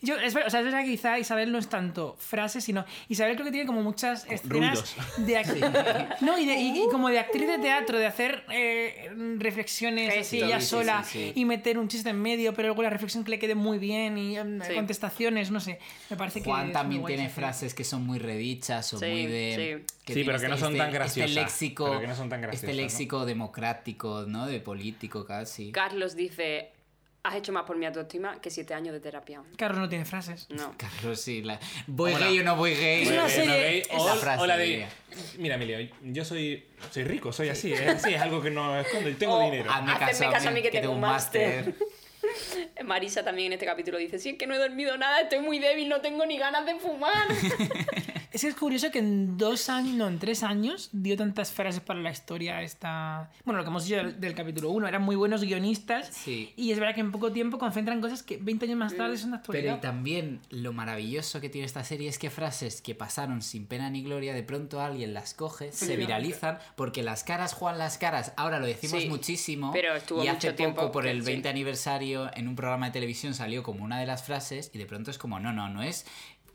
[SPEAKER 1] Yo, es, ver- o sea, es verdad que quizá Isabel no es tanto frases, sino. Isabel creo que tiene como muchas escenas de act- No, y, de- y- y como de actriz de teatro, de hacer eh, reflexiones así
[SPEAKER 3] Gestos,
[SPEAKER 1] ella
[SPEAKER 4] sí,
[SPEAKER 1] sola
[SPEAKER 4] sí, sí.
[SPEAKER 1] y meter un chiste en medio, pero luego la reflexión que le quede muy bien y em,
[SPEAKER 3] Sí.
[SPEAKER 1] contestaciones, no sé. Me parece que. es
[SPEAKER 4] Juan
[SPEAKER 1] muy
[SPEAKER 4] también
[SPEAKER 1] guay
[SPEAKER 4] tiene
[SPEAKER 1] esa serie.
[SPEAKER 4] frases que son muy redichas o
[SPEAKER 3] Sí,
[SPEAKER 4] muy de...
[SPEAKER 3] sí.
[SPEAKER 5] Sí,
[SPEAKER 4] tiene
[SPEAKER 5] pero que no son tan graciosas,
[SPEAKER 4] Este léxico,
[SPEAKER 5] pero que no son tan
[SPEAKER 4] este
[SPEAKER 5] graciosas, ¿no?
[SPEAKER 4] léxico democrático, ¿no? De político casi.
[SPEAKER 3] Carlos dice, has hecho más por mi autoestima que siete años de terapia.
[SPEAKER 1] Carlos no tiene frases.
[SPEAKER 4] (laughs)
[SPEAKER 3] No.
[SPEAKER 4] Carlos, sí. la- ¿Voy
[SPEAKER 5] Hola.
[SPEAKER 4] gay o no voy gay?
[SPEAKER 1] Es una
[SPEAKER 5] Bueno,
[SPEAKER 1] serie-
[SPEAKER 5] gay,
[SPEAKER 1] es
[SPEAKER 5] o,
[SPEAKER 4] la frase,
[SPEAKER 5] o la de.
[SPEAKER 4] diría.
[SPEAKER 5] Mira, Emilio, yo soy, soy rico, soy así, es así, es algo que no escondo y
[SPEAKER 1] Oh,
[SPEAKER 5] tengo
[SPEAKER 3] O-
[SPEAKER 5] dinero.
[SPEAKER 4] Hazme
[SPEAKER 3] Hacedme
[SPEAKER 4] caso, a mí, que, tengo un máster.
[SPEAKER 3] Marisa también en este capítulo dice, sí, es que no he dormido nada, estoy muy débil, no tengo ni ganas de fumar.
[SPEAKER 4] (laughs)
[SPEAKER 1] Es que es curioso que en dos años, no, en tres años, dio tantas frases para la historia esta... Bueno, lo que hemos dicho del, del capítulo 1, eran muy buenos guionistas.
[SPEAKER 4] Sí.
[SPEAKER 1] Y es verdad que en poco tiempo concentran cosas que 20 años más tarde son de
[SPEAKER 4] Pero
[SPEAKER 1] actualidad. (laughs)
[SPEAKER 4] y también lo maravilloso que tiene esta serie es que frases que pasaron sin pena ni gloria, de pronto alguien las coge, se viralizan, porque las caras Juan las caras, ahora lo decimos
[SPEAKER 3] Sí,
[SPEAKER 4] muchísimo.
[SPEAKER 3] pero estuvo
[SPEAKER 4] y
[SPEAKER 3] mucho
[SPEAKER 4] hace
[SPEAKER 3] tiempo
[SPEAKER 4] poco, por
[SPEAKER 3] que-
[SPEAKER 4] el
[SPEAKER 3] sí.
[SPEAKER 4] 20 aniversario, en un programa de televisión salió como una de las frases, y de pronto es como, no, no, no es.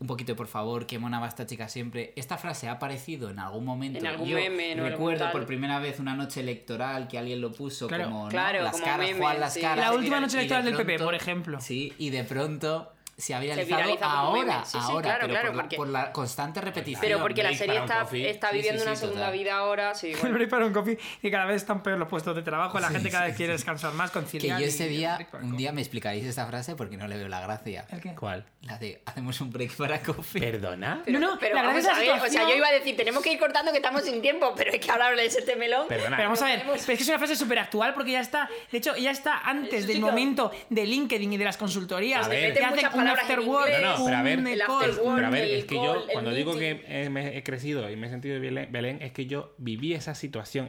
[SPEAKER 4] Un poquito, por favor, que mona basta, chica, siempre. Esta frase ha aparecido en algún momento.
[SPEAKER 3] En algún
[SPEAKER 4] Yo
[SPEAKER 3] meme, en algún
[SPEAKER 4] recuerdo
[SPEAKER 3] tal.
[SPEAKER 4] por primera vez una noche electoral que alguien lo puso
[SPEAKER 1] Claro.
[SPEAKER 4] como ¿no?
[SPEAKER 3] Claro,
[SPEAKER 4] las
[SPEAKER 3] como
[SPEAKER 4] caras,
[SPEAKER 3] meme,
[SPEAKER 4] Juan las
[SPEAKER 3] sí.
[SPEAKER 4] caras.
[SPEAKER 1] La última
[SPEAKER 4] y de-
[SPEAKER 1] noche
[SPEAKER 4] y de
[SPEAKER 1] electoral del PP,
[SPEAKER 4] pronto-
[SPEAKER 1] por ejemplo.
[SPEAKER 4] Sí, y de pronto se ha viralizado
[SPEAKER 3] viraliza como
[SPEAKER 4] ahora,
[SPEAKER 3] meme. Sí, sí,
[SPEAKER 4] ahora,
[SPEAKER 3] claro,
[SPEAKER 4] pero
[SPEAKER 3] claro,
[SPEAKER 4] por, la,
[SPEAKER 3] porque-
[SPEAKER 4] por la constante repetición.
[SPEAKER 3] Pero porque la
[SPEAKER 5] Break
[SPEAKER 3] serie
[SPEAKER 5] para un
[SPEAKER 3] está,
[SPEAKER 5] coffee.
[SPEAKER 3] está
[SPEAKER 4] Sí,
[SPEAKER 3] viviendo
[SPEAKER 4] sí,
[SPEAKER 3] una
[SPEAKER 4] sí,
[SPEAKER 3] segunda
[SPEAKER 4] total.
[SPEAKER 3] vida ahora, sí.
[SPEAKER 1] El
[SPEAKER 3] bueno.
[SPEAKER 1] break para un coffee, que cada vez están peor los puestos de trabajo, la gente cada vez quiere descansar más,
[SPEAKER 4] Que yo
[SPEAKER 1] conciliar.
[SPEAKER 4] ese
[SPEAKER 1] y-
[SPEAKER 4] día,
[SPEAKER 1] break para
[SPEAKER 4] un
[SPEAKER 1] coffee.
[SPEAKER 4] día me explicaréis esta frase porque no le veo la gracia.
[SPEAKER 1] ¿El qué?
[SPEAKER 5] ¿Cuál?
[SPEAKER 4] La de hacemos un break para
[SPEAKER 1] (laughs)
[SPEAKER 4] coffee.
[SPEAKER 5] ¿Perdona?
[SPEAKER 3] Pero,
[SPEAKER 1] No, no,
[SPEAKER 3] pero
[SPEAKER 1] la verdad
[SPEAKER 3] vamos
[SPEAKER 1] es la
[SPEAKER 3] a ver, o sea,
[SPEAKER 1] situación-
[SPEAKER 3] yo iba a decir, tenemos que ir cortando que estamos sin tiempo, pero es que ahora habla de ese melón.
[SPEAKER 5] Perdona.
[SPEAKER 1] Pero vamos a ver,
[SPEAKER 3] Pero
[SPEAKER 1] pero es que es una frase súper actual porque ya está, de hecho, ya está antes
[SPEAKER 3] Eso,
[SPEAKER 1] del
[SPEAKER 3] chico.
[SPEAKER 1] momento de LinkedIn y de las consultorías.
[SPEAKER 5] A ver.
[SPEAKER 1] que
[SPEAKER 3] Meten
[SPEAKER 1] hacen
[SPEAKER 3] muchas
[SPEAKER 1] un
[SPEAKER 3] palabras en
[SPEAKER 1] after work,
[SPEAKER 3] inglés.
[SPEAKER 5] No, no, pero a ver,
[SPEAKER 1] un
[SPEAKER 3] el
[SPEAKER 1] call,
[SPEAKER 3] after work.
[SPEAKER 5] Pero a ver,
[SPEAKER 3] el
[SPEAKER 5] es que
[SPEAKER 3] call,
[SPEAKER 5] yo,
[SPEAKER 3] el
[SPEAKER 5] cuando digo
[SPEAKER 3] meeting.
[SPEAKER 5] que he, me he crecido y me he sentido Belén, Belén, es que yo viví esa situación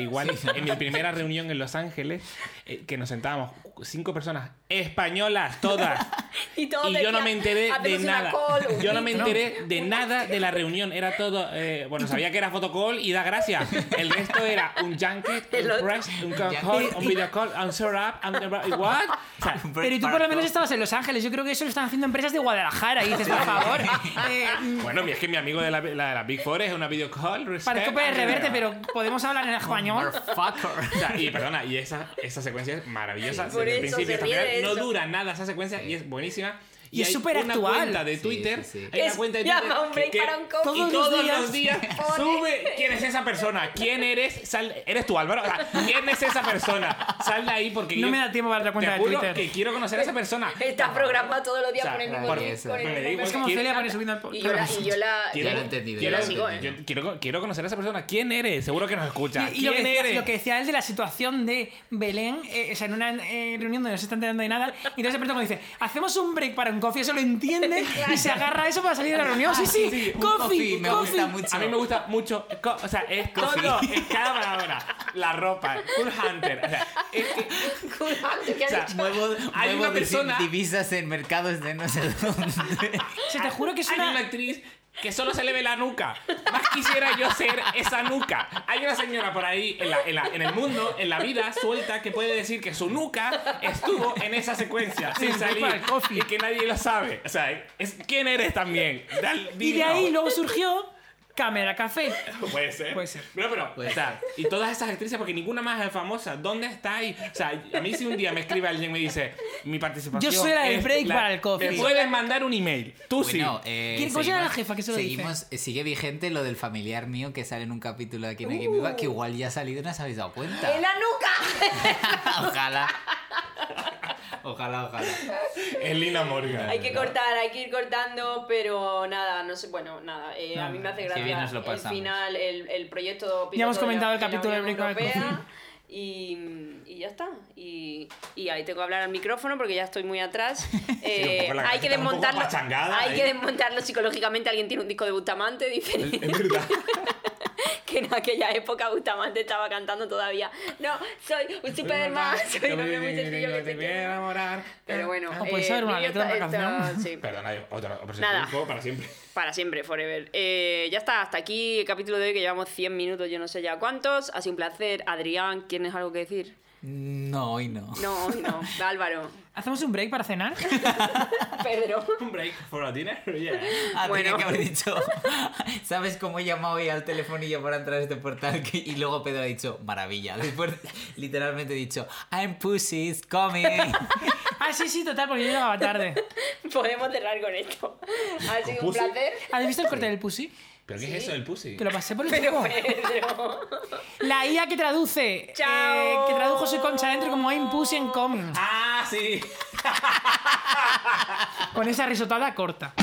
[SPEAKER 3] (laughs)
[SPEAKER 5] igual en mi primera reunión en Los Ángeles, eh, que nos sentábamos cinco personas españolas, todas.
[SPEAKER 3] (laughs) Y, todos
[SPEAKER 5] Y yo no
[SPEAKER 3] decían,
[SPEAKER 5] me enteré de
[SPEAKER 3] "Hacemos una
[SPEAKER 5] nada.
[SPEAKER 3] call, un
[SPEAKER 5] Yo no me
[SPEAKER 3] meeting".
[SPEAKER 5] enteré de nada de la reunión. Era todo. eh,
[SPEAKER 3] (laughs)
[SPEAKER 5] bueno, sabía que era fotocall y da gracia. El resto era un
[SPEAKER 3] (laughs)
[SPEAKER 5] junket,
[SPEAKER 3] El
[SPEAKER 5] un
[SPEAKER 3] otro-
[SPEAKER 5] press, un
[SPEAKER 4] Ya.
[SPEAKER 5] call, un video call, un share up,
[SPEAKER 3] (laughs)
[SPEAKER 5] un. ¿What? O sea,
[SPEAKER 1] Pero y tú por lo menos estabas en Los Ángeles. Yo creo que eso lo están haciendo empresas de Guadalajara. Y dices, por favor. eh,
[SPEAKER 5] Bueno, es que mi amigo de la, la de la Big Four es una video call.
[SPEAKER 1] para
[SPEAKER 5] respect,
[SPEAKER 1] que puedes
[SPEAKER 5] and-
[SPEAKER 1] reverte, pero podemos hablar en español. (laughs)
[SPEAKER 5] O sea, y perdona, y esa, esa secuencia es maravillosa.
[SPEAKER 3] Sí, por
[SPEAKER 5] desde el
[SPEAKER 3] eso
[SPEAKER 5] principio
[SPEAKER 3] se
[SPEAKER 5] hasta el
[SPEAKER 3] ríe
[SPEAKER 5] final.
[SPEAKER 3] de
[SPEAKER 5] No
[SPEAKER 3] eso.
[SPEAKER 5] dura nada esa secuencia y es buenísima.
[SPEAKER 1] Y es
[SPEAKER 5] hay
[SPEAKER 1] superactual.
[SPEAKER 5] Una cuenta de
[SPEAKER 4] Sí,
[SPEAKER 5] Twitter.
[SPEAKER 4] sí, sí.
[SPEAKER 5] Hay una
[SPEAKER 3] Es-
[SPEAKER 5] cuenta de
[SPEAKER 3] llama
[SPEAKER 5] Twitter.
[SPEAKER 3] a un break para un
[SPEAKER 5] y
[SPEAKER 3] coffee.
[SPEAKER 5] todos,
[SPEAKER 1] Todos los
[SPEAKER 5] los días
[SPEAKER 3] Pone-
[SPEAKER 5] sube. ¿Quién es esa persona? ¿Quién eres? Sal- ¿Eres tú, Álvaro? O sea, ¿Quién es esa persona? Sal de ahí porque
[SPEAKER 1] No
[SPEAKER 5] yo-
[SPEAKER 1] me da tiempo para la
[SPEAKER 5] te
[SPEAKER 1] cuenta de
[SPEAKER 5] juro
[SPEAKER 1] Twitter.
[SPEAKER 5] que quiero conocer a esa persona.
[SPEAKER 3] Está programado todos los días
[SPEAKER 5] O sea,
[SPEAKER 3] por el mismo
[SPEAKER 5] por-
[SPEAKER 3] día,
[SPEAKER 4] eso.
[SPEAKER 3] por el
[SPEAKER 5] me
[SPEAKER 3] mismo
[SPEAKER 5] digo,
[SPEAKER 3] día.
[SPEAKER 1] Es como
[SPEAKER 5] quiero-
[SPEAKER 1] Celia pone subiendo al po-
[SPEAKER 3] Y yo la... Y yo la
[SPEAKER 4] Quiero- Ya lo he entendido,
[SPEAKER 5] quiero-
[SPEAKER 4] ya lo he
[SPEAKER 5] sigo,
[SPEAKER 4] entendido.
[SPEAKER 5] yo quiero, quiero conocer a esa persona. ¿Quién eres? Seguro que nos escucha.
[SPEAKER 1] Y lo que,
[SPEAKER 5] ¿Quién
[SPEAKER 1] decía,
[SPEAKER 5] eres?
[SPEAKER 1] lo que decía él de la situación de Belén, eh, o sea, en una eh, reunión donde no se está enterando de nada, y entonces de pronto cuando dice, hacemos un break para un coffee, eso lo entiende y se agarra a eso para salir de la reunión. Sí, sí,
[SPEAKER 5] sí, un
[SPEAKER 1] coffee,
[SPEAKER 4] coffee, me gusta
[SPEAKER 1] coffee.
[SPEAKER 4] mucho.
[SPEAKER 5] A mí me gusta mucho. co- O sea, es todo. Es cada palabra. La ropa. Cool Hunter. O sea, es que.
[SPEAKER 3] Curante, (laughs) ¿qué
[SPEAKER 5] O
[SPEAKER 3] has
[SPEAKER 5] sea,
[SPEAKER 3] dicho?
[SPEAKER 4] Muevo,
[SPEAKER 5] Hay
[SPEAKER 4] muevo
[SPEAKER 5] una persona-
[SPEAKER 4] divisas en mercados de no sé dónde.
[SPEAKER 1] (laughs) Se te juro que es
[SPEAKER 5] Hay una
[SPEAKER 1] una...
[SPEAKER 5] actriz que solo se le ve la nuca. Más quisiera yo ser esa nuca. Hay una señora por ahí en, la- en la- en el mundo, en la vida suelta, que puede decir que su nuca estuvo en esa secuencia sin salir
[SPEAKER 1] para el coffee.
[SPEAKER 5] y que nadie lo sabe. O sea, es, ¿quién eres también? Dal-
[SPEAKER 1] Y de
[SPEAKER 5] dilo.
[SPEAKER 1] ahí luego surgió Cámara Café.
[SPEAKER 5] (laughs) Puede ser.
[SPEAKER 1] Puede ser.
[SPEAKER 5] No, pero, o sea, y todas esas actrices, porque ninguna más es famosa. ¿Dónde estáis? O sea, a mí si un día me escribe alguien y me dice, mi participación.
[SPEAKER 1] Yo soy la del
[SPEAKER 5] es
[SPEAKER 1] break para el coffee.
[SPEAKER 5] Me puedes mandar un email. Tú
[SPEAKER 4] Bueno,
[SPEAKER 5] sí.
[SPEAKER 4] eh,
[SPEAKER 1] ¿Quién- cómo se llama
[SPEAKER 4] seguimos-
[SPEAKER 1] la jefa que se lo dice?
[SPEAKER 4] seguimos- eh, Sigue vigente lo del familiar mío que sale en un capítulo de Aquí no hay quien viva, que
[SPEAKER 1] Uh.
[SPEAKER 4] igual ya ha salido y no os habéis dado cuenta.
[SPEAKER 3] ¡En la nuca!
[SPEAKER 4] ojalá. Ojalá, ojalá.
[SPEAKER 5] Es Lina Morgan.
[SPEAKER 3] hay que cortar, hay que ir cortando, pero nada, no sé, bueno, nada. eh, a mí me hace
[SPEAKER 4] si bien
[SPEAKER 3] gracia
[SPEAKER 4] nos lo
[SPEAKER 3] el
[SPEAKER 4] pasamos.
[SPEAKER 3] final, el, el proyecto. piloto
[SPEAKER 1] Ya hemos
[SPEAKER 3] de la-
[SPEAKER 1] comentado el
[SPEAKER 3] de la
[SPEAKER 1] capítulo de
[SPEAKER 3] Unión
[SPEAKER 1] Breaking Bad.
[SPEAKER 3] Europea, (laughs) Y, y ya está. Y, y ahí tengo que hablar al micrófono porque ya estoy muy atrás. Eh,
[SPEAKER 5] poco la
[SPEAKER 3] hay que
[SPEAKER 5] cabeza está un poco
[SPEAKER 3] desmontarlo.
[SPEAKER 5] apachangada
[SPEAKER 3] Hay
[SPEAKER 5] ahí.
[SPEAKER 3] que desmontarlo psicológicamente. Alguien tiene un disco de Bustamante, dice. (laughs)
[SPEAKER 5] Es verdad.
[SPEAKER 3] que en aquella época Bustamante estaba cantando todavía. No, soy un superman, (laughs) soy un hombre muy sencillo. que se quiere".
[SPEAKER 5] enamorar.
[SPEAKER 3] Pero bueno, eh,
[SPEAKER 1] Ah, puede ser una
[SPEAKER 3] Emilio
[SPEAKER 1] letra de
[SPEAKER 3] está-
[SPEAKER 1] una
[SPEAKER 3] está-
[SPEAKER 1] canción.
[SPEAKER 3] sí,
[SPEAKER 5] Perdona, hay otra
[SPEAKER 3] Nada.
[SPEAKER 5] Nada. para siempre.
[SPEAKER 3] para siempre, forever. Eh, ya está, hasta aquí el capítulo de hoy que llevamos 100 minutos, yo no sé ya cuántos. Ha sido un placer. Adrián, ¿tienes algo que decir?
[SPEAKER 4] No, hoy no.
[SPEAKER 3] No, hoy (laughs) no. Álvaro,
[SPEAKER 1] ¿Hacemos un break para cenar?
[SPEAKER 3] Pedro.
[SPEAKER 5] Un break for a dinner. Yeah.
[SPEAKER 4] Ah,
[SPEAKER 3] Bueno.
[SPEAKER 4] tenía que haber dicho. ¿Sabes cómo he llamado hoy al telefonillo para entrar a este portal? (laughs) Que- Y luego Pedro ha dicho, maravilla. Después, literalmente he dicho, I'm pussy, it's coming.
[SPEAKER 1] Ah, sí, sí, total, porque yo llegaba tarde.
[SPEAKER 3] (laughs) Podemos cerrar con esto. Ha sido un
[SPEAKER 5] ¿Pussy?
[SPEAKER 3] placer.
[SPEAKER 1] ¿Habéis visto el corte del pussy?
[SPEAKER 5] ¿Pero qué es eso del pussy?
[SPEAKER 1] Que lo pasé por el
[SPEAKER 3] Pero
[SPEAKER 1] tubo.
[SPEAKER 3] Pedro.
[SPEAKER 1] La IA que traduce. eh,
[SPEAKER 3] Chao.
[SPEAKER 1] que tradujo soy concha dentro como I'm pussy and coming.
[SPEAKER 5] Ah, sí.
[SPEAKER 1] Con esa risotada corta.